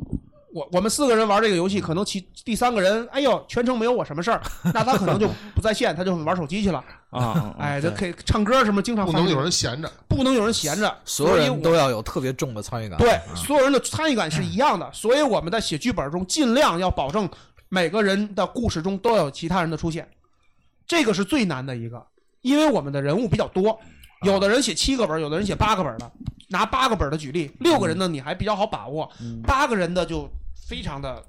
Speaker 1: 我我们四个人玩这个游戏，可能其第三个人，哎呦，全程没有我什么事
Speaker 2: [laughs]
Speaker 1: 儿，那他可能就不在线，他就玩手机去了。
Speaker 5: 啊，
Speaker 1: 哎，这可以唱歌什么，经常
Speaker 2: 哦不
Speaker 1: 放
Speaker 2: 能
Speaker 1: 这
Speaker 2: 有
Speaker 1: 个
Speaker 2: 人闲着。
Speaker 1: 不能有人闲着，
Speaker 3: 所有
Speaker 1: 所以
Speaker 3: 人
Speaker 1: 我
Speaker 3: 都要有特别重的参与感。啊
Speaker 1: 对，所有人的参与感是一样的，所以我们在写剧本中尽量要保证每个人的故事中都有其他人的出现，这个是最难的一个，因为我们的人物比较多，有的人写七个本儿，有的人写八个本儿的。拿八个本儿的举例，六个人的你还比较好把握，
Speaker 5: 嗯
Speaker 1: 八个人的就非常的。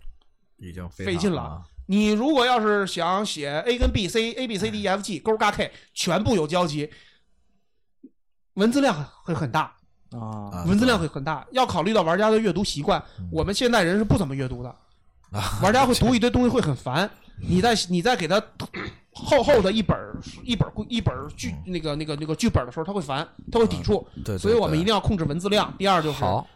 Speaker 3: 已经非
Speaker 1: 费
Speaker 3: 常
Speaker 1: 劲了
Speaker 3: 啊。
Speaker 1: 你如果要是想写 A 跟 B、C、A、B、C、D、E、F、G 勾嘎 K 全部有交集，文字量会很大。
Speaker 5: 啊，
Speaker 3: 啊嗯
Speaker 1: 文字量会很大，要考虑到玩家的阅读习惯。我们现代人是不怎么阅读的，
Speaker 3: 啊
Speaker 1: 玩家会读一堆东西会很烦。
Speaker 3: 嗯
Speaker 1: 你再你再给他 [coughs] 厚厚的一本儿一本儿一本
Speaker 3: 嗯
Speaker 1: 儿剧那个那个那个剧本的时候，他会烦，他会抵触。
Speaker 3: 对啊对，
Speaker 1: 所以我们
Speaker 3: 对
Speaker 1: 一定要控制文字量。第二就是，
Speaker 3: 好，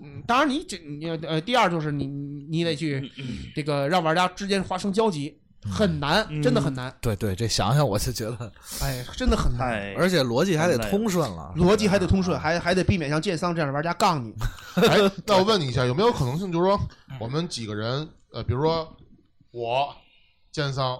Speaker 1: 嗯，当然你这你呃，第二就是你你你得去这个让玩家之间发生交集，
Speaker 3: 嗯
Speaker 1: 很难，真的很难，
Speaker 3: 对对，这想想我就觉得，
Speaker 1: 哎，真的很难。
Speaker 5: 太
Speaker 3: 而且逻辑还得
Speaker 5: 太累了
Speaker 3: 通顺了，
Speaker 1: 逻辑还得通顺，还还得避免像剑桑这样的玩家杠你。
Speaker 2: 哎，
Speaker 1: [laughs]
Speaker 2: 那我问你一下，有没有可能性，就是说我们几个人，呃，比如说我、剑桑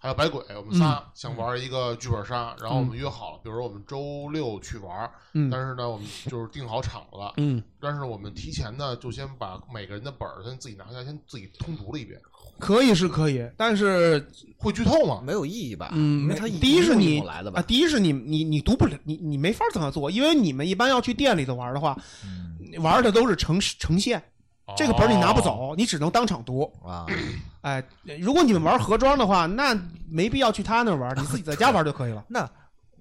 Speaker 2: 还有百鬼，我们仨
Speaker 1: 嗯
Speaker 2: 想玩一个剧本杀，然后我们约好了，比如说我们周六去玩，
Speaker 1: 嗯
Speaker 2: 但是呢，我们就是定好场了，
Speaker 1: 嗯，
Speaker 2: 但是我们提前呢，就先把每个人的本儿先自己拿下，先自己通读了一遍，
Speaker 1: 可以是可以，但是
Speaker 2: 会剧透吗？
Speaker 3: 没有意义吧？
Speaker 1: 嗯，
Speaker 3: 因为
Speaker 1: 没
Speaker 3: 它
Speaker 1: 第一是
Speaker 3: 路
Speaker 1: 你
Speaker 3: 路来的
Speaker 1: 啊，
Speaker 3: 吧？
Speaker 1: 第一是你你你读不了，你你没法这么做，因为你们一般要去店里头玩的话，
Speaker 3: 嗯
Speaker 1: 玩的都是呈呈现，这个本儿你拿不
Speaker 3: 哦
Speaker 1: 走，你只能当场读。
Speaker 3: 啊，。
Speaker 1: 哎，如果你们玩盒装的话，那没必要去他那儿玩，你自己在家玩就可以了
Speaker 3: 那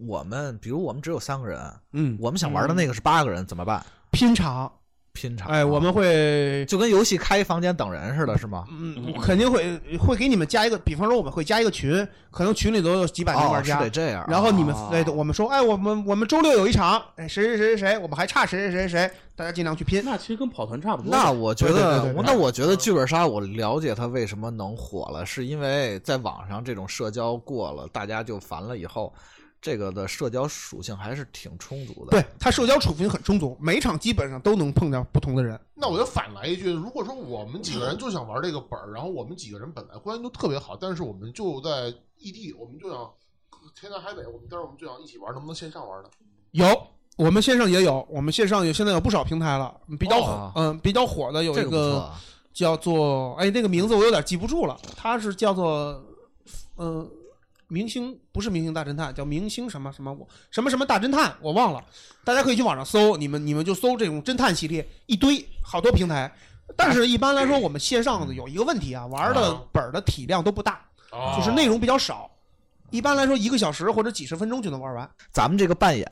Speaker 3: 我们比如我们只有三个人，
Speaker 1: 嗯，
Speaker 3: 我们想玩的那个是八个人，怎么办？
Speaker 1: 拼场，
Speaker 3: 拼场？啊
Speaker 1: 哎，我们会。
Speaker 3: 就跟游戏开一房间等人似的，是吗？
Speaker 1: 嗯，我肯定会会给你们加一个，比方说我们会加一个群，可能群里头有几百名
Speaker 3: 哦，
Speaker 1: 玩
Speaker 3: 是
Speaker 1: 家，
Speaker 3: 得这样。
Speaker 1: 然后你们
Speaker 5: 啊
Speaker 1: 哎，我们说，哎，我们我们周六有一场，哎，谁谁谁谁谁，我们还差谁谁谁谁，大家尽量去拼。
Speaker 5: 那其实跟跑团差不多。
Speaker 3: 那我觉
Speaker 1: 对对
Speaker 3: 得，
Speaker 1: 对对嗯
Speaker 3: 我那我觉得剧本杀，我了解它为什么能火了，是因为在网上这种社交过了，大家就烦了以后，这个的社交属性还是挺充足的。
Speaker 1: 对他社交储蓄很充足，每场基本上都能碰到不同的人。
Speaker 2: 那我就反来一句，如果说我们几个人就想玩这个本儿，然后我们几个人本来关系都特别好，但是我们就在异地，我们就想天南海北，我们但是我们就想一起玩，能不能线上玩呢？
Speaker 1: 有，我们线上也有，我们线上有现在有不少平台了，比较
Speaker 3: 哦
Speaker 1: 火嗯比较火的有
Speaker 3: 这
Speaker 1: 一
Speaker 3: 个不错
Speaker 1: 个
Speaker 3: 啊。
Speaker 1: 叫做哎那个名字我有点记不住了，它是叫做嗯。明星不是明星大侦探，叫明星什么什么我什么什么大侦探，我忘了。大家可以去网上搜，你们你们就搜这种侦探系列，一堆好多平台。但是一般来
Speaker 3: 哎
Speaker 1: 说，我们线上的有一个问题啊，玩的
Speaker 2: 啊
Speaker 1: 本儿的体量都不大，
Speaker 2: 啊
Speaker 1: 就是内容比较少。一般来说，一个小时或者几十分钟就能玩完。
Speaker 3: 咱们这个扮演，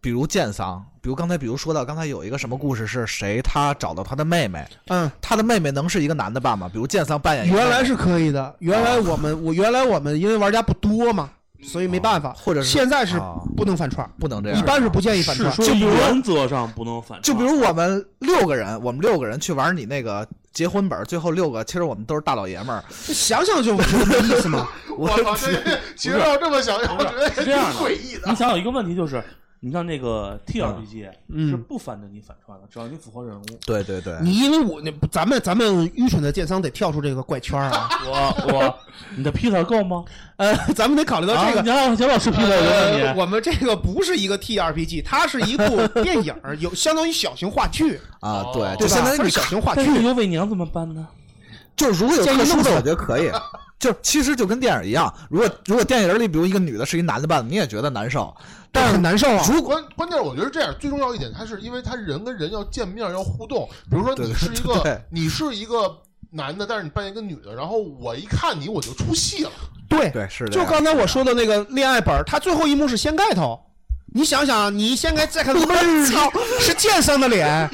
Speaker 3: 比如剑桑，比如刚才，比如说到刚才有一个什么故事是谁他找到他的妹妹，
Speaker 1: 嗯，
Speaker 3: 他的妹妹能是一个男的扮吗？比如剑桑扮演一个
Speaker 1: 原来
Speaker 3: 妹妹
Speaker 1: 是可以的。原来我们、我原来我们因为玩家不多嘛，所以没办法。
Speaker 3: 哦或者是
Speaker 1: 现在是
Speaker 3: 啊
Speaker 1: 不能反串儿，
Speaker 3: 不能这样，
Speaker 1: 一般是不建议反
Speaker 5: 是
Speaker 1: 串儿。
Speaker 5: 说
Speaker 3: 就比如
Speaker 5: 原则上不能反串，
Speaker 3: 就比如我们六个人，我们六个人去玩你那个结婚本儿最后六个，其实我们都是大老爷们儿。
Speaker 1: 想想就不是这意思 [laughs] 嘛。
Speaker 2: 我操，这其实要这么想，我觉得
Speaker 5: 是
Speaker 2: 挺
Speaker 5: 这样的
Speaker 2: 诡异的。
Speaker 5: 你想有一个问题就是，你像那个 T R P G
Speaker 1: 嗯
Speaker 5: 是不反正你反串的，只要你符合人物。
Speaker 3: 对对对，
Speaker 1: 你因为我，那咱们咱们愚蠢的建商得跳出这个怪圈儿啊。 [laughs]
Speaker 5: 我我，你的 Peter 够吗？
Speaker 1: 呃，咱们得考虑到这
Speaker 5: 啊
Speaker 1: 个
Speaker 5: 你。让小老师 Peter 有
Speaker 1: 呃，
Speaker 5: 问题。
Speaker 1: 我们这个不是一个 T R P G，它是一部电影儿，有相当于小型话剧，
Speaker 3: 啊，对，就
Speaker 1: 哦对吧？
Speaker 3: 相当于
Speaker 1: 它
Speaker 3: 你
Speaker 1: 是小型话
Speaker 5: 但是
Speaker 1: 剧，
Speaker 5: 有伪娘怎么办呢？，
Speaker 3: 就是如果有特殊的，我觉得可
Speaker 1: [laughs]
Speaker 3: 以。就其实就跟电影一样，如果如果电影里比如一个女的是一男的扮的，你也觉得难受。但
Speaker 1: 很
Speaker 3: 是
Speaker 1: 难受啊。
Speaker 3: 如果
Speaker 2: 关关键，我觉得这样最重要一点，他是因为他人跟人要见面要互动。比如说，
Speaker 3: 对
Speaker 2: 你是一
Speaker 3: 对对
Speaker 2: 个你是一个男的，但是你扮演一个女的，然后我一看你我就出戏了。
Speaker 1: 对，
Speaker 3: 对是这
Speaker 1: 哎就
Speaker 3: 样
Speaker 1: 刚才我说的那个恋爱本儿，它最后一幕是掀盖头。你想想，你掀开再看， [laughs] 操，是剑圣的脸。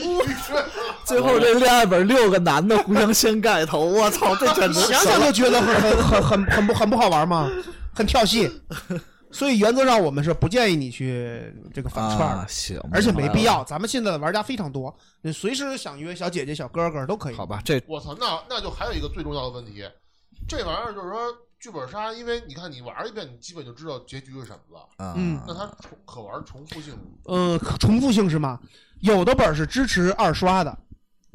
Speaker 3: 最后这恋爱本六个男的互相掀盖头，我操，这
Speaker 1: [laughs]
Speaker 3: 简直
Speaker 1: 想想就觉得很很很很很不很不好玩嘛，很跳戏。所以原则上我们是不建议你去这个反串
Speaker 3: 啊
Speaker 1: 的，
Speaker 3: 行，
Speaker 1: 而且没必
Speaker 3: 明白了。
Speaker 1: 要。咱们现在的玩家非常多，你随时想约小姐姐、小哥哥都可以。
Speaker 3: 好吧，这
Speaker 2: 我操，那那就还有一个最重要的问题，这玩意儿就是说剧本杀，因为你看你玩一遍，你基本就知道结局是什么了。
Speaker 3: 嗯
Speaker 2: 那它重可玩重复性
Speaker 1: 呃，可重复性是吗？有的本儿是支持二刷的，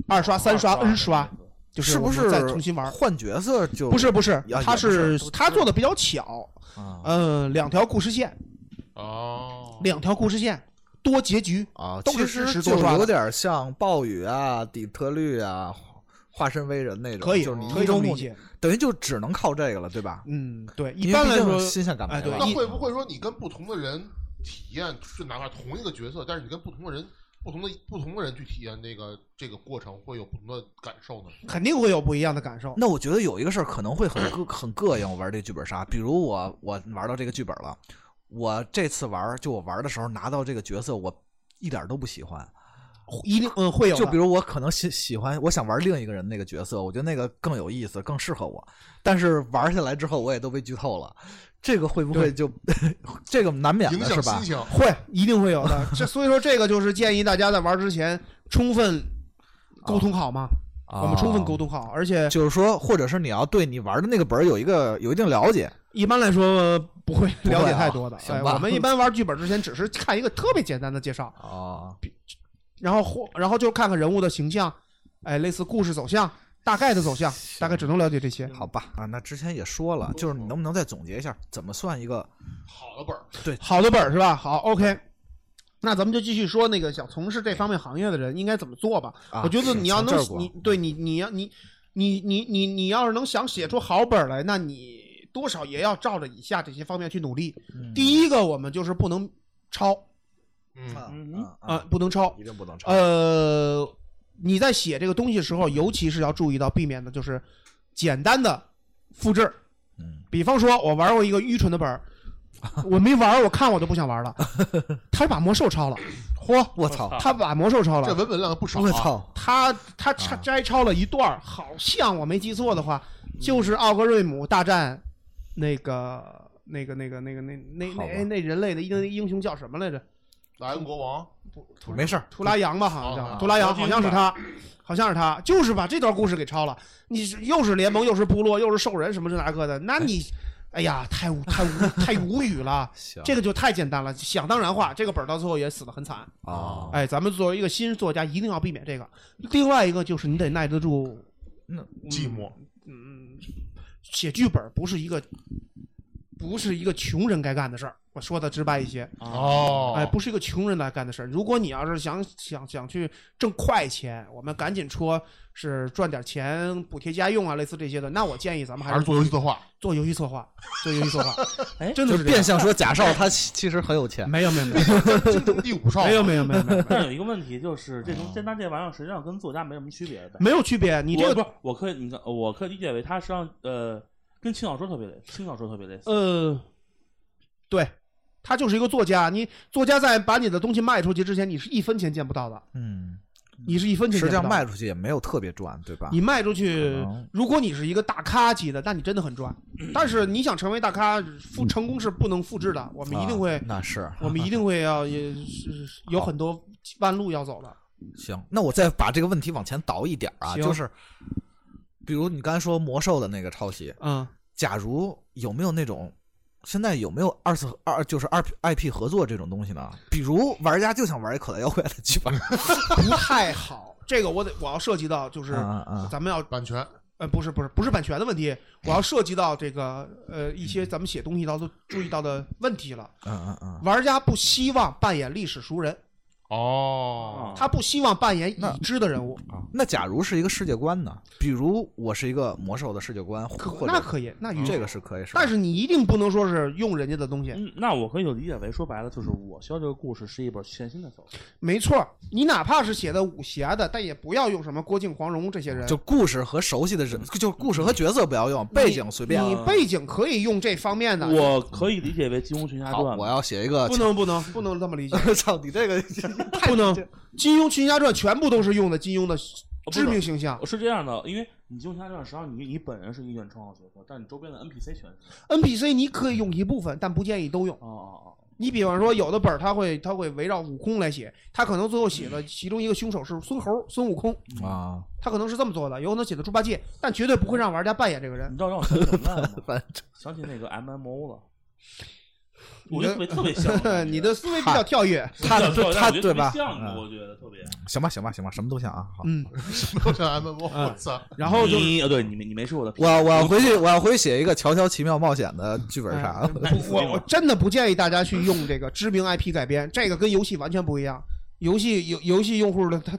Speaker 1: 二刷、三刷、N 刷，
Speaker 2: 哦
Speaker 1: 就是
Speaker 3: 不
Speaker 1: 我
Speaker 3: 是
Speaker 1: 们再重新玩？
Speaker 3: 换角色就
Speaker 1: 不是不是
Speaker 3: 也，
Speaker 1: 他
Speaker 3: 不是
Speaker 1: 是他做的比较巧，
Speaker 3: 啊
Speaker 1: 呃，两条故事线，
Speaker 2: 哦
Speaker 1: 两条故事线，多结局，
Speaker 3: 啊，
Speaker 1: 都
Speaker 3: 其
Speaker 1: 是支
Speaker 3: 实
Speaker 1: 持
Speaker 3: 就
Speaker 1: 多刷的
Speaker 3: 有点像暴雨啊、底特律啊、化身为人那种，
Speaker 1: 可以
Speaker 3: 就是你
Speaker 1: 可
Speaker 3: 一
Speaker 1: 以这
Speaker 3: 周
Speaker 1: 么
Speaker 3: 目
Speaker 1: 理解。
Speaker 3: 等于就只能靠这个了，对吧？
Speaker 1: 嗯，对，
Speaker 3: 因为
Speaker 1: 一般
Speaker 3: 毕
Speaker 1: 来
Speaker 3: 竟
Speaker 1: 说，
Speaker 3: 新鲜感没
Speaker 1: 哎对
Speaker 3: 了。
Speaker 2: 那
Speaker 1: 一
Speaker 2: 会不会说你跟不同的人体验，就哪怕同一个角色，但是你跟不同的人、不同的不同的人去体验那个这个过程，会有不同的感受呢？
Speaker 1: 肯定会有不一样的感受。
Speaker 3: 那我觉得有一个事儿可能会很膈很膈应，我玩这剧本杀。比如我我玩到这个剧本了，我这次玩就我玩的时候拿到这个角色，我一点都不喜欢。
Speaker 1: 一定嗯会有的，
Speaker 3: 就比如我可能喜喜欢，我想玩另一个人那个角色，我觉得那个更有意思，更适合我。但是玩下来之后，我也都被剧透了，这个会不会就 [laughs] 这个难免
Speaker 2: 影
Speaker 3: 的
Speaker 2: 响
Speaker 3: 是吧
Speaker 2: 心？情。
Speaker 1: 会一定会有
Speaker 3: [laughs]
Speaker 1: 的。这所以说这个就是建议大家在玩之前充分沟通好嘛，
Speaker 3: 啊
Speaker 1: 我们充分沟，通好，而且
Speaker 3: 就是说，或者是你要对你玩的那个本儿有一个有一定了解，
Speaker 1: 一般来说不会
Speaker 3: 会啊
Speaker 1: 了解太多的。
Speaker 3: 行
Speaker 1: 哎，
Speaker 3: 吧
Speaker 1: 我们一般玩剧本之前只是看一个特别简单的介绍，哦
Speaker 3: 啊，
Speaker 1: 然后或然后就看看人物的形象，哎，类似故事走向。大概的走向，大概只能了解这些。
Speaker 3: 好吧，啊，那之前也说了，就是你能不能再总结一下，怎么算一个
Speaker 2: 好的本儿，
Speaker 1: 好的本儿是吧？好，OK。那咱们就继续说那个想从事这方面行业的人应该怎么做吧。
Speaker 3: 啊
Speaker 1: 我觉得
Speaker 3: 是
Speaker 1: 你要
Speaker 3: 从
Speaker 1: 能
Speaker 3: 这儿过
Speaker 1: 你对你你要你你你你你要是能想写出好本儿来，那你多少也要照着以下这些方面去努力。
Speaker 3: 嗯
Speaker 1: 第一个，我们就是不能抄
Speaker 2: 嗯，
Speaker 3: 啊
Speaker 1: 啊、不能抄。
Speaker 3: 一定不能超
Speaker 1: 呃，你在写这个东西的时候，尤其是要注意到避免的就是简单的复制。
Speaker 3: 嗯，
Speaker 1: 比方说，我玩过一个愚蠢的本
Speaker 3: [laughs]
Speaker 1: 儿，我没玩儿，我看我都不想玩了。他把魔兽抄了，嚯！
Speaker 3: 我操！
Speaker 1: 他把魔兽抄
Speaker 2: 这
Speaker 1: 了，
Speaker 2: 文本量不少
Speaker 3: 我
Speaker 2: 啊。
Speaker 3: 操！
Speaker 1: 他他摘摘抄了一段儿，好像我没记错的话，就是奥格瑞姆大战那个那个那个那个那那
Speaker 3: 好吧
Speaker 1: 那那人类的英英雄叫什么来着？
Speaker 2: 莱恩国王，
Speaker 3: 没事儿，
Speaker 1: 图拉扬吧，好像
Speaker 2: 啊
Speaker 3: 哦
Speaker 1: 叫图拉扬，好像是他，好像是他，就是把这段故事给抄了。你是又是联盟，又是部落，又是兽人，什么这那个的，那你，哎呀，太无太无太无语了。
Speaker 3: 行
Speaker 1: 这个就太简单了，想当然化。这个本儿到最后也死得很惨。
Speaker 3: 啊，
Speaker 1: 哎，咱们作为一个新作家，一定要避免这个。另外一个就是你得耐得住，
Speaker 2: 寂寞，
Speaker 1: 嗯，写剧本不是一个，不是一个穷人该干的事儿。我说的直白一些，
Speaker 2: 哦
Speaker 1: 哎，不是一个穷人来干的事儿。如果你要是想想想去挣快钱，我们赶紧说是赚点钱补贴家用啊，类似这些的，那我建议咱们还
Speaker 2: 还
Speaker 1: 是
Speaker 2: 是做游戏
Speaker 1: [laughs]
Speaker 2: 策划。
Speaker 1: 做游戏策划，做游戏策划
Speaker 5: 哎
Speaker 1: 真的
Speaker 3: 嗯就
Speaker 1: 这
Speaker 3: 是变
Speaker 1: 样。
Speaker 3: 相说贾少他其其实很有钱，
Speaker 1: 没有没有没有
Speaker 2: 第五少，
Speaker 1: 没有没有没有没有
Speaker 5: 啊但有一个问题就是，这东这那这玩意儿实际上跟作家没什么区别的。
Speaker 1: 没有区别，你
Speaker 5: 我
Speaker 1: 这个
Speaker 5: 不是，我可以，你看，我可以理解为它实际上呃，跟轻小说特别类似，轻小说特别类似。
Speaker 1: 呃，对，他就是一个作家。你作家在把你的东西卖出去之前，你是一分钱见不到的，
Speaker 3: 嗯，
Speaker 1: 你是一分钱
Speaker 3: 实
Speaker 1: 见
Speaker 3: 际
Speaker 1: 不到
Speaker 3: 上
Speaker 1: 的。
Speaker 3: 卖出去也没有特别赚，对吧？
Speaker 1: 你卖出去
Speaker 3: 能，
Speaker 1: 如果你是一个大咖级的，那你真的很赚。但是你想成为大咖，复成功是不能复制
Speaker 3: 啊
Speaker 1: 的。我们一定会
Speaker 3: 啊，那是
Speaker 1: 我们一定会要也是有很多弯路要走的。
Speaker 3: 行，那我再把这个问题往前倒一点儿啊，
Speaker 1: 行
Speaker 3: 就是，比如你刚才说魔兽的那个抄袭，
Speaker 1: [laughs] 嗯，
Speaker 3: 假如有没有那种，现在有没有二次二就是二 IP 合作这种东西呢？比如玩家就想玩一口袋妖怪的剧本，
Speaker 1: 不太好。这个我得我要涉及到就是
Speaker 3: 啊啊啊
Speaker 1: 咱们要
Speaker 2: 版权
Speaker 1: 呃不是不是不是版权的问题，我要涉及到这个呃一些咱们写东西到都注意到的问题了。
Speaker 3: 嗯嗯嗯，
Speaker 1: 玩家不希望扮演历史熟人，
Speaker 5: 啊
Speaker 2: [laughs] 哦，
Speaker 1: 他不希望扮演已知的人物，
Speaker 3: 那假如是一个世界观呢？比如我是一个魔兽的世界观，
Speaker 1: 可嗯
Speaker 3: 或
Speaker 1: 那
Speaker 3: 者
Speaker 1: 可以，那允许
Speaker 3: 这个是可以，吧
Speaker 1: 但是你一定不能说是用人家的东西，
Speaker 5: 嗯，那我可以就理解为，说白了就是我需要这个故事是一本全新的小说。
Speaker 1: 没错儿。你哪怕是写的武侠的，但也不要用什么郭靖、黄蓉这些人，
Speaker 3: 就故事和熟悉的人，就故事和角色不要用，背景随便。
Speaker 1: 嗯你
Speaker 5: 啊
Speaker 1: 背景可以用这方面的。
Speaker 5: 我可以理解为《金庸群侠
Speaker 3: 好，
Speaker 5: 传》
Speaker 3: 我要写一个
Speaker 1: 不，
Speaker 3: [laughs]
Speaker 1: 能不能不能这么理解，
Speaker 3: 操你这个，
Speaker 1: [laughs] 不能。《金庸群侠传》全部都是用的金庸的知名形 [laughs] 象
Speaker 5: 是这样的，因为你《金庸群侠传》实际上你你本人是一个原创的角色，但你周边的 NPC 全是。
Speaker 1: ，NPC 你可以用一部分，但不建议都用。
Speaker 5: 哦哦哦，
Speaker 1: 你比方说，有的本儿他会他会围绕悟空来写，他可能最后写的其中一个凶手是孙猴孙悟空， [laughs]
Speaker 3: 啊，
Speaker 1: 他可能是这么做的，有可能写的猪八戒，但绝对不会让玩家扮演这个人
Speaker 5: 你。知道让我想起什么来了吗？
Speaker 3: 反
Speaker 5: 想起那个 MMO 了，
Speaker 1: 你
Speaker 5: 我觉得特别特别像
Speaker 3: 嗯
Speaker 5: 我感
Speaker 1: [laughs]
Speaker 5: 觉
Speaker 1: 呃你的思维比较跳
Speaker 3: [laughs]
Speaker 1: 跃，
Speaker 5: 我
Speaker 3: 他
Speaker 5: 想说
Speaker 3: 他
Speaker 5: 我觉得特别
Speaker 3: 对吧
Speaker 5: 像的
Speaker 3: 嗯
Speaker 5: 我觉得特别。
Speaker 3: 行吧，行吧，行吧，什么都像啊。好，
Speaker 1: 嗯，
Speaker 2: 都像 M O，我操，
Speaker 1: 然后就
Speaker 5: 你呃，对你没你没是我的 P，
Speaker 3: 我我要
Speaker 1: [laughs]
Speaker 3: 回去，我要回去写一个《乔乔奇妙冒险》的剧本杀。
Speaker 1: 嗯
Speaker 3: [laughs]
Speaker 1: 我我真的不建议大家去用这个知名 IP 改编，这个跟游戏完全不一样。游戏游游戏用户的他，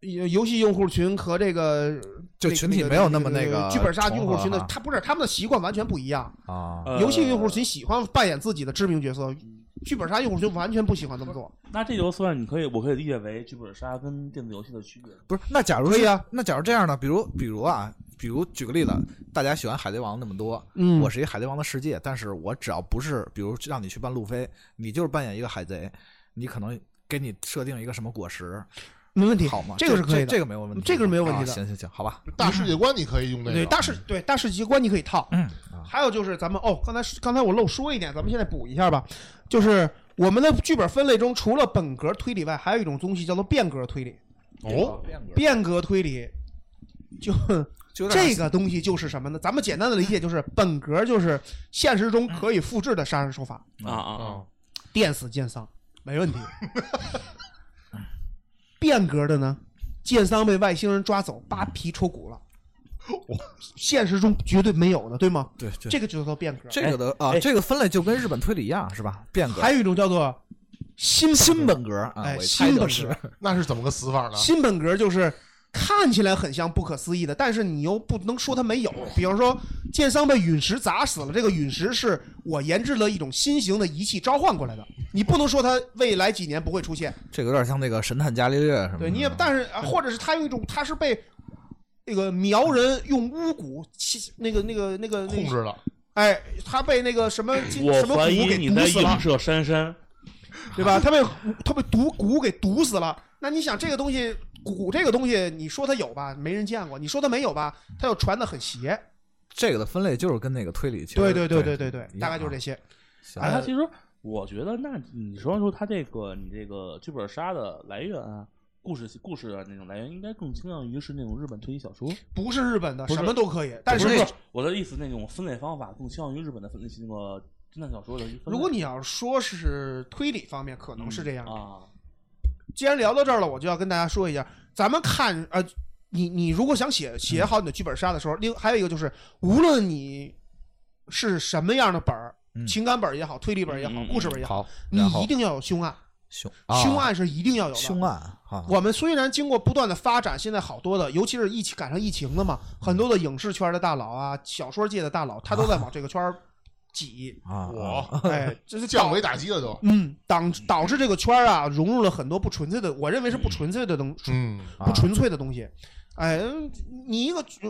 Speaker 1: 游游戏用户群和这个那
Speaker 3: 就
Speaker 1: 个
Speaker 3: 群体
Speaker 1: 那个
Speaker 3: 没有那么
Speaker 1: 那
Speaker 3: 那个
Speaker 1: 剧本杀用户群的
Speaker 3: 重合，啊
Speaker 1: 他不是他们的习惯完全不一样。
Speaker 3: 啊
Speaker 5: 呃
Speaker 1: 游戏用户群喜欢扮演自己的知名角色，剧本杀用户群完全不喜欢这么做。
Speaker 5: 那这就算你可以，我可以理解为剧本杀跟电子游戏的区别。
Speaker 3: 不是，那假如
Speaker 1: 可以
Speaker 3: 是
Speaker 1: 啊，
Speaker 3: 那假如这样呢？比如，比如啊，比如举个例子，大家喜欢海贼王那么多，
Speaker 1: 嗯
Speaker 3: 我是一海贼王的世界，但是我只要不是，比如让你去扮路飞，你就是扮演一个海贼，你可能给你设定一个什么果实，
Speaker 1: 嗯没问题，
Speaker 3: 好吗？
Speaker 1: 这个是可以的。
Speaker 3: 这个没有问题，
Speaker 1: 这个是没有问题的
Speaker 3: 啊行行行，好吧，
Speaker 2: 大世界观你可以用这
Speaker 1: 对
Speaker 2: 个，
Speaker 1: 大世对大世界观你可以套，
Speaker 3: 嗯
Speaker 1: 还有就是咱们哦，刚才刚才我漏说一点，咱们现在补一下吧。就是我们的剧本分类中，除了本格推理外，还有一种东西叫做变革推理。
Speaker 2: 哦，
Speaker 1: 变革推理就
Speaker 3: 就有点
Speaker 1: 这个东西就是什么呢？咱们简单的理解就是，本格就是现实中可以复制的杀人手法，
Speaker 5: 啊啊啊！
Speaker 2: 啊，
Speaker 1: 电死剑桑没问题。变革的呢，剑桑被外星人抓走，扒皮抽骨了。现实中绝对没有的，对吗？
Speaker 3: 对对
Speaker 1: 这个就叫做变革。
Speaker 3: 这个的啊，
Speaker 5: 哎
Speaker 3: 这个分类就跟日本推理一样，是吧？变革
Speaker 1: 还有一种叫做新本
Speaker 3: 新本格啊，
Speaker 1: 哎
Speaker 3: 我
Speaker 1: 新本
Speaker 3: 猜就
Speaker 1: 格
Speaker 3: 是
Speaker 2: 那是怎么个死法呢？
Speaker 1: 新本格就是看起来很像不可思议的，但是你又不能说它没有。比方说，剑桑被陨石砸死了，这个陨石是我研制了一种新型的仪器召唤过来的，你不能说它未来几年不会出现。
Speaker 3: 这个有点像那个神探伽利略什么的。
Speaker 1: 对，你也但是啊或者是他用一种，他是被。那个苗人用巫蛊，其那个那个那个那
Speaker 2: 控
Speaker 1: 个，
Speaker 2: 制了，
Speaker 1: 哎，他被那个什么金
Speaker 5: 我
Speaker 1: 什么
Speaker 5: 怀
Speaker 1: 蛊
Speaker 5: 疑
Speaker 1: 给
Speaker 5: 你
Speaker 1: 毒
Speaker 5: 在
Speaker 1: 死了
Speaker 5: 影，射珊珊。
Speaker 1: 对吧？他被他被毒蛊给毒死了。那你想这个东西，蛊这个东西，你说它有吧，没人见过；你说它没有吧，它又传的很邪。
Speaker 3: 这个的分类就是跟那个推理其实
Speaker 1: 对对对
Speaker 3: 对
Speaker 1: 对对，大概就是这些。
Speaker 3: 这
Speaker 1: 啊
Speaker 5: 哎，他其实我觉得，那你说说他这个你这个剧本杀的来源啊，故事故事啊那种来源，应该更倾向于是那种日本推理小说。
Speaker 1: 不是日本的，
Speaker 5: 不是
Speaker 1: 什么都可以。但是
Speaker 5: 不是不是我的意思，那种分类方法更倾向于日本的分类那个侦探小说的一分类。
Speaker 1: 如果你要说是推理方面，可能是这样。
Speaker 5: 啊，
Speaker 1: 既然聊到这儿了，我就要跟大家说一下，咱们看呃，你你如果想写写好你的剧本杀的时候，另还有一个就是，无论你是什么样的本儿，
Speaker 3: 嗯
Speaker 1: 情感本儿也好，推理本儿也好，
Speaker 5: 嗯嗯嗯
Speaker 1: 故事本儿也好，
Speaker 3: 好，
Speaker 1: 你
Speaker 3: 然后
Speaker 1: 一定要有凶案，
Speaker 3: 凶啊
Speaker 1: 凶案是一定要有的。
Speaker 3: 凶案啊，，
Speaker 1: 我们虽然经过不断的发展，现在好多的，尤其是疫情赶上疫情了嘛，很多的影视圈的大佬啊，小说界的大佬，他都在往这个圈儿挤
Speaker 3: [laughs] 啊
Speaker 2: 我
Speaker 1: 哎，这是
Speaker 2: 降
Speaker 1: 导
Speaker 2: 维打击了都，
Speaker 1: 嗯导导致这个圈儿啊融入了很多不纯粹的，我认为是不纯粹的东
Speaker 2: 嗯，
Speaker 3: 啊
Speaker 1: 不纯粹的东西，哎，你一个剧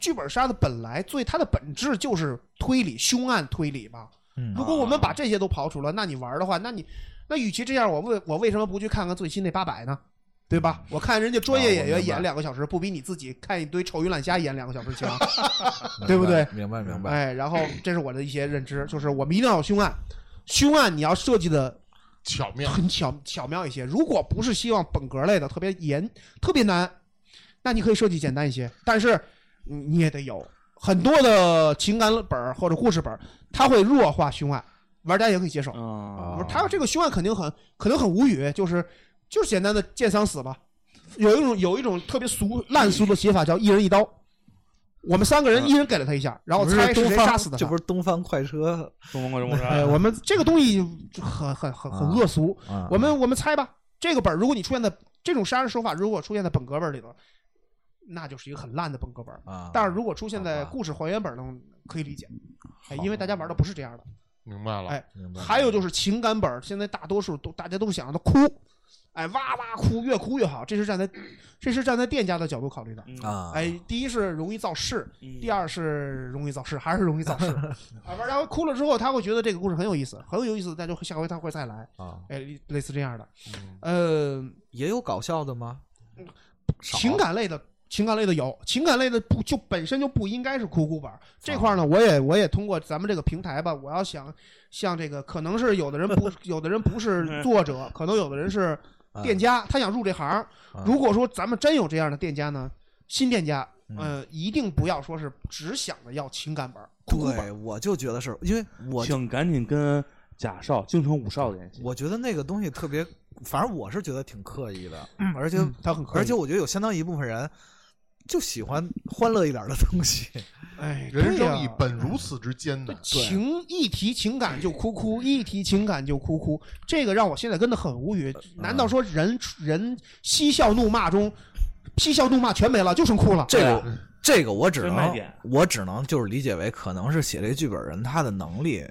Speaker 1: 剧本杀的本来最它的本质就是推理凶案推理嘛，
Speaker 3: 嗯
Speaker 1: 如果我们把这些都刨除了，那你玩儿的话，那你那与其这样，我为我为什么不去看看最新那八百呢？对吧？我看人家专业演
Speaker 3: 啊我
Speaker 1: 员
Speaker 3: 明白
Speaker 1: 演两个小时，不比你自己看一堆臭鱼烂虾演两个小时强，对不对？
Speaker 3: 明白明白，
Speaker 1: 哎，然后这是我的一些认知，就是我们一定要有凶案，凶案你要设计的
Speaker 2: 巧妙，
Speaker 1: 很巧巧妙一些。如果不是希望本格类的特别严、特别难，那你可以设计简单一些，但是你你也得有很多的情感本儿或者故事本儿，它会弱化凶案，玩家也可以接受。
Speaker 5: 啊
Speaker 3: 啊，
Speaker 1: 他这个凶案肯定很可能很无语，就是就是简单的见丧死吧。有一种有一种特别俗烂俗的写法叫一人一刀，我们三个人一人给了他一下，然后
Speaker 3: 啊这不
Speaker 1: 猜
Speaker 3: 是
Speaker 1: 是
Speaker 3: 东
Speaker 1: 谁
Speaker 3: 方
Speaker 1: 杀死的他。
Speaker 3: 这不是东方快车
Speaker 5: 东方快车谋杀
Speaker 1: 哎，
Speaker 5: 案
Speaker 1: 我们这个东西就很很很很恶俗。
Speaker 3: 啊？
Speaker 1: 我们我们猜吧，这个本儿如果你出现在这种杀人手法，如果出现在本格本里头，那就是一个很烂的本格本儿。
Speaker 3: 啊，
Speaker 1: 但是如果出现在
Speaker 3: 好吧
Speaker 1: 故事还原本儿中，可以理解，哎，因为大家玩的不是这样的。
Speaker 2: 明白了。
Speaker 1: 哎
Speaker 3: 明白
Speaker 1: 还有就是情感本儿，现在大多数都大家都想让他哭，哎，哇哇哭，越哭越好。这是站在这是站在店家的角度考虑的。
Speaker 5: 嗯
Speaker 3: 啊，
Speaker 1: 哎，第一是容易造势，
Speaker 5: 嗯
Speaker 1: 第二是容易造势，还是容易
Speaker 3: [laughs]
Speaker 1: 造势。啊，玩家哭了之后，他会觉得这个故事很有意思，很有意思，那就会下回他会再来。
Speaker 3: 啊，
Speaker 1: 哎，类似这样的，
Speaker 2: 嗯
Speaker 1: 呃，
Speaker 3: 也有搞笑的吗？少
Speaker 1: 情感类的。情感类的有，情感类的不就本身就不应该是哭哭本儿
Speaker 3: 啊
Speaker 1: 这块儿呢，我也我也通过咱们这个平台吧，我要想像这个，可能是有的人不 [laughs] 有的人不
Speaker 3: 嗯
Speaker 1: 是作者，可能有的人是店家，他想入这行儿
Speaker 3: 啊。
Speaker 1: 如果说咱们真有这样的店家呢，新店家，
Speaker 3: 嗯
Speaker 1: 呃，一定不要说是只想着要情感本儿哭哭本儿
Speaker 3: 对，我就觉得是因为我
Speaker 5: 请赶紧跟贾少、京城五少联系。
Speaker 3: 我觉得那个东西特别，反正我是觉得挺刻意的，而且
Speaker 1: 嗯他很可以
Speaker 3: 而且我觉得有相当一部分人就喜欢欢乐一点的
Speaker 1: [laughs]
Speaker 3: 东西。
Speaker 1: 哎，
Speaker 2: 人
Speaker 1: 对
Speaker 2: 生
Speaker 1: 呀
Speaker 2: 亦本如此之艰难，
Speaker 1: 情一提情感就哭哭，一提情感就哭哭，这个让我现在真的很无语。难道说人人嬉笑怒骂中，嬉笑怒骂全没了，就剩哭了？
Speaker 3: 这个
Speaker 5: 对
Speaker 3: 这个我只
Speaker 5: 这是卖
Speaker 3: 能
Speaker 5: 点
Speaker 3: 我只能就是理解为可能是写这剧本人他的能力，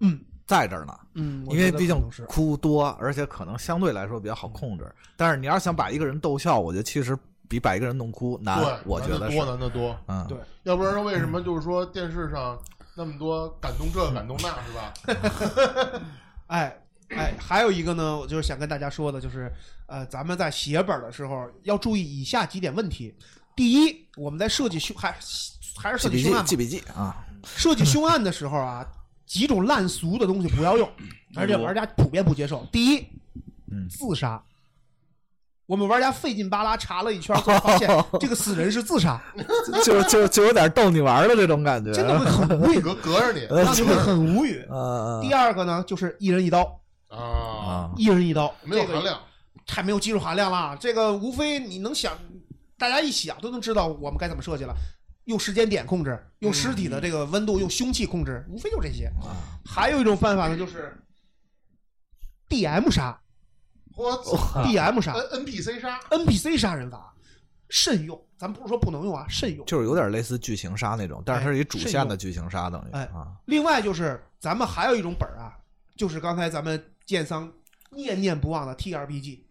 Speaker 1: 嗯，
Speaker 3: 在这儿呢。
Speaker 1: 嗯，我
Speaker 3: 因为
Speaker 1: 觉得
Speaker 3: 毕
Speaker 1: 可
Speaker 3: 竟
Speaker 1: 能是
Speaker 3: 哭多，而且可能相对来说比较好控制。但是你要是想把一个人逗笑，我觉得其实比把一个人弄哭难
Speaker 2: 对，，
Speaker 3: 我觉
Speaker 2: 难
Speaker 3: 得
Speaker 2: 得
Speaker 3: 是
Speaker 2: 多，难得多。
Speaker 3: 嗯，
Speaker 1: 对
Speaker 2: 要不然说为什么就是说电视上那么多感动这感动那是吧？
Speaker 1: 哎哎，还有一个呢，我就是想跟大家说的，就是呃，咱们在写本的时候要注意以下几点问题。第一，我们在设计凶还还是
Speaker 3: 记
Speaker 1: 设计
Speaker 3: 笔记
Speaker 1: 凶案吧
Speaker 3: 记笔记啊，
Speaker 1: 设计凶案的时候啊，几种烂俗的东西不要用，而且玩家普遍不接受。第一，
Speaker 3: 嗯
Speaker 1: 自杀。我们玩家费劲巴拉查了一圈，最后发现这个死人是自杀，
Speaker 3: 就 [laughs] 就就有点逗你玩儿的这种感觉。
Speaker 1: 真的会很
Speaker 2: [laughs]
Speaker 1: 无语，
Speaker 2: 隔
Speaker 1: [laughs]
Speaker 2: 隔着你
Speaker 1: 让你会很无语。
Speaker 3: 呃，
Speaker 1: 第二个呢，就是一人一刀， [laughs]
Speaker 2: 啊，
Speaker 3: 啊，
Speaker 1: 一人一刀，
Speaker 2: 没有
Speaker 1: 这个
Speaker 2: 含量。
Speaker 1: 太没有技术含量了。啊这个无非你能想，大家一想都能知道我们该怎么设计了。用时间点控制，用尸体的这个温度，用凶器控制，无非就这些。还有一种办法呢，就是 D M 杀
Speaker 2: 我
Speaker 1: 哦
Speaker 2: 操
Speaker 1: ，D M 杀
Speaker 2: ，N NPC 杀，
Speaker 1: ，N P C 杀人法，慎用。咱不是说不能用啊，慎用。
Speaker 3: 就是有点类似剧情杀那种，但是它是一主线的剧情杀，等于
Speaker 1: 哎
Speaker 3: 啊，
Speaker 1: 另外就是咱们还有一种本儿啊，就是刚才咱们建商念念不忘的 T R P G，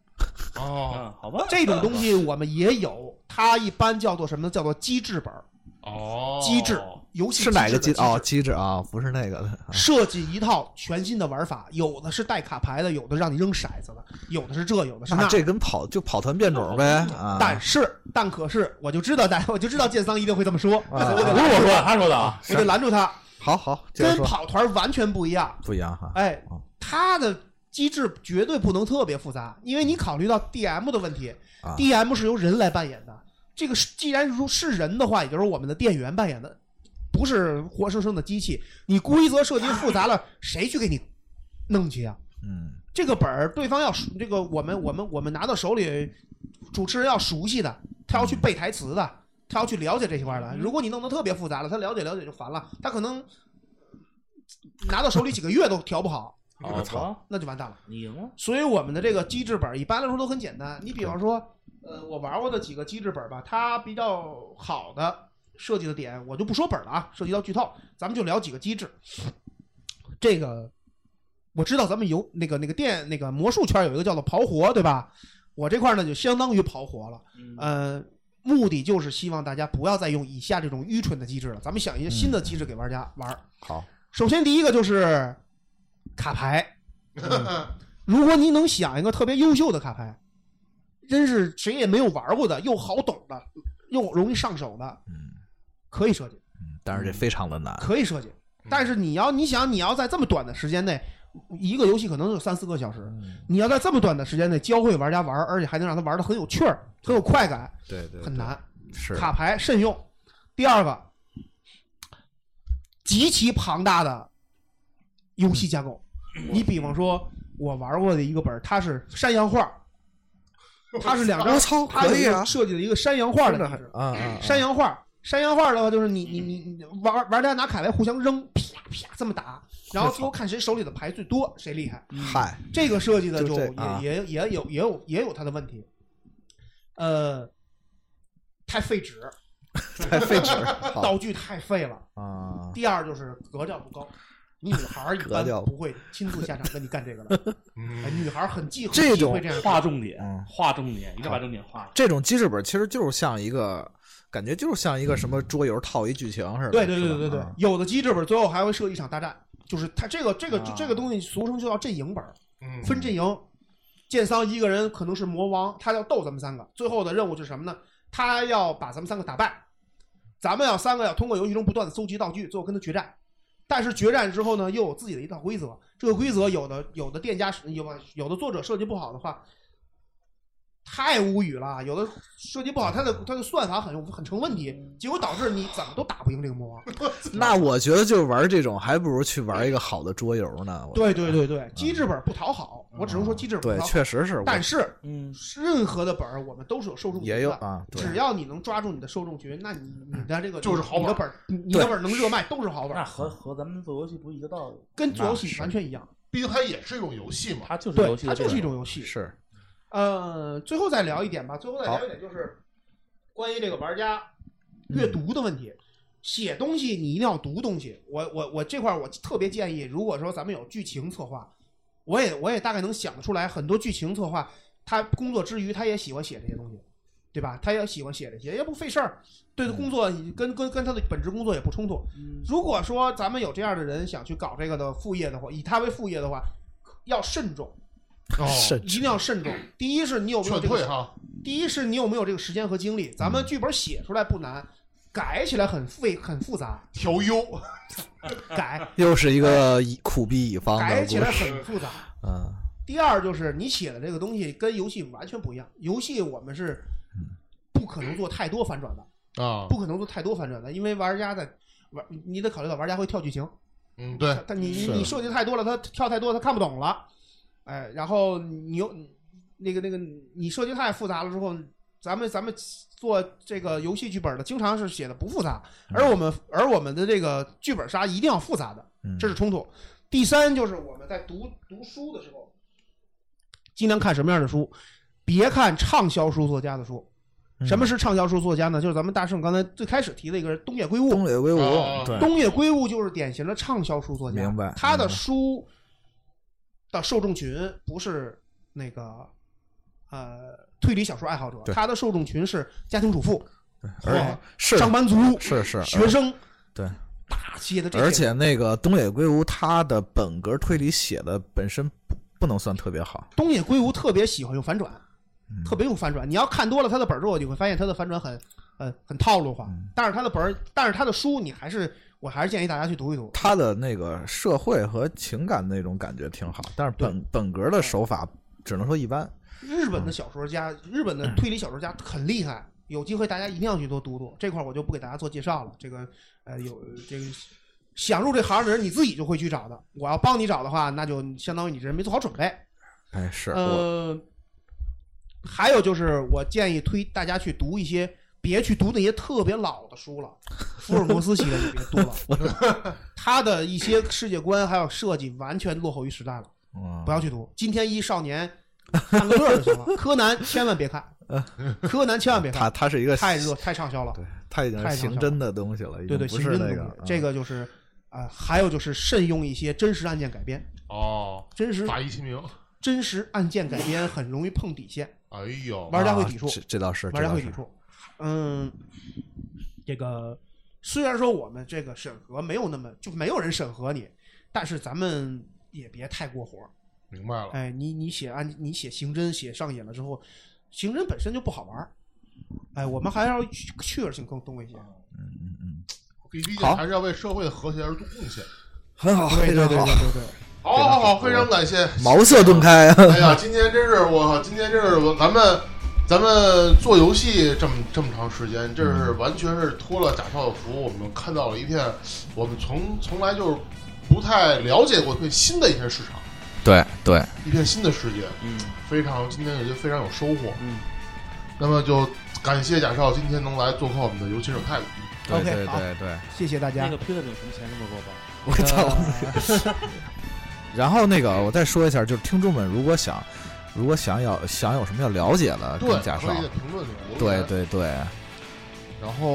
Speaker 2: 哦 [laughs]
Speaker 5: 嗯，好吧，
Speaker 1: 这种东
Speaker 3: 哎
Speaker 1: 西我们也有，它一般叫做什么呢？叫做机制本儿。
Speaker 2: 哦，
Speaker 1: 机制，游戏
Speaker 3: 是哪
Speaker 1: 机
Speaker 3: 个
Speaker 1: 制
Speaker 3: 机
Speaker 1: 的
Speaker 3: 哦机制啊？不是那个的，啊
Speaker 1: 设计一套全新的玩法，有的是带卡牌的，有的让你扔骰子的，有的是这，有的是
Speaker 3: 那
Speaker 1: 那。嗯
Speaker 3: 啊这跟跑就跑团变种呗啊。
Speaker 1: 但是，但可是，我就知道大， [laughs] 我就知道建桑一定会这么说，
Speaker 3: 啊
Speaker 5: 不是我说的，他说的
Speaker 1: [laughs]
Speaker 5: 啊。
Speaker 1: 我就拦住他。
Speaker 3: 好好接着
Speaker 1: 跟
Speaker 3: 说，
Speaker 1: 跑团完全不一样，
Speaker 3: 不一样哈。
Speaker 1: 哎
Speaker 3: 哦，
Speaker 1: 它的机制绝对不能特别复杂，因为你考虑到 DM 的问题
Speaker 3: 啊
Speaker 1: ，DM 是由人来扮演的。这个是既然如是人的话，也就是我们的店员扮演的，不是活生生的机器。你规则设计复杂了，谁去给你弄去啊？
Speaker 3: 嗯
Speaker 1: 这个本儿对方要熟，这个我们我们我们拿到手里，主持人要熟悉的，他要去背台词的，他要去了解这一块的。如果你弄得特别复杂了，他了解了解就烦了，他可能拿到手里几个月都调不好，
Speaker 5: 我操，
Speaker 1: 那就完蛋了。
Speaker 5: 你赢了。
Speaker 1: 所以我们的这个机制本儿一般来说都很简单。你比方说，呃，我玩过的几个机制本儿吧，它比较好的设计的点，我就不说本儿了啊，涉及到剧透，咱们就聊几个机制。这个我知道，咱们有那个那个电那个魔术圈有一个叫做刨活，对吧？我这块儿呢就相当于刨活了，呃，目的就是希望大家不要再用以下这种愚蠢的机制了，咱们想一些新的机制给玩家玩儿。
Speaker 3: 好，
Speaker 1: 首先第一个就是卡牌，嗯
Speaker 2: 嗯
Speaker 1: 如果你能想一个特别优秀的卡牌，真是谁也没有玩过的，又好懂的，又容易上手的，
Speaker 3: 嗯
Speaker 1: 可以设计，
Speaker 3: 嗯，但是这非常的难。
Speaker 1: 可以设计。但是你要你想你要在这么短的时间内一个游戏可能有三四个小时，
Speaker 3: 嗯
Speaker 1: 你要在这么短的时间内教会玩家玩，而且还能让他玩的很有趣儿、很有快感，
Speaker 3: 对对，对
Speaker 1: 很难。
Speaker 3: 是
Speaker 1: 卡牌慎用。第二个，极其庞大的游戏架构。你比方说，我玩过的一个本儿，它是山羊画儿，它是两张，
Speaker 4: 我操
Speaker 1: 它有
Speaker 4: 可以啊
Speaker 1: 一个设计了一个山羊画儿的
Speaker 4: 真的
Speaker 1: 机
Speaker 4: 还
Speaker 1: 制
Speaker 3: 啊啊，
Speaker 1: 山羊画儿，山羊画儿的话就是你你你你玩玩家拿卡牌互相扔，啪啪这么打，然后最后看谁手里的牌最多，谁厉害。
Speaker 3: 嗨，
Speaker 1: 这个设计的
Speaker 4: 就
Speaker 1: 就
Speaker 4: 这
Speaker 1: 也
Speaker 3: 啊
Speaker 1: 也也有也有也有它的问题，呃，太费纸，
Speaker 3: [laughs] 太费纸，
Speaker 1: [laughs]
Speaker 3: 好
Speaker 1: 道具太废了。
Speaker 3: 啊，
Speaker 1: 第二就是格调不高，女孩儿一
Speaker 3: 格
Speaker 1: 般
Speaker 3: 调
Speaker 1: 不会亲自下场跟你干这个
Speaker 3: [laughs]
Speaker 1: 的，
Speaker 2: 嗯
Speaker 1: 哎女孩儿很忌讳
Speaker 4: 这
Speaker 1: 忌
Speaker 4: 种
Speaker 1: 讳这样
Speaker 5: 划重点
Speaker 3: 嗯，
Speaker 5: 划重点，一定要把重点划。
Speaker 3: 这种机制本其实就是像一个，感觉就是像一个什么桌游套一剧情似的。
Speaker 1: 对对
Speaker 3: 是
Speaker 1: 对
Speaker 3: 吧
Speaker 1: 对对对
Speaker 3: 啊，
Speaker 1: 有的机制本最后还会设一场大战，就是它这个这个
Speaker 5: 啊
Speaker 1: 这个东西俗称就叫阵营本儿，
Speaker 2: 嗯
Speaker 1: 分阵营。剑桑一个人可能是魔王，他要斗咱们三个，最后的任务就是什么呢？他要把咱们三个打败，咱们要三个要通过游戏中不断的搜集道具，最后跟他决战。但是决战之后呢，又有自己的一套规则，这个规则有的有的店家是有有的作者设计不好的话，太无语了。有的设计不好，他的他的算法很有很成问题，结果导致你怎么都打不赢这个魔王。
Speaker 3: 那我觉得就是玩这种，还不如去玩一个好的桌游呢。我，
Speaker 1: 对对对对，机制本不讨好，我只能说机制本
Speaker 3: 对
Speaker 1: 不，讨好。
Speaker 3: 确实是。我
Speaker 1: 但是
Speaker 5: 嗯，
Speaker 1: 任何的本儿，我们都是有受众群的
Speaker 3: 也有啊，对
Speaker 1: 只要你能抓住你的受众群，那你你的这个
Speaker 2: 就是好
Speaker 1: 你的
Speaker 2: 本
Speaker 1: 本儿，你你的本儿能热卖都是好本
Speaker 5: 那
Speaker 1: 儿，
Speaker 5: 和和咱们做游戏不一个道理，
Speaker 1: 跟做游戏完全一样。
Speaker 2: 毕竟它也是一种游戏嘛。
Speaker 5: 它就是
Speaker 1: 对
Speaker 5: 游，戏
Speaker 1: 它
Speaker 5: 的这
Speaker 1: 就是一
Speaker 5: 种。
Speaker 1: 种游戏。
Speaker 3: 是
Speaker 1: 呃，最后再聊一点吧，最后再聊一点就是关于这个玩家阅读的问题。写东西你一定要读东西，我我我这块儿我特别建议，如果说咱们有剧情策划，我也我也大概能想得出来，很多剧情策划他工作之余他也喜欢写这些东西，对吧？他也喜欢写这些，也不费事儿，对他工作跟跟跟他的本职工作也不冲突。
Speaker 5: 嗯
Speaker 1: 如果说咱们有这样的人想去搞这个的副业的话，以他为副业的话，要慎重，
Speaker 2: 哦，
Speaker 3: 是
Speaker 1: 一定要慎重。第一是你有没有
Speaker 2: 劝
Speaker 1: 这
Speaker 2: 退
Speaker 1: 个，
Speaker 2: 哈，嗯
Speaker 1: 第一是你有没有这个时间和精力。咱们剧本写出来不难，改起来很费很复
Speaker 2: [laughs]
Speaker 1: 杂，
Speaker 2: 调优，
Speaker 1: 改
Speaker 3: 又是一个以苦逼乙方的
Speaker 1: 哎改
Speaker 3: 故
Speaker 1: 起来
Speaker 3: 事。
Speaker 1: 很复杂。
Speaker 3: 嗯，
Speaker 1: 第二就是你写的这个东西跟游戏完全不一样，游戏我们是不可能做太多反转的，
Speaker 2: 啊，
Speaker 1: 不可能做太多反转的，因为玩家在玩，你得考虑到玩家会跳剧情，
Speaker 2: 嗯，对
Speaker 1: 他，他你你
Speaker 3: 是
Speaker 1: 你设计太多了，他跳太多他看不懂了，哎，然后你又那个那个你设计太复杂了之后，咱们咱们做这个游戏剧本的经常是写的不复杂，而我们而我们的这个剧本杀一定要复杂的，
Speaker 3: 嗯
Speaker 1: 这是冲突。第三就是我们在读读书的时候，尽量看什么样的书，别看畅销书作家的书。
Speaker 3: 嗯
Speaker 1: 什么是畅销书作家呢？就是咱们大圣刚才最开始提的一个人东野圭吾，
Speaker 3: 东野圭吾
Speaker 2: 啊，
Speaker 3: 对，
Speaker 1: 哦东野圭吾就是典型的畅销书作家，
Speaker 3: 哎明白
Speaker 1: 他的
Speaker 3: 明白
Speaker 1: 书的受众群不是那个呃推理小说爱好者，
Speaker 3: 对
Speaker 1: 他的受众群是家庭主妇、
Speaker 3: 而
Speaker 1: 哦
Speaker 3: 且是
Speaker 1: 上班族、
Speaker 3: 是是
Speaker 1: 学生，
Speaker 3: 对，
Speaker 1: 大些的这些
Speaker 3: 而且那个东野圭吾他的本格推理写的本身不不能算特别好，
Speaker 1: 东野圭吾特别喜欢用反转，
Speaker 3: 嗯
Speaker 1: 特别用反转。你要看多了他的本儿之后，你会发现他的反转很呃很套路化，
Speaker 3: 嗯
Speaker 1: 但是他的本儿，但是他的书你还是我还是建议大家去读一读。
Speaker 3: 他的那个社会和情感那种感觉挺好，但是本本格的手法只能说一般。
Speaker 1: 日本的小说家，日本的推理小说家很厉害，有机会大家一定要去多读读。这块儿我就不给大家做介绍了，这个呃有这个想入这行的人你自己就会去找的。我要帮你找的话，那就相当于你这人没做好准备。
Speaker 3: 哎，是我
Speaker 1: 呃，还有就是我建议推大家去读一些。别去读那些特别老的书了，福尔摩斯系列就别读了， [laughs] 他的一些世界观还有设计完全落后于时代了。
Speaker 3: 嗯
Speaker 1: 不要去读。今天一少年 [laughs] 看个乐儿就行了，
Speaker 3: [laughs]
Speaker 1: 柯南千万别看，柯南千万别
Speaker 3: 他
Speaker 1: 看，
Speaker 3: 他是一个
Speaker 1: 太热太畅销了。
Speaker 3: 对，他已经是
Speaker 1: 太
Speaker 3: 刑
Speaker 1: 畅销
Speaker 3: 侦的东西了，已
Speaker 1: 对
Speaker 3: 经
Speaker 1: 对，
Speaker 3: 不
Speaker 1: 刑
Speaker 3: 是
Speaker 1: 侦
Speaker 3: 那
Speaker 1: 的
Speaker 3: 个
Speaker 1: 东西，
Speaker 3: 嗯
Speaker 1: 这个就是啊、呃还有就是慎用一些真实案件改编，
Speaker 2: 哦，
Speaker 1: 真实
Speaker 2: 法医秦明，
Speaker 1: 真实案件改编很容易碰底线，
Speaker 2: 哎呦，
Speaker 1: 玩家会
Speaker 3: 啊
Speaker 1: 抵触
Speaker 3: 这这倒是
Speaker 1: 玩家会
Speaker 3: 这
Speaker 1: 抵
Speaker 3: 倒是
Speaker 1: 触。嗯，这个虽然说我们这个审核没有那么就没有人审核你，但是咱们也别太过火。
Speaker 2: 明白了，
Speaker 1: 哎，你你写按你写刑侦写上瘾了之后，刑侦本身就不好玩儿。哎，我们还要趣趣味性更多一些。
Speaker 2: 毕竟
Speaker 3: 好
Speaker 2: 还是要为社会的和谐而做贡献。
Speaker 3: 很好，
Speaker 1: 对
Speaker 3: 非
Speaker 1: 对
Speaker 3: 常
Speaker 1: 对
Speaker 3: 好
Speaker 1: 对。对对。
Speaker 2: 好好好，非常感谢。
Speaker 3: 茅塞顿开啊！
Speaker 2: 哎呀，今天真是我靠，今天真是我咱们咱们做游戏这么这么长时间，这是完全是托了贾少的福，我们看到了一片我们从从来就是不太了解过对新的一片市场，
Speaker 3: 对对，
Speaker 2: 一片新的世界，
Speaker 5: 嗯，
Speaker 2: 非常今天也就非常有收获。
Speaker 5: 嗯，
Speaker 2: 那么就感谢贾少今天能来做客我们的游戏手态度。
Speaker 3: 对
Speaker 10: OK，
Speaker 3: 对
Speaker 10: 好
Speaker 3: 对对。
Speaker 10: 谢谢大
Speaker 5: 那
Speaker 10: 家
Speaker 5: 个。披萨饼什么钱这么多吧？
Speaker 3: 我操！然后那个，我再说一下，就是听众们如果想，如果想要想有什么要了解的，
Speaker 2: 对，
Speaker 3: 跟贾少
Speaker 2: 可以，在评论里留言
Speaker 3: 对对对，
Speaker 2: 然后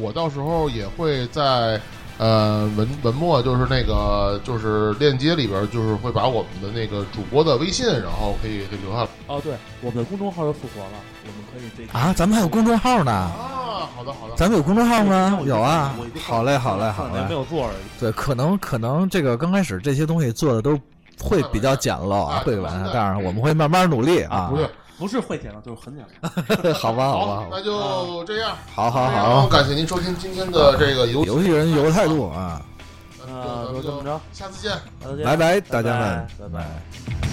Speaker 2: 我到时候也会在呃文文末就是那个就是链接里边儿，就是会把我们的那个主播的微信，然后可以可以留下来。
Speaker 5: 哦，对，我们的公众号又复活了，我们可以这
Speaker 3: 啊，咱们还有公众号呢，
Speaker 2: 啊，好的好的，
Speaker 3: 咱们有公众号吗？
Speaker 5: 我
Speaker 3: 有啊
Speaker 5: 我已经，
Speaker 3: 好嘞好嘞好
Speaker 5: 可能没
Speaker 3: 嘞，
Speaker 5: 有做而已。
Speaker 3: 对，可能可能这个刚开始这些东西做的都会比较简陋啊，
Speaker 2: 啊
Speaker 3: 会完
Speaker 2: 现在
Speaker 3: 当然我们会慢慢努力啊
Speaker 2: 不，是，
Speaker 5: 不是会剪了，就是很简 [laughs] 单。
Speaker 3: [laughs] 好吧好吧，
Speaker 2: 那就这样。
Speaker 3: 好好
Speaker 2: 然后
Speaker 3: 好，
Speaker 2: 感谢您收听今天的这个游
Speaker 3: 游戏人游态，度啊，
Speaker 2: 那
Speaker 5: 啊，
Speaker 2: 就
Speaker 5: 就这
Speaker 2: 咱
Speaker 5: 么
Speaker 2: 们就
Speaker 5: 着，
Speaker 2: 下次见。
Speaker 5: 那就这样
Speaker 3: 拜拜，大家
Speaker 5: 拜
Speaker 3: 们，
Speaker 5: 拜拜拜。